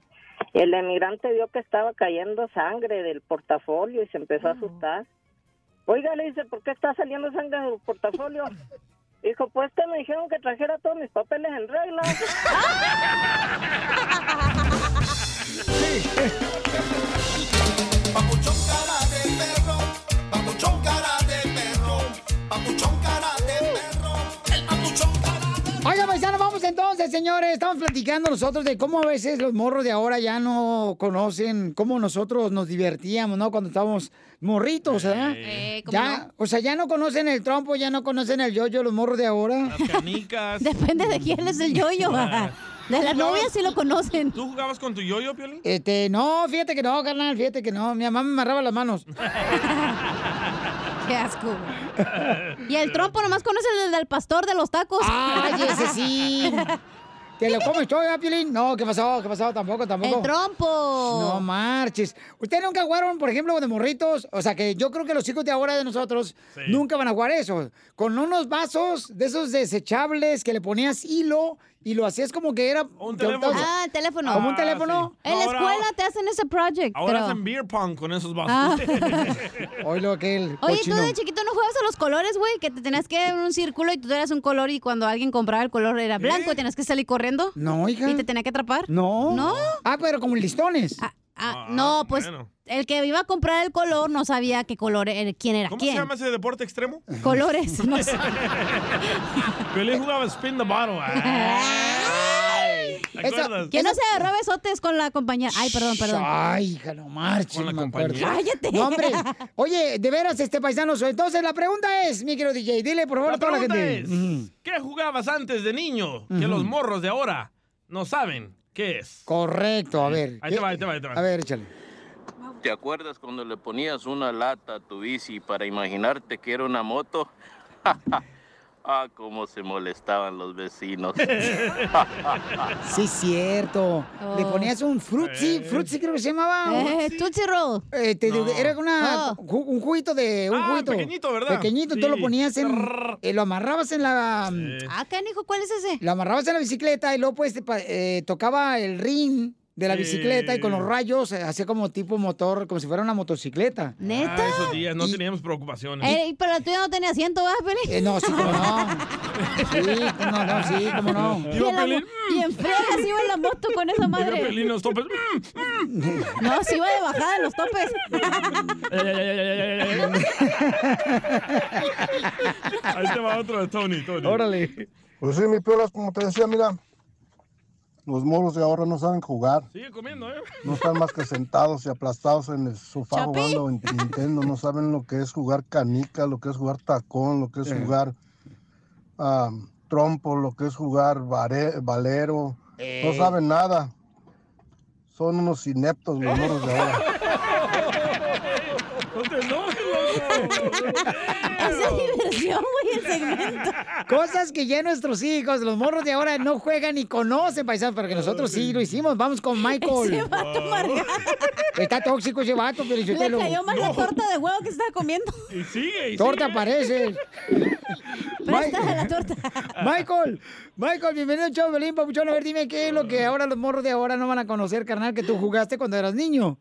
[SPEAKER 11] El emigrante vio que estaba cayendo sangre del portafolio y se empezó a asustar. Oiga, le dice, ¿por qué está saliendo sangre del portafolio? Dijo, pues que me dijeron que trajera todos mis papeles en regla.
[SPEAKER 6] Papuchón cara de perro, papuchón cara de perro, el papuchón cara
[SPEAKER 1] Oiga, paisano, vamos entonces, señores. Estamos platicando nosotros de cómo a veces los morros de ahora ya no conocen cómo nosotros nos divertíamos, ¿no? Cuando estábamos morritos, ¿verdad?
[SPEAKER 2] Eh, ¿cómo
[SPEAKER 1] ya, O sea, ya no conocen el trompo, ya no conocen el yoyo, los morros de ahora.
[SPEAKER 2] Depende de quién es el yoyo. De las novias sí lo conocen.
[SPEAKER 3] ¿Tú jugabas con tu yoyo, Piolín?
[SPEAKER 1] Este, no, fíjate que no, carnal, fíjate que no. Mi mamá me amarraba las manos.
[SPEAKER 2] Qué asco. Y el trompo nomás conoce el del pastor de los tacos.
[SPEAKER 1] Ay, ese sí. ¿Te lo comes todo, ¿verdad, Piolín? No, ¿qué pasó? ¿Qué pasó? Tampoco, tampoco.
[SPEAKER 2] El trompo.
[SPEAKER 1] No marches. ¿Ustedes nunca jugaron, por ejemplo, de morritos? O sea, que yo creo que los hijos de ahora de nosotros nunca van a jugar eso. Con unos vasos de esos desechables que le ponías hilo y lo hacías como que era... Un
[SPEAKER 2] Ah, el teléfono.
[SPEAKER 1] ¿Como un
[SPEAKER 3] Ah,
[SPEAKER 1] teléfono?
[SPEAKER 2] En la escuela te hacen ese project.
[SPEAKER 3] Ahora
[SPEAKER 2] pero-
[SPEAKER 3] hacen beer pong con esos
[SPEAKER 2] Ah.
[SPEAKER 3] vasos.
[SPEAKER 1] Hoy lo que el
[SPEAKER 2] Oye, tú de chiquito no jugabas a los colores, güey, que te tenías que ir en un círculo y tú eras un color y cuando alguien compraba el color era blanco y tenías que salir corriendo.
[SPEAKER 1] No, hija.
[SPEAKER 2] ¿Y te tenía que atrapar?
[SPEAKER 1] No.
[SPEAKER 2] ¿No?
[SPEAKER 1] Ah, pero como listones.
[SPEAKER 2] Ah, no, pues
[SPEAKER 3] bueno.
[SPEAKER 2] el que iba a comprar el color no sabía qué color, era- quién era
[SPEAKER 3] ¿Cómo
[SPEAKER 2] quién.
[SPEAKER 3] se llama ese deporte extremo?
[SPEAKER 2] Colores, no sé.
[SPEAKER 3] Piolín jugaba spin the bottle. ah. Ay, ¿Te acuerdas?
[SPEAKER 2] Que no se agarró a besotes con la compañía. Ay, perdón, perdón.
[SPEAKER 1] Ay, hija, no marches.
[SPEAKER 3] Con la
[SPEAKER 1] no me acuerdo.
[SPEAKER 3] compañía. Cállate.
[SPEAKER 1] No, hombre. Oye, de veras, este paisano soy. Entonces, la pregunta es, mi querido DJ, dile por favor
[SPEAKER 3] La
[SPEAKER 1] a toda la
[SPEAKER 3] pregunta
[SPEAKER 1] gente.
[SPEAKER 3] es, ¿qué jugabas antes de niño que los morros de ahora no saben qué es?
[SPEAKER 1] Correcto, a ver.
[SPEAKER 3] Ahí te va, ahí te va, ahí te va.
[SPEAKER 1] Eh, A ver, échale.
[SPEAKER 22] ¿Te acuerdas cuando le ponías una lata a tu bici para imaginarte que era una moto? ah, cómo se molestaban los vecinos.
[SPEAKER 1] Sí, es cierto.
[SPEAKER 22] Oh.
[SPEAKER 1] Le ponías un frutzi, frutzi creo que se llamaba.
[SPEAKER 2] Eh, Tootsie Roll.
[SPEAKER 1] Eh, te-
[SPEAKER 2] Eh. No.
[SPEAKER 1] Era una,
[SPEAKER 2] Oh.
[SPEAKER 1] ju- un juguito de un
[SPEAKER 2] Ah,
[SPEAKER 1] juguito.
[SPEAKER 2] pequeñito, ¿verdad?
[SPEAKER 1] Pequeñito,
[SPEAKER 2] Sí.
[SPEAKER 1] tú lo ponías en. eh, lo amarrabas en la.
[SPEAKER 2] Ah, canijo, ¿cuál es ese?
[SPEAKER 1] Lo amarrabas en la bicicleta y luego pues te pa- eh, tocaba el ring de la
[SPEAKER 3] Sí.
[SPEAKER 1] bicicleta y con los rayos eh, hacía como tipo motor, como si fuera una motocicleta.
[SPEAKER 3] Ah, esos días no teníamos preocupaciones.
[SPEAKER 2] Eh, pero la tuya no tenía asiento, ¿verdad, Pelín?
[SPEAKER 1] Eh, no, sí, como no. Sí, cómo no, no, sí, cómo
[SPEAKER 2] Y,
[SPEAKER 1] no.
[SPEAKER 2] en la, mo- y en fregas iba en la moto con esa
[SPEAKER 3] Mira,
[SPEAKER 2] madre.
[SPEAKER 3] Piolín, los topes. mm,
[SPEAKER 2] No, se iba de bajada en los topes.
[SPEAKER 3] Ahí te va otro de Tony, Tony.
[SPEAKER 1] Órale.
[SPEAKER 19] Pues sí, mi piolas, como te decía, mira, los moros de ahora no saben jugar.
[SPEAKER 3] Sigue comiendo, ¿eh?
[SPEAKER 19] No están más que sentados y aplastados en el sofá
[SPEAKER 3] Chapi.
[SPEAKER 19] jugando en Nintendo. No saben lo que es jugar canica, lo que es jugar tacón, lo que es
[SPEAKER 20] Eh.
[SPEAKER 19] jugar ah, trompo, lo que es jugar vare- valero. No
[SPEAKER 15] Eh,
[SPEAKER 20] Ey.
[SPEAKER 19] saben nada. Son unos ineptos los moros de ahora.
[SPEAKER 3] No te enojes, loco.
[SPEAKER 2] Esa es diversión, güey, el segmento.
[SPEAKER 1] Cosas que ya nuestros hijos, los morros de ahora no juegan ni conocen, paisanos, pero que nosotros sí lo hicimos. Vamos con Michael.
[SPEAKER 2] Ese vato amargado.
[SPEAKER 1] Está tóxico ese vato, pero yo te
[SPEAKER 2] Le
[SPEAKER 1] lo...
[SPEAKER 2] cayó más la torta de huevo que estaba comiendo.
[SPEAKER 3] Y sigue, y
[SPEAKER 1] Torta
[SPEAKER 3] sigue.
[SPEAKER 1] parece.
[SPEAKER 2] Préstale la torta.
[SPEAKER 1] Michael, Michael, bienvenido al show, Belín Papuchón. A ver, dime qué es lo que ahora los morros de ahora no van a conocer, carnal, que tú jugaste cuando eras niño.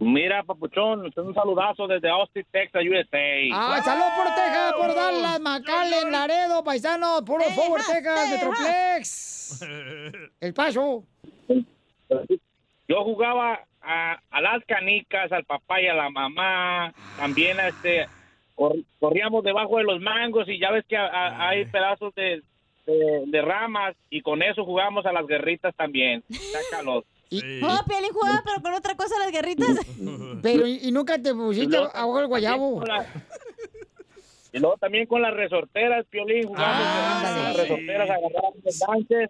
[SPEAKER 25] Mira, Papuchón, usted un saludazo desde Austin, Texas, USA.
[SPEAKER 1] Ah, saludos por Texas, por Dallas, McAllen, Laredo, paisano, puro Power, Texas, Metroplex, El Paso.
[SPEAKER 25] Yo jugaba a, a las canicas, al papá y a la mamá. También este cor- corríamos debajo de los mangos y ya ves que a- a- hay pedazos de, de- de ramas y con eso jugábamos a las guerritas también. Sácalos.
[SPEAKER 2] No, Pelín Oh, jugaba, pero con otra cosa las guerritas.
[SPEAKER 1] Pero, ¿y nunca te pusiste
[SPEAKER 25] luego
[SPEAKER 1] abajo del guayabo?
[SPEAKER 25] Y luego también con las resorteras, Piolín, jugamos con las resorteras, agarramos los ganches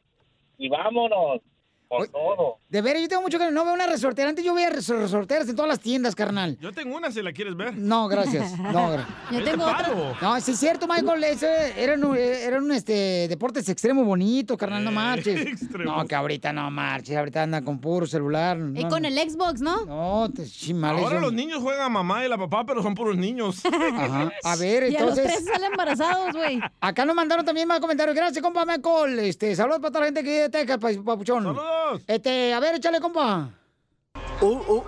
[SPEAKER 25] y vámonos con todo.
[SPEAKER 1] De veras, yo tengo mucho que no veo una resortera. Antes yo veía res- resorteras en todas las tiendas, carnal.
[SPEAKER 3] Yo tengo una si la quieres ver.
[SPEAKER 1] No, gracias. No, gracias.
[SPEAKER 3] Yo tengo otra. paro.
[SPEAKER 1] No, sí es cierto, Michael. Eso era un, era un, este, deportes extremo bonito, carnal.
[SPEAKER 3] Eh,
[SPEAKER 1] No marches. No, que ahorita no marches. Ahorita anda con puro celular.
[SPEAKER 2] Y Eh, con el Xbox, ¿no?
[SPEAKER 1] No, te chimales.
[SPEAKER 3] Ahora los niños juegan a mamá y a la papá, pero son puros niños.
[SPEAKER 1] Ajá. A ver,
[SPEAKER 2] Y a los
[SPEAKER 1] entonces.
[SPEAKER 2] tres salen embarazados, güey.
[SPEAKER 1] Acá nos mandaron también más comentarios. Gracias, compa Michael. Este, saludos para toda la gente que vive de Texas, pa- papuchón.
[SPEAKER 3] Saludos.
[SPEAKER 1] Este, a ver, échale, compa.
[SPEAKER 24] un, un-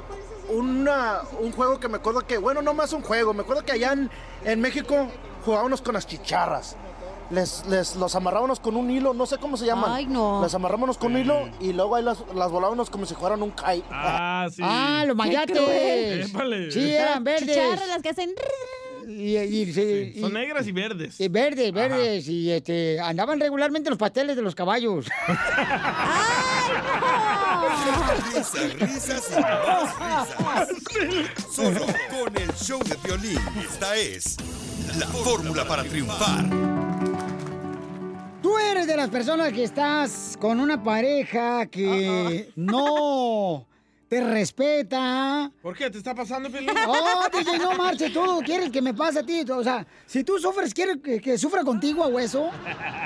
[SPEAKER 24] una- un juego que me acuerdo que, bueno, no más un juego, me acuerdo que allá en, en México jugábamos con las chicharras. Les, les- los amarrábamos con un hilo, no sé cómo se llaman.
[SPEAKER 2] Ay, no.
[SPEAKER 24] Las amarrábamos con un hilo y luego ahí las, las volábamos como si fueran un kite.
[SPEAKER 3] Ah, sí.
[SPEAKER 1] Ah, los mayates. Sí, eran verdes.
[SPEAKER 2] Chicharras, las que hacen...
[SPEAKER 1] Y, y- y-
[SPEAKER 3] Son negras y verdes.
[SPEAKER 1] y verdes, verdes. Y este, andaban regularmente los pasteles de los caballos.
[SPEAKER 10] Risas, risas y más risas. Solo con el show de violín. Esta es la fórmula para triunfar.
[SPEAKER 1] Tú eres de las personas que estás con una pareja que no te respeta.
[SPEAKER 3] ¿Por qué? ¿Te está pasando, Pelín?
[SPEAKER 1] Oh, DJ, no marches tú, quieres que me pase a ti. O sea, si tú sufres, ¿quieres que, que sufra contigo a hueso?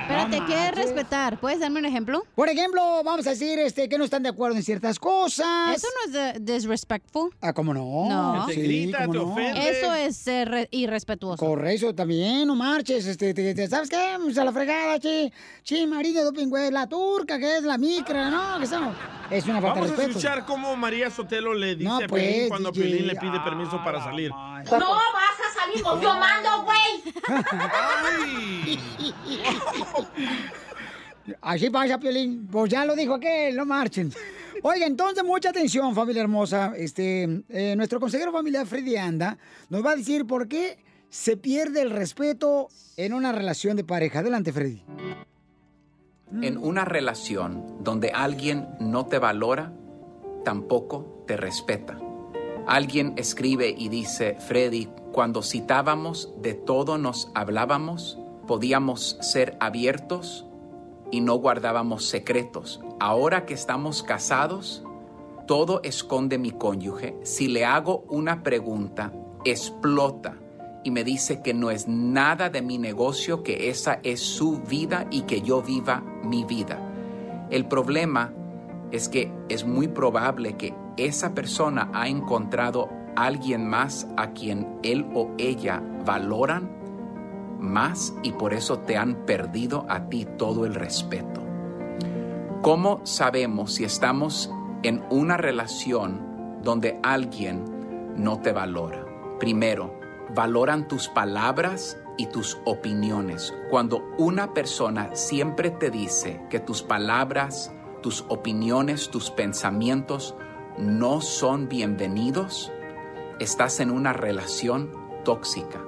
[SPEAKER 2] Pero te quieres respetar. ¿Puedes darme un ejemplo?
[SPEAKER 1] Por ejemplo, vamos a decir este, que no están de acuerdo en ciertas cosas.
[SPEAKER 2] Eso no es de- disrespectful.
[SPEAKER 1] Ah, ¿cómo no?
[SPEAKER 2] No.
[SPEAKER 1] Sí, ¿cómo no?
[SPEAKER 2] Eso es ser re- irrespetuoso.
[SPEAKER 1] Correcto, también, no marches, este, te- te- ¿sabes qué? Pues a la fregada, chi, chi, marido, doping, güey, la turca, que es la micra, no, que eso, es una Ah, falta
[SPEAKER 3] Vamos
[SPEAKER 1] de
[SPEAKER 3] a
[SPEAKER 1] respeto.
[SPEAKER 3] escuchar cómo María Sotelo le dice
[SPEAKER 1] No,
[SPEAKER 3] a Pelín
[SPEAKER 1] pues, Ah,
[SPEAKER 3] cuando
[SPEAKER 1] DJ.
[SPEAKER 3] Pelín le pide permiso para salir.
[SPEAKER 26] No vas a salir, pues yo mando,
[SPEAKER 3] güey.
[SPEAKER 1] Así pasa, Piolín, pues ya lo dijo aquel, no marchen. Oiga, entonces mucha atención, familia hermosa. Este, eh, nuestro consejero familiar Freddy Anda nos va a decir por qué se pierde el respeto en una relación de pareja. Adelante, Freddy.
[SPEAKER 21] En una relación donde alguien no te valora, tampoco te respeta. Alguien escribe y dice, Freddy, cuando citábamos, de todo nos hablábamos, podíamos ser abiertos y no guardábamos secretos. Ahora que estamos casados, todo esconde mi cónyuge. Si le hago una pregunta, explota y me dice que no es nada de mi negocio, que esa es su vida y que yo viva mi vida. El problema es que es muy probable que esa persona ha encontrado alguien más a quien él o ella valoran más y por eso te han perdido a ti todo el respeto. ¿Cómo sabemos si estamos en una relación donde alguien no te valora? Primero, valoran tus palabras y tus opiniones. Cuando una persona siempre te dice que tus palabras, tus opiniones, tus pensamientos no son bienvenidos, estás en una relación tóxica.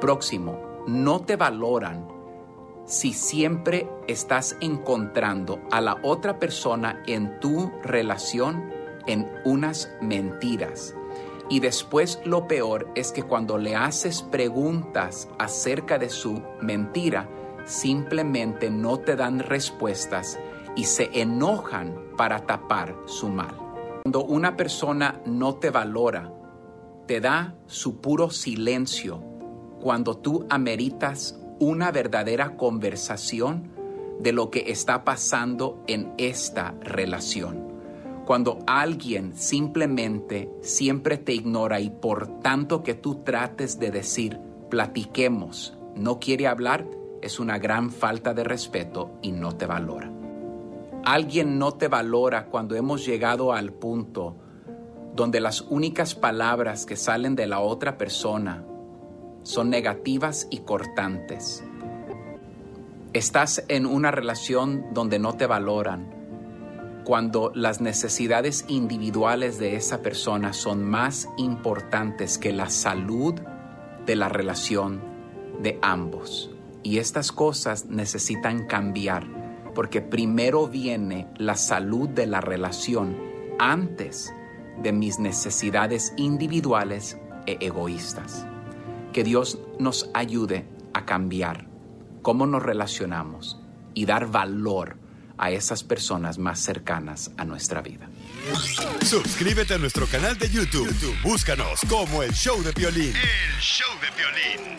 [SPEAKER 21] Próximo, no te valoran si siempre estás encontrando a la otra persona en tu relación en unas mentiras. Y después lo peor es que cuando le haces preguntas acerca de su mentira, simplemente no te dan respuestas y se enojan para tapar su mal. Cuando una persona no te valora, te da su puro silencio cuando tú ameritas una verdadera conversación de lo que está pasando en esta relación. Cuando alguien simplemente siempre te ignora y por tanto que tú trates de decir platiquemos, no quiere hablar, es una gran falta de respeto y no te valora. Alguien no te valora cuando hemos llegado al punto donde las únicas palabras que salen de la otra persona son negativas y cortantes. Estás en una relación donde no te valoran, cuando las necesidades individuales de esa persona son más importantes que la salud de la relación de ambos. Y estas cosas necesitan cambiar, porque primero viene la salud de la relación antes de mis necesidades individuales e egoístas que Dios nos ayude a cambiar cómo nos relacionamos y dar valor a esas personas más cercanas a nuestra vida.
[SPEAKER 10] Suscríbete a nuestro canal de YouTube. YouTube, Búscanos como el show de violín.
[SPEAKER 6] show de violín.